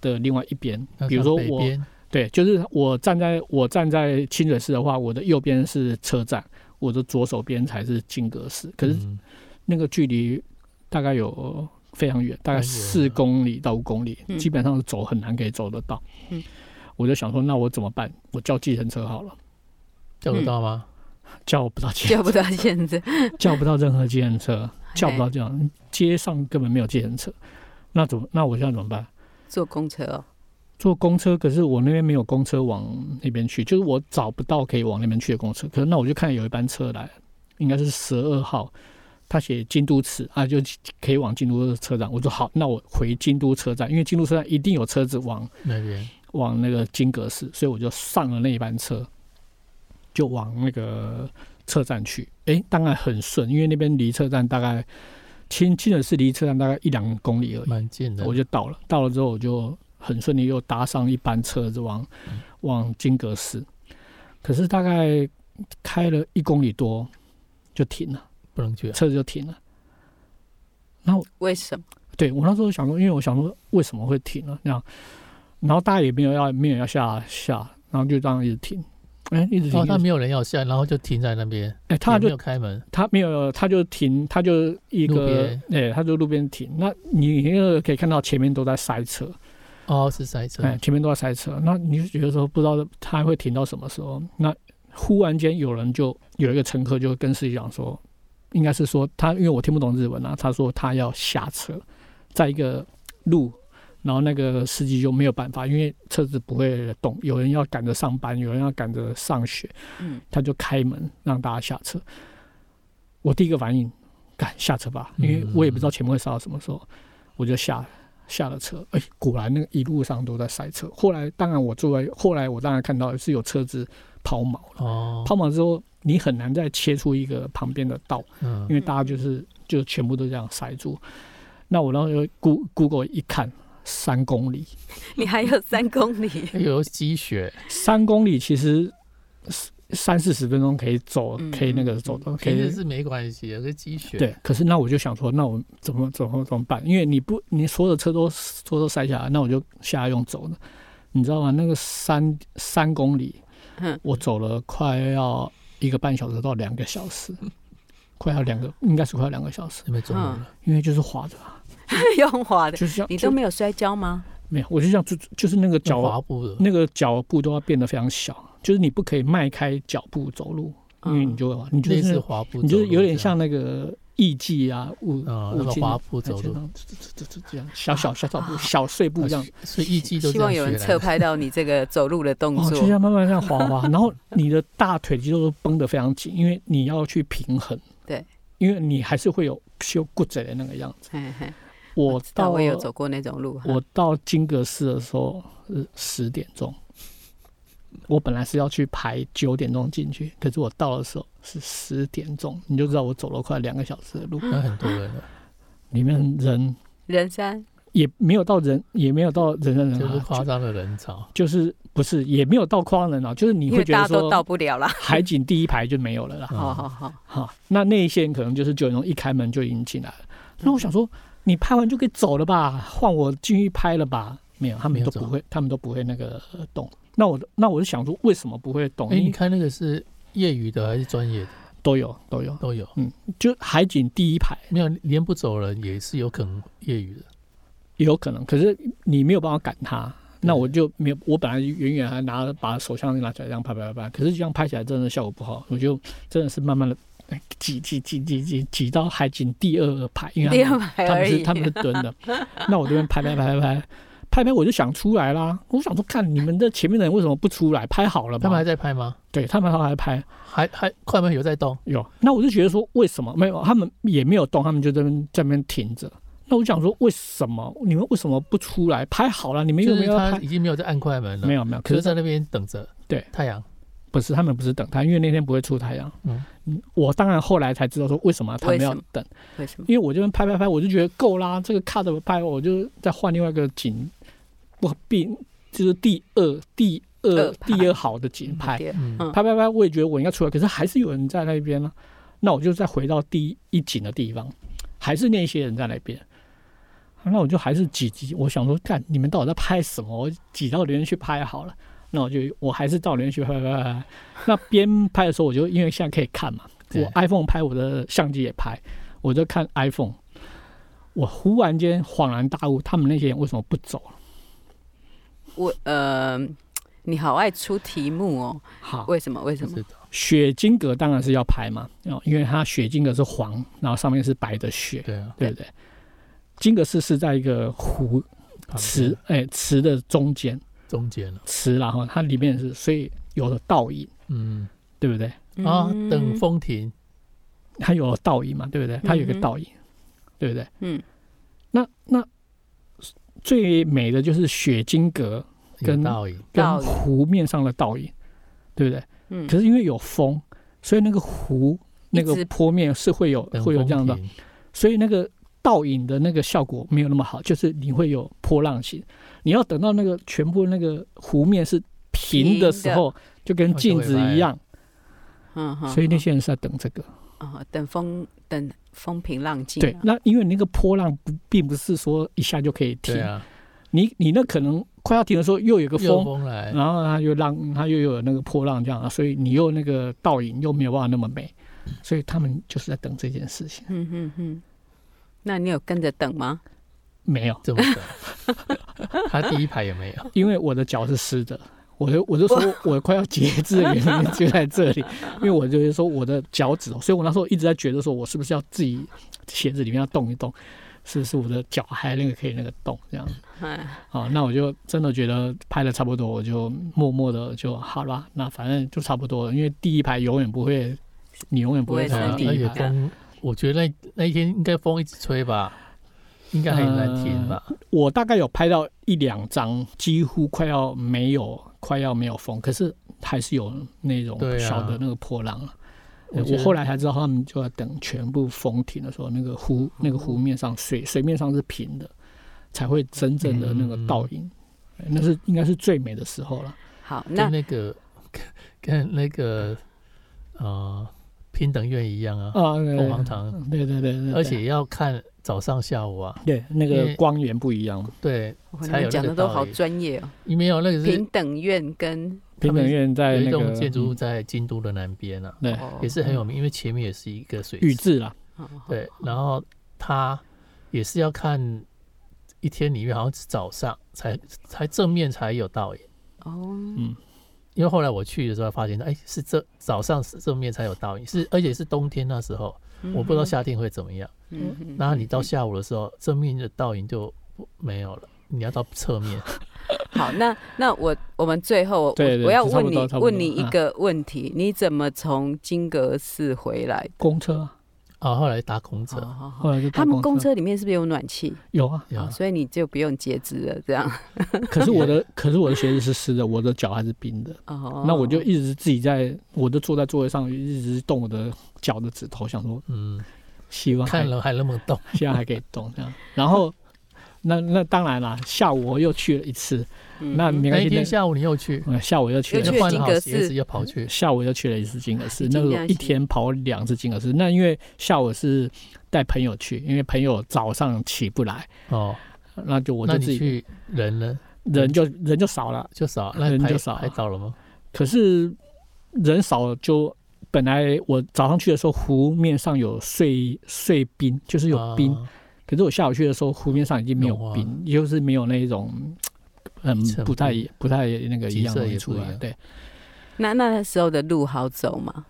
[SPEAKER 3] 的另外一边
[SPEAKER 2] 那。
[SPEAKER 3] 比如说
[SPEAKER 2] 像北
[SPEAKER 3] 我
[SPEAKER 2] 边
[SPEAKER 3] 对，就是我站在我站在清水寺的话，我的右边是车站，我的左手边才是金阁寺。可是
[SPEAKER 2] 嗯
[SPEAKER 3] 那个距离大概有非常远，大概
[SPEAKER 2] 蛮远的
[SPEAKER 3] 四公里到五公里，
[SPEAKER 1] 嗯
[SPEAKER 3] 基本上走很难可以走得到。
[SPEAKER 1] 嗯
[SPEAKER 3] 我就想说，那我怎么办？我叫计程车好了，
[SPEAKER 2] 叫得到吗？
[SPEAKER 3] 叫不到计程
[SPEAKER 1] 叫不到现在。
[SPEAKER 3] 叫不到任何计程 车，叫不
[SPEAKER 1] 哎
[SPEAKER 3] 到这样，街上根本没有计程车，那怎么？那我现在怎么办？
[SPEAKER 1] 坐公车哦，
[SPEAKER 3] 坐公车，可是我那边没有公车往那边去，就是我找不到可以往那边去的公车。可是那我就看有一班车来，应该是十二号，他写京都池啊，就可以往京都车站。我说好，那我回京都车站，因为京都车站一定有车子往
[SPEAKER 2] 那边
[SPEAKER 3] 往那个金阁寺，所以我就上了那一班车，就往那个车站去。诶，当然很顺，因为那边离车站大概清清水寺离车站大概一两公里而已，
[SPEAKER 2] 蛮近的
[SPEAKER 3] 我。就到了。到了之后，我就很顺利又搭上一班车子往
[SPEAKER 2] 嗯
[SPEAKER 3] 往金阁寺。可是大概开了一公里多就停了，
[SPEAKER 2] 不能去啊，
[SPEAKER 3] 车子就停了。
[SPEAKER 1] 为什么？
[SPEAKER 3] 对我那时候想说，因为我想说为什么会停呢？那样，然后大家也没有要没有要下下，然后就这样一直停，哎、一直停。
[SPEAKER 2] 哦，
[SPEAKER 3] 一直
[SPEAKER 2] 他
[SPEAKER 3] 停
[SPEAKER 2] 没有人要下，然后就停在那边，
[SPEAKER 3] 哎、他
[SPEAKER 2] 也没
[SPEAKER 3] 就
[SPEAKER 2] 有开门，
[SPEAKER 3] 他没有，他就停，他就一
[SPEAKER 2] 路
[SPEAKER 3] 个
[SPEAKER 2] 边，
[SPEAKER 3] 哎、他就路边停。那你那个可以看到前面都在塞车，
[SPEAKER 2] 哦，是塞车
[SPEAKER 3] 哎、，前面都在塞车。那你就觉得说不知道他会停到什么时候。那忽然间有人就有一个乘客就跟司机讲说，应该是说他因为我听不懂日文啊，他说他要下车，在一个路，然后那个司机就没有办法，因为车子不会动，有人要赶着上班，有人要赶着上学，
[SPEAKER 1] 嗯，
[SPEAKER 3] 他就开门让大家下车。我第一个反应，赶下车吧，因为我也不知道前面会塞到什么时候，我就下下了车。哎、果然那个一路上都在塞车。后来当然我作为后来我当然看到是有车子抛锚，
[SPEAKER 2] 哦，
[SPEAKER 3] 抛锚之后你很难再切出一个旁边的道，
[SPEAKER 2] 嗯
[SPEAKER 3] 因为大家就是就全部都这样塞住。那我然后就 Goo- Google 一看，三公里，
[SPEAKER 1] 你还有三公里，
[SPEAKER 2] 哎有积雪，
[SPEAKER 3] 三公里其实三三四十分钟可以走，
[SPEAKER 1] 嗯
[SPEAKER 3] 可以那个走到，可
[SPEAKER 2] 平
[SPEAKER 3] 以
[SPEAKER 2] 时是没关系，有个积雪，
[SPEAKER 3] 对，可是那我就想说，那我怎么怎么怎么办？因为你不，你所有的车都都都塞下来，那我就下来用走的，你知道吗？那个三三公里，
[SPEAKER 1] 嗯
[SPEAKER 3] 我走了快要一个半小时到两个小时，快要两个，应该是快要两个小时，
[SPEAKER 1] 嗯
[SPEAKER 2] 那边中午了，
[SPEAKER 3] 因为就是滑着，
[SPEAKER 1] 用滑的，
[SPEAKER 3] 就是这样，
[SPEAKER 1] 你
[SPEAKER 3] 就
[SPEAKER 1] 都没有摔跤吗？
[SPEAKER 3] 没有，我就这样，就就是那个
[SPEAKER 2] 用
[SPEAKER 3] 脚啊
[SPEAKER 2] 滑步的，
[SPEAKER 3] 那个脚步都要变得非常小，就是你不可以迈开脚步走路，因
[SPEAKER 1] 嗯
[SPEAKER 3] 为你就会你就
[SPEAKER 2] 嗯类似
[SPEAKER 3] 是
[SPEAKER 2] 滑步走路
[SPEAKER 3] 你
[SPEAKER 2] 这
[SPEAKER 3] 就
[SPEAKER 2] 样，
[SPEAKER 3] 是有点像那个艺伎啊，舞
[SPEAKER 2] 啊，
[SPEAKER 3] 舞
[SPEAKER 2] 那个
[SPEAKER 3] 伎
[SPEAKER 2] 滑步
[SPEAKER 3] 走
[SPEAKER 2] 走路，呃
[SPEAKER 3] 路，这这这样小小小小步小碎步这样，
[SPEAKER 2] 啊所以艺伎都
[SPEAKER 1] 希望有人侧
[SPEAKER 2] 测，
[SPEAKER 1] 拍到你这个走路的动
[SPEAKER 3] 哦， 就这
[SPEAKER 1] 作。
[SPEAKER 3] 样慢慢这样滑滑，然后你的大腿肌肉都绷得非常紧，因为你要去平衡。
[SPEAKER 1] 对，
[SPEAKER 3] 因为你还是会有修骨折的那个样子。
[SPEAKER 1] 嘿嘿
[SPEAKER 3] 我
[SPEAKER 1] 知道
[SPEAKER 3] 到
[SPEAKER 1] 我有走过那种路，哈
[SPEAKER 3] 我到金阁寺的时候是十点钟，我本来是要去排九点钟进去，可是我到的时候是十点钟，你就知道我走了快两个小时的路，
[SPEAKER 2] 那很多 人了，
[SPEAKER 3] 里面人
[SPEAKER 1] 人山
[SPEAKER 3] 也没有到人，也没有到人山人
[SPEAKER 2] 就是
[SPEAKER 3] 海，
[SPEAKER 2] 夸张的人潮，
[SPEAKER 3] 就是不是也没有到夸张人啊，就是你
[SPEAKER 1] 因
[SPEAKER 3] 会
[SPEAKER 1] 为
[SPEAKER 3] 觉
[SPEAKER 1] 大
[SPEAKER 3] 得
[SPEAKER 1] 家都
[SPEAKER 3] 说
[SPEAKER 1] 到不了啦。
[SPEAKER 3] 海景第一排就没有了啦。
[SPEAKER 2] 嗯
[SPEAKER 1] 好好好，
[SPEAKER 3] 哈，那那一些人可能就是九点钟一开门就已经进来了。
[SPEAKER 1] 嗯
[SPEAKER 3] 那我想说，你拍完就可以走了吧，换我进去拍了吧？没有，他
[SPEAKER 2] 没有
[SPEAKER 3] 们都
[SPEAKER 2] 走啊
[SPEAKER 3] 不会，他们都不会那个呃动。那我那我就想说，为什么不会动？
[SPEAKER 2] 哎，
[SPEAKER 3] 因
[SPEAKER 2] 你
[SPEAKER 3] 为
[SPEAKER 2] 看那个是业余的还是专业的
[SPEAKER 3] 都有都有，
[SPEAKER 2] 都有，
[SPEAKER 3] 就海景第一排
[SPEAKER 2] 没有连不走人也是有可能业余的，
[SPEAKER 3] 也有可能，可是你没有办法赶他。那我就没有，我本来远远还拿把手枪拿起来这样拍拍拍拍，可是这样拍起来真的效果不好，我就真的是慢慢的挤挤挤挤挤挤到海景第二排，因为他
[SPEAKER 1] 第
[SPEAKER 3] 们
[SPEAKER 1] 二排
[SPEAKER 3] 他们
[SPEAKER 1] 而
[SPEAKER 3] 是
[SPEAKER 1] 已。
[SPEAKER 3] 他们是蹲的，那我这边拍拍拍拍拍，拍拍我就想出来啦。我想说，看你们的前面的人为什么不出来拍好了
[SPEAKER 2] 他们还
[SPEAKER 3] 嘛？
[SPEAKER 2] 在拍吗？
[SPEAKER 3] 对他们还拍
[SPEAKER 2] 还还快门有在动，
[SPEAKER 3] 有，那我就觉得说为什么没有？他们也没有动，他们就在那边在那边停着。那我想说，为什么你们为什么不出来拍好了？你们
[SPEAKER 2] 就
[SPEAKER 3] 有没
[SPEAKER 2] 是
[SPEAKER 3] 有
[SPEAKER 2] 他
[SPEAKER 3] 拍？
[SPEAKER 2] 已经没有在按快门了，
[SPEAKER 3] 没有没有，
[SPEAKER 2] 可
[SPEAKER 3] 可
[SPEAKER 2] 是
[SPEAKER 3] 是
[SPEAKER 2] 在那边等着。
[SPEAKER 3] 对，
[SPEAKER 2] 太阳
[SPEAKER 3] 不是他们不是等他，因为那天不会出太阳。
[SPEAKER 2] 嗯
[SPEAKER 3] 嗯，我当然后来才知道说为什么他们
[SPEAKER 1] 为
[SPEAKER 3] 要
[SPEAKER 1] 什么
[SPEAKER 3] 等，
[SPEAKER 1] 为什么？
[SPEAKER 3] 因为我这边拍拍拍，我就觉得够啦，这个 cut 拍，我就再换另外一个景，不并就是第二第二
[SPEAKER 1] 二拍
[SPEAKER 3] 第二好的景拍，
[SPEAKER 1] 第二
[SPEAKER 2] 嗯
[SPEAKER 1] 嗯
[SPEAKER 3] 拍拍拍，我也觉得我应该出来，可是还是有人在那边呢、啊那我就再回到第一景的地方，还是那些人在那边。那我就还是挤挤，我想说，看你们到底在拍什么？我挤到留言区拍好了。那我就我还是到留言区拍拍拍拍。那边拍的时候，我就因为现在可以看嘛，
[SPEAKER 2] 对
[SPEAKER 3] 我 iPhone 拍，我的相机也拍，我就看 iPhone。我忽然间恍然大悟，他们那些人为什么不走？
[SPEAKER 1] 我呃，你好爱出题目哦，
[SPEAKER 3] 好，
[SPEAKER 1] 为什么？为
[SPEAKER 2] 不
[SPEAKER 1] 什么
[SPEAKER 2] 知？道，
[SPEAKER 3] 雪晶格当然是要拍嘛，哦，因为它雪晶格是黄，然后上面是白的雪，
[SPEAKER 2] 对啊，
[SPEAKER 3] 对不对？金格是是在一个湖
[SPEAKER 2] 旁边
[SPEAKER 3] 池，哎，池的中间，
[SPEAKER 2] 中间了，
[SPEAKER 3] 池然后它里面是，所以有了倒影，
[SPEAKER 2] 嗯
[SPEAKER 3] 对不对？
[SPEAKER 2] 啊，
[SPEAKER 1] 嗯
[SPEAKER 2] 等风停，
[SPEAKER 3] 它有了倒影嘛，对不对？它有一个
[SPEAKER 1] 嗯哼
[SPEAKER 3] 倒影，对不对？
[SPEAKER 1] 嗯，
[SPEAKER 3] 那那最美的就是雪晶格跟
[SPEAKER 2] 有倒影，
[SPEAKER 3] 跟
[SPEAKER 1] 倒影
[SPEAKER 3] 湖面上的倒影，对不对？
[SPEAKER 1] 嗯
[SPEAKER 3] 可是因为有风，所以那个湖那个
[SPEAKER 1] 一直
[SPEAKER 3] 坡面是会有
[SPEAKER 2] 等
[SPEAKER 3] 会有这样的
[SPEAKER 2] 风，停，
[SPEAKER 3] 所以那个倒影的那个效果没有那么好，就是你会有波浪形。你要等到那个全部那个湖面是平的时候，就跟镜子一样。
[SPEAKER 1] 嗯哼
[SPEAKER 3] 所以那些人是在等这个。
[SPEAKER 1] 啊，等风等风平浪静
[SPEAKER 3] 对
[SPEAKER 1] 啊，，
[SPEAKER 3] 那因为那个波浪不并不是说一下就可以停
[SPEAKER 2] 对，啊，
[SPEAKER 3] 你你那可能快要停的时候又有个
[SPEAKER 2] 又
[SPEAKER 3] 风。嗯
[SPEAKER 2] 风来，
[SPEAKER 3] 然后它又浪，它又有那个波浪这样啊，所以你又那个倒影又没有办法那么美，所以他们就是在等这件事情。
[SPEAKER 1] 嗯哼哼。那你有跟着等吗？
[SPEAKER 3] 没有，
[SPEAKER 2] 这么等， 他第一排也没有，
[SPEAKER 3] 因为我的脚是湿的，我就我就说我快要截肢的原因就在这里，因为我就是说我的脚趾，所以我那时候一直在觉得说我是不是要自己鞋子里面要动一动，是不是我的脚还那个可以那个动这样子
[SPEAKER 1] 哎，
[SPEAKER 3] 啊？那我就真的觉得拍的差不多，我就默默的就好啦，那反正就差不多了，因为第一排永远不会，你永远不会
[SPEAKER 1] 不会
[SPEAKER 3] 在
[SPEAKER 1] 是
[SPEAKER 2] 啊而
[SPEAKER 3] 第
[SPEAKER 1] 第
[SPEAKER 3] 一
[SPEAKER 2] 且
[SPEAKER 3] 排。
[SPEAKER 2] 风，我觉得那那一天应该风一直吹吧，应该还很
[SPEAKER 3] 呃
[SPEAKER 2] 难停吧，
[SPEAKER 3] 我大概有拍到一两张，几乎快要没有，快要没有风，可是还是有那种
[SPEAKER 2] 对啊
[SPEAKER 3] 小的那个波浪啊。
[SPEAKER 2] 我
[SPEAKER 3] 我
[SPEAKER 2] 觉得
[SPEAKER 3] 后来才知道，他们就要等全部风停的时候，那个湖
[SPEAKER 2] 嗯
[SPEAKER 3] 那个湖面上水水面上是平的，才会真正的那个倒影，
[SPEAKER 2] 嗯
[SPEAKER 3] 哎那是应该是最美的时候了。
[SPEAKER 1] 好，那
[SPEAKER 2] 跟那个跟跟那个呃平等院一样啊，
[SPEAKER 3] 啊，
[SPEAKER 2] 凤凰堂，
[SPEAKER 3] 对对对对，
[SPEAKER 2] 而且要看早上下午啊，
[SPEAKER 3] 对那
[SPEAKER 2] 因
[SPEAKER 3] 个
[SPEAKER 2] 为
[SPEAKER 3] 光源不一样，
[SPEAKER 2] 对，
[SPEAKER 1] 哇你
[SPEAKER 2] 才
[SPEAKER 1] 们
[SPEAKER 2] 有那个
[SPEAKER 1] 讲的都
[SPEAKER 2] 道
[SPEAKER 1] 好
[SPEAKER 2] 理
[SPEAKER 1] 专业哦。
[SPEAKER 2] 没有那个是
[SPEAKER 1] 平等院跟
[SPEAKER 3] 平等院在
[SPEAKER 2] 有一
[SPEAKER 3] 那
[SPEAKER 2] 栋
[SPEAKER 3] 个嗯
[SPEAKER 2] 建筑物在京都的南边啊，
[SPEAKER 3] 对
[SPEAKER 1] 哦
[SPEAKER 2] 也是很有名，因为前面也是一个水
[SPEAKER 3] 宇
[SPEAKER 2] 池，
[SPEAKER 3] 治啦，
[SPEAKER 1] 好好
[SPEAKER 2] 对，然后它也是要看一天里面好像是早上才才正面才有倒影，
[SPEAKER 1] 哦，
[SPEAKER 3] 嗯，
[SPEAKER 2] 因为后来我去的时候发现，哎，是这早上是正面才有倒影，是而且是冬天那时候，
[SPEAKER 3] 嗯
[SPEAKER 2] 我不知道夏天会怎么样，
[SPEAKER 1] 嗯哼，
[SPEAKER 2] 然后你到下午的时候，正面的倒影就不没有了。你要到侧面，
[SPEAKER 1] 好，那那我我们最后我
[SPEAKER 3] 对对
[SPEAKER 1] 我要
[SPEAKER 3] 差
[SPEAKER 1] 问
[SPEAKER 3] 不
[SPEAKER 1] 你
[SPEAKER 3] 多差不多嗯
[SPEAKER 1] 问你一个问题，你怎么从金阁寺回来？
[SPEAKER 3] 公车啊
[SPEAKER 2] 啊，后来搭公车，
[SPEAKER 1] 好好好
[SPEAKER 3] 哦后来就
[SPEAKER 1] 哦
[SPEAKER 3] 搭
[SPEAKER 1] 他们
[SPEAKER 3] 公
[SPEAKER 1] 公车里面是不是有暖气？
[SPEAKER 3] 有啊，
[SPEAKER 2] 有
[SPEAKER 1] 哦所以你就不用截肢了，这样。
[SPEAKER 3] 可是我的， 可是我的鞋子是湿的，我的脚还是冰的。
[SPEAKER 1] 哦，
[SPEAKER 3] 那我就一直自己在，我就坐在座位上，一直动我的脚的指头，想说
[SPEAKER 2] 嗯，
[SPEAKER 3] 希望 还
[SPEAKER 2] 看了还能不能动？
[SPEAKER 3] 希望还可以动这样。然后，那那当然啦，下午我又去了一次，
[SPEAKER 1] 嗯
[SPEAKER 3] 那没
[SPEAKER 2] 那
[SPEAKER 3] 关系
[SPEAKER 2] 一天
[SPEAKER 3] 那
[SPEAKER 2] 下午你又去，
[SPEAKER 3] 嗯下午又去
[SPEAKER 1] 又
[SPEAKER 3] 了
[SPEAKER 1] 去
[SPEAKER 2] 就
[SPEAKER 1] 了
[SPEAKER 2] 换
[SPEAKER 1] 金
[SPEAKER 2] 好
[SPEAKER 1] 阁
[SPEAKER 2] 鞋子
[SPEAKER 1] 寺
[SPEAKER 2] 又跑去，
[SPEAKER 3] 下午又去了一次金额寺，
[SPEAKER 1] 已经
[SPEAKER 3] 那个
[SPEAKER 1] 练
[SPEAKER 3] 一
[SPEAKER 1] 习
[SPEAKER 3] 天跑两次金额寺。那因为下午是带朋友去，因为朋友早上起不来，
[SPEAKER 2] 哦，
[SPEAKER 3] 那就我
[SPEAKER 2] 那
[SPEAKER 3] 就
[SPEAKER 2] 你
[SPEAKER 3] 自己
[SPEAKER 2] 去人呢
[SPEAKER 3] 人就人就少了。
[SPEAKER 2] 就少，那
[SPEAKER 3] 人
[SPEAKER 2] 排
[SPEAKER 3] 就少
[SPEAKER 2] 排到了吗？
[SPEAKER 3] 可是人少就本来我早上去的时候，湖面上有碎碎冰，就是有冰。
[SPEAKER 2] 啊
[SPEAKER 3] 可是我下午去的时候，湖面上已经没有
[SPEAKER 2] 有啊
[SPEAKER 3] 冰，也就是没有那一种嗯
[SPEAKER 2] 成
[SPEAKER 3] 不太不太那个一样的
[SPEAKER 2] 景色也
[SPEAKER 3] 出
[SPEAKER 2] 不一
[SPEAKER 3] 来。
[SPEAKER 2] 样
[SPEAKER 3] 对，
[SPEAKER 1] 那那时候的路好走吗？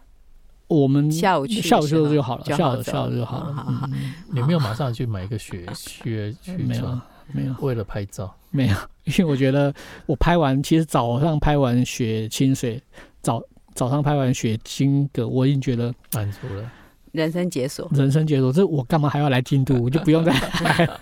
[SPEAKER 3] 我们
[SPEAKER 1] 下午去的
[SPEAKER 3] 下午去
[SPEAKER 1] 时候
[SPEAKER 3] 就好了，
[SPEAKER 1] 就
[SPEAKER 3] 下
[SPEAKER 1] 好
[SPEAKER 3] 午
[SPEAKER 1] 走
[SPEAKER 3] 下午就好了。
[SPEAKER 1] 好好好
[SPEAKER 3] 嗯
[SPEAKER 1] 啊
[SPEAKER 2] 你没有马上去买一个雪靴去
[SPEAKER 3] 没有
[SPEAKER 2] 穿？
[SPEAKER 3] 啊没有
[SPEAKER 2] 为了拍照。
[SPEAKER 3] 没有，因为我觉得我拍完，其实早上拍完雪清水，早早上拍完雪金阁，我已经觉得
[SPEAKER 2] 满足了，
[SPEAKER 1] 人生解锁。
[SPEAKER 3] 人生解锁，这我干嘛还要来京都？我就不用再 来了。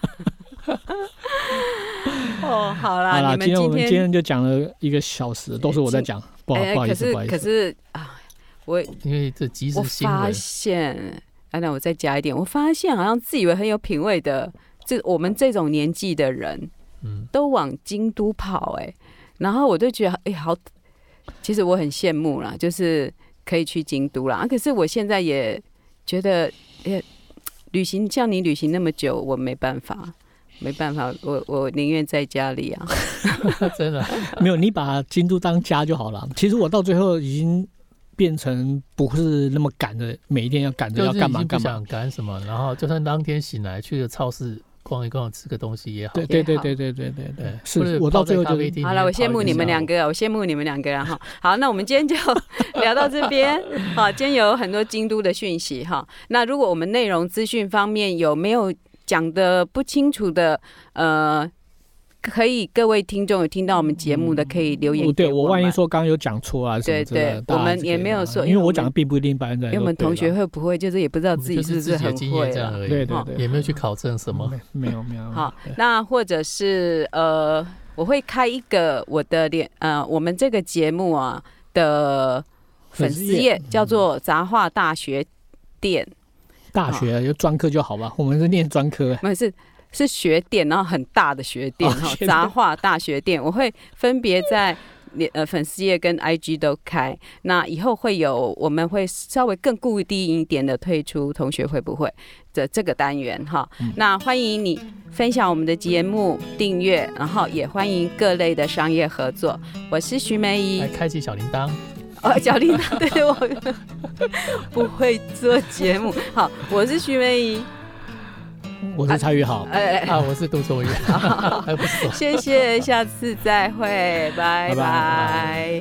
[SPEAKER 1] 哦，好啦，
[SPEAKER 3] 好啦，
[SPEAKER 1] 你
[SPEAKER 3] 今天我
[SPEAKER 1] 们
[SPEAKER 3] 们
[SPEAKER 1] 今
[SPEAKER 3] 今天就讲了一个小时，都是我在
[SPEAKER 1] 今
[SPEAKER 3] 讲，不好
[SPEAKER 1] 哎
[SPEAKER 3] 不好意
[SPEAKER 1] 可
[SPEAKER 3] 思，
[SPEAKER 1] 是
[SPEAKER 3] 不好意
[SPEAKER 1] 可
[SPEAKER 3] 思。
[SPEAKER 1] 是啊，我
[SPEAKER 2] 因为这即
[SPEAKER 1] 我
[SPEAKER 2] 时新
[SPEAKER 1] 发
[SPEAKER 2] 闻，
[SPEAKER 1] 现，啊，那我再加一点，我发现好像自以为很有品味的，这我们这种年纪的人
[SPEAKER 2] 嗯，
[SPEAKER 1] 都往京都跑、哎，然后我就觉得，哎、好，其实我很羡慕啦，就是可以去京都啦。啊、可是我现在也觉得，也旅行像你旅行那么久，我没办法。没办法，我我宁愿在家里啊。
[SPEAKER 2] 真 的，
[SPEAKER 3] 没有，你把京都当家就好了。其实我到最后已经变成不是那么赶着，每一天要赶着
[SPEAKER 2] 就
[SPEAKER 3] 要
[SPEAKER 2] 是
[SPEAKER 3] 干
[SPEAKER 2] 已
[SPEAKER 3] 嘛
[SPEAKER 2] 经不
[SPEAKER 3] 干嘛。
[SPEAKER 2] 想赶什么，然后就算当天醒来去个超市逛一逛，吃个东西也好
[SPEAKER 3] 对，对对
[SPEAKER 1] 也好
[SPEAKER 3] 对对对对对
[SPEAKER 2] 对，，
[SPEAKER 3] 是
[SPEAKER 2] 或者
[SPEAKER 3] 是我到
[SPEAKER 2] 泡在
[SPEAKER 3] 最后
[SPEAKER 2] 咖
[SPEAKER 3] 就
[SPEAKER 2] 啡
[SPEAKER 3] 是
[SPEAKER 2] 厅
[SPEAKER 1] 好
[SPEAKER 2] 里
[SPEAKER 1] 了，
[SPEAKER 2] 面
[SPEAKER 1] 我
[SPEAKER 2] 泡一
[SPEAKER 1] 羡慕
[SPEAKER 2] 个
[SPEAKER 1] 你们
[SPEAKER 2] 下
[SPEAKER 1] 两
[SPEAKER 2] 午
[SPEAKER 1] 个，啊我羡慕你们两个了哈。好，那我们今天就 聊到这 边。好，今天有很多京都的讯息哈。那如果我们内容资讯方面有没有讲的不清楚的，呃，可以各位听众有听到我们节目的，可以留言
[SPEAKER 2] 嗯
[SPEAKER 3] 我
[SPEAKER 1] 给
[SPEAKER 3] 哦对
[SPEAKER 1] 我
[SPEAKER 3] 我
[SPEAKER 1] 们
[SPEAKER 3] 万一，说刚刚有讲错啊什么
[SPEAKER 1] 对
[SPEAKER 3] 之类的
[SPEAKER 1] 对
[SPEAKER 3] 大家
[SPEAKER 1] 我们
[SPEAKER 3] 自己
[SPEAKER 1] 也没有
[SPEAKER 3] 拿
[SPEAKER 1] 说因
[SPEAKER 3] 因
[SPEAKER 1] 为
[SPEAKER 3] 为
[SPEAKER 1] 我
[SPEAKER 3] 我
[SPEAKER 1] 们
[SPEAKER 3] 讲的并不一定百分之百
[SPEAKER 1] 因为
[SPEAKER 3] 都对啦。
[SPEAKER 1] 我们同学会不会就是也不知道
[SPEAKER 2] 我们
[SPEAKER 1] 自己
[SPEAKER 2] 就
[SPEAKER 1] 不
[SPEAKER 2] 是是自己的
[SPEAKER 1] 很
[SPEAKER 2] 经
[SPEAKER 1] 会
[SPEAKER 2] 验这样
[SPEAKER 1] 了
[SPEAKER 2] 而已，
[SPEAKER 3] 对
[SPEAKER 1] 哦
[SPEAKER 3] 对对，
[SPEAKER 2] 也没有去考证什 么，
[SPEAKER 3] 没有没有。
[SPEAKER 1] 好
[SPEAKER 3] 啊对，
[SPEAKER 1] 那或者是呃，我会开一个我的脸呃，我们这个节目啊的粉
[SPEAKER 3] 粉
[SPEAKER 1] 丝
[SPEAKER 3] 丝嗯
[SPEAKER 1] 页叫做杂话大学店，
[SPEAKER 3] 大学有专科就好吧，我们是念专 科。
[SPEAKER 1] 不是是学店，然后很大的学店
[SPEAKER 3] 哦
[SPEAKER 1] 哈，
[SPEAKER 3] 学店
[SPEAKER 1] 杂话大学店，我会分别在。脸呃，粉丝页跟 IG 都开，那以后会有，我们会稍微更固定一点的推出。同学会不会的这个单元哈？
[SPEAKER 3] 嗯
[SPEAKER 1] 那欢迎你分享我们的节目，订阅，然后也欢迎各类的商业合作。我是徐梅姨
[SPEAKER 2] 来，
[SPEAKER 3] 哎
[SPEAKER 2] 开启小铃铛。
[SPEAKER 1] 哦，小琳娜， 对对，我不会做节目。好，我是徐梅姨，嗯
[SPEAKER 3] 我是蔡宇好，
[SPEAKER 1] 呃，
[SPEAKER 2] 啊，我是杜 仲宇，还不错。
[SPEAKER 1] 谢谢，下次再会，拜
[SPEAKER 3] 拜拜
[SPEAKER 1] 拜。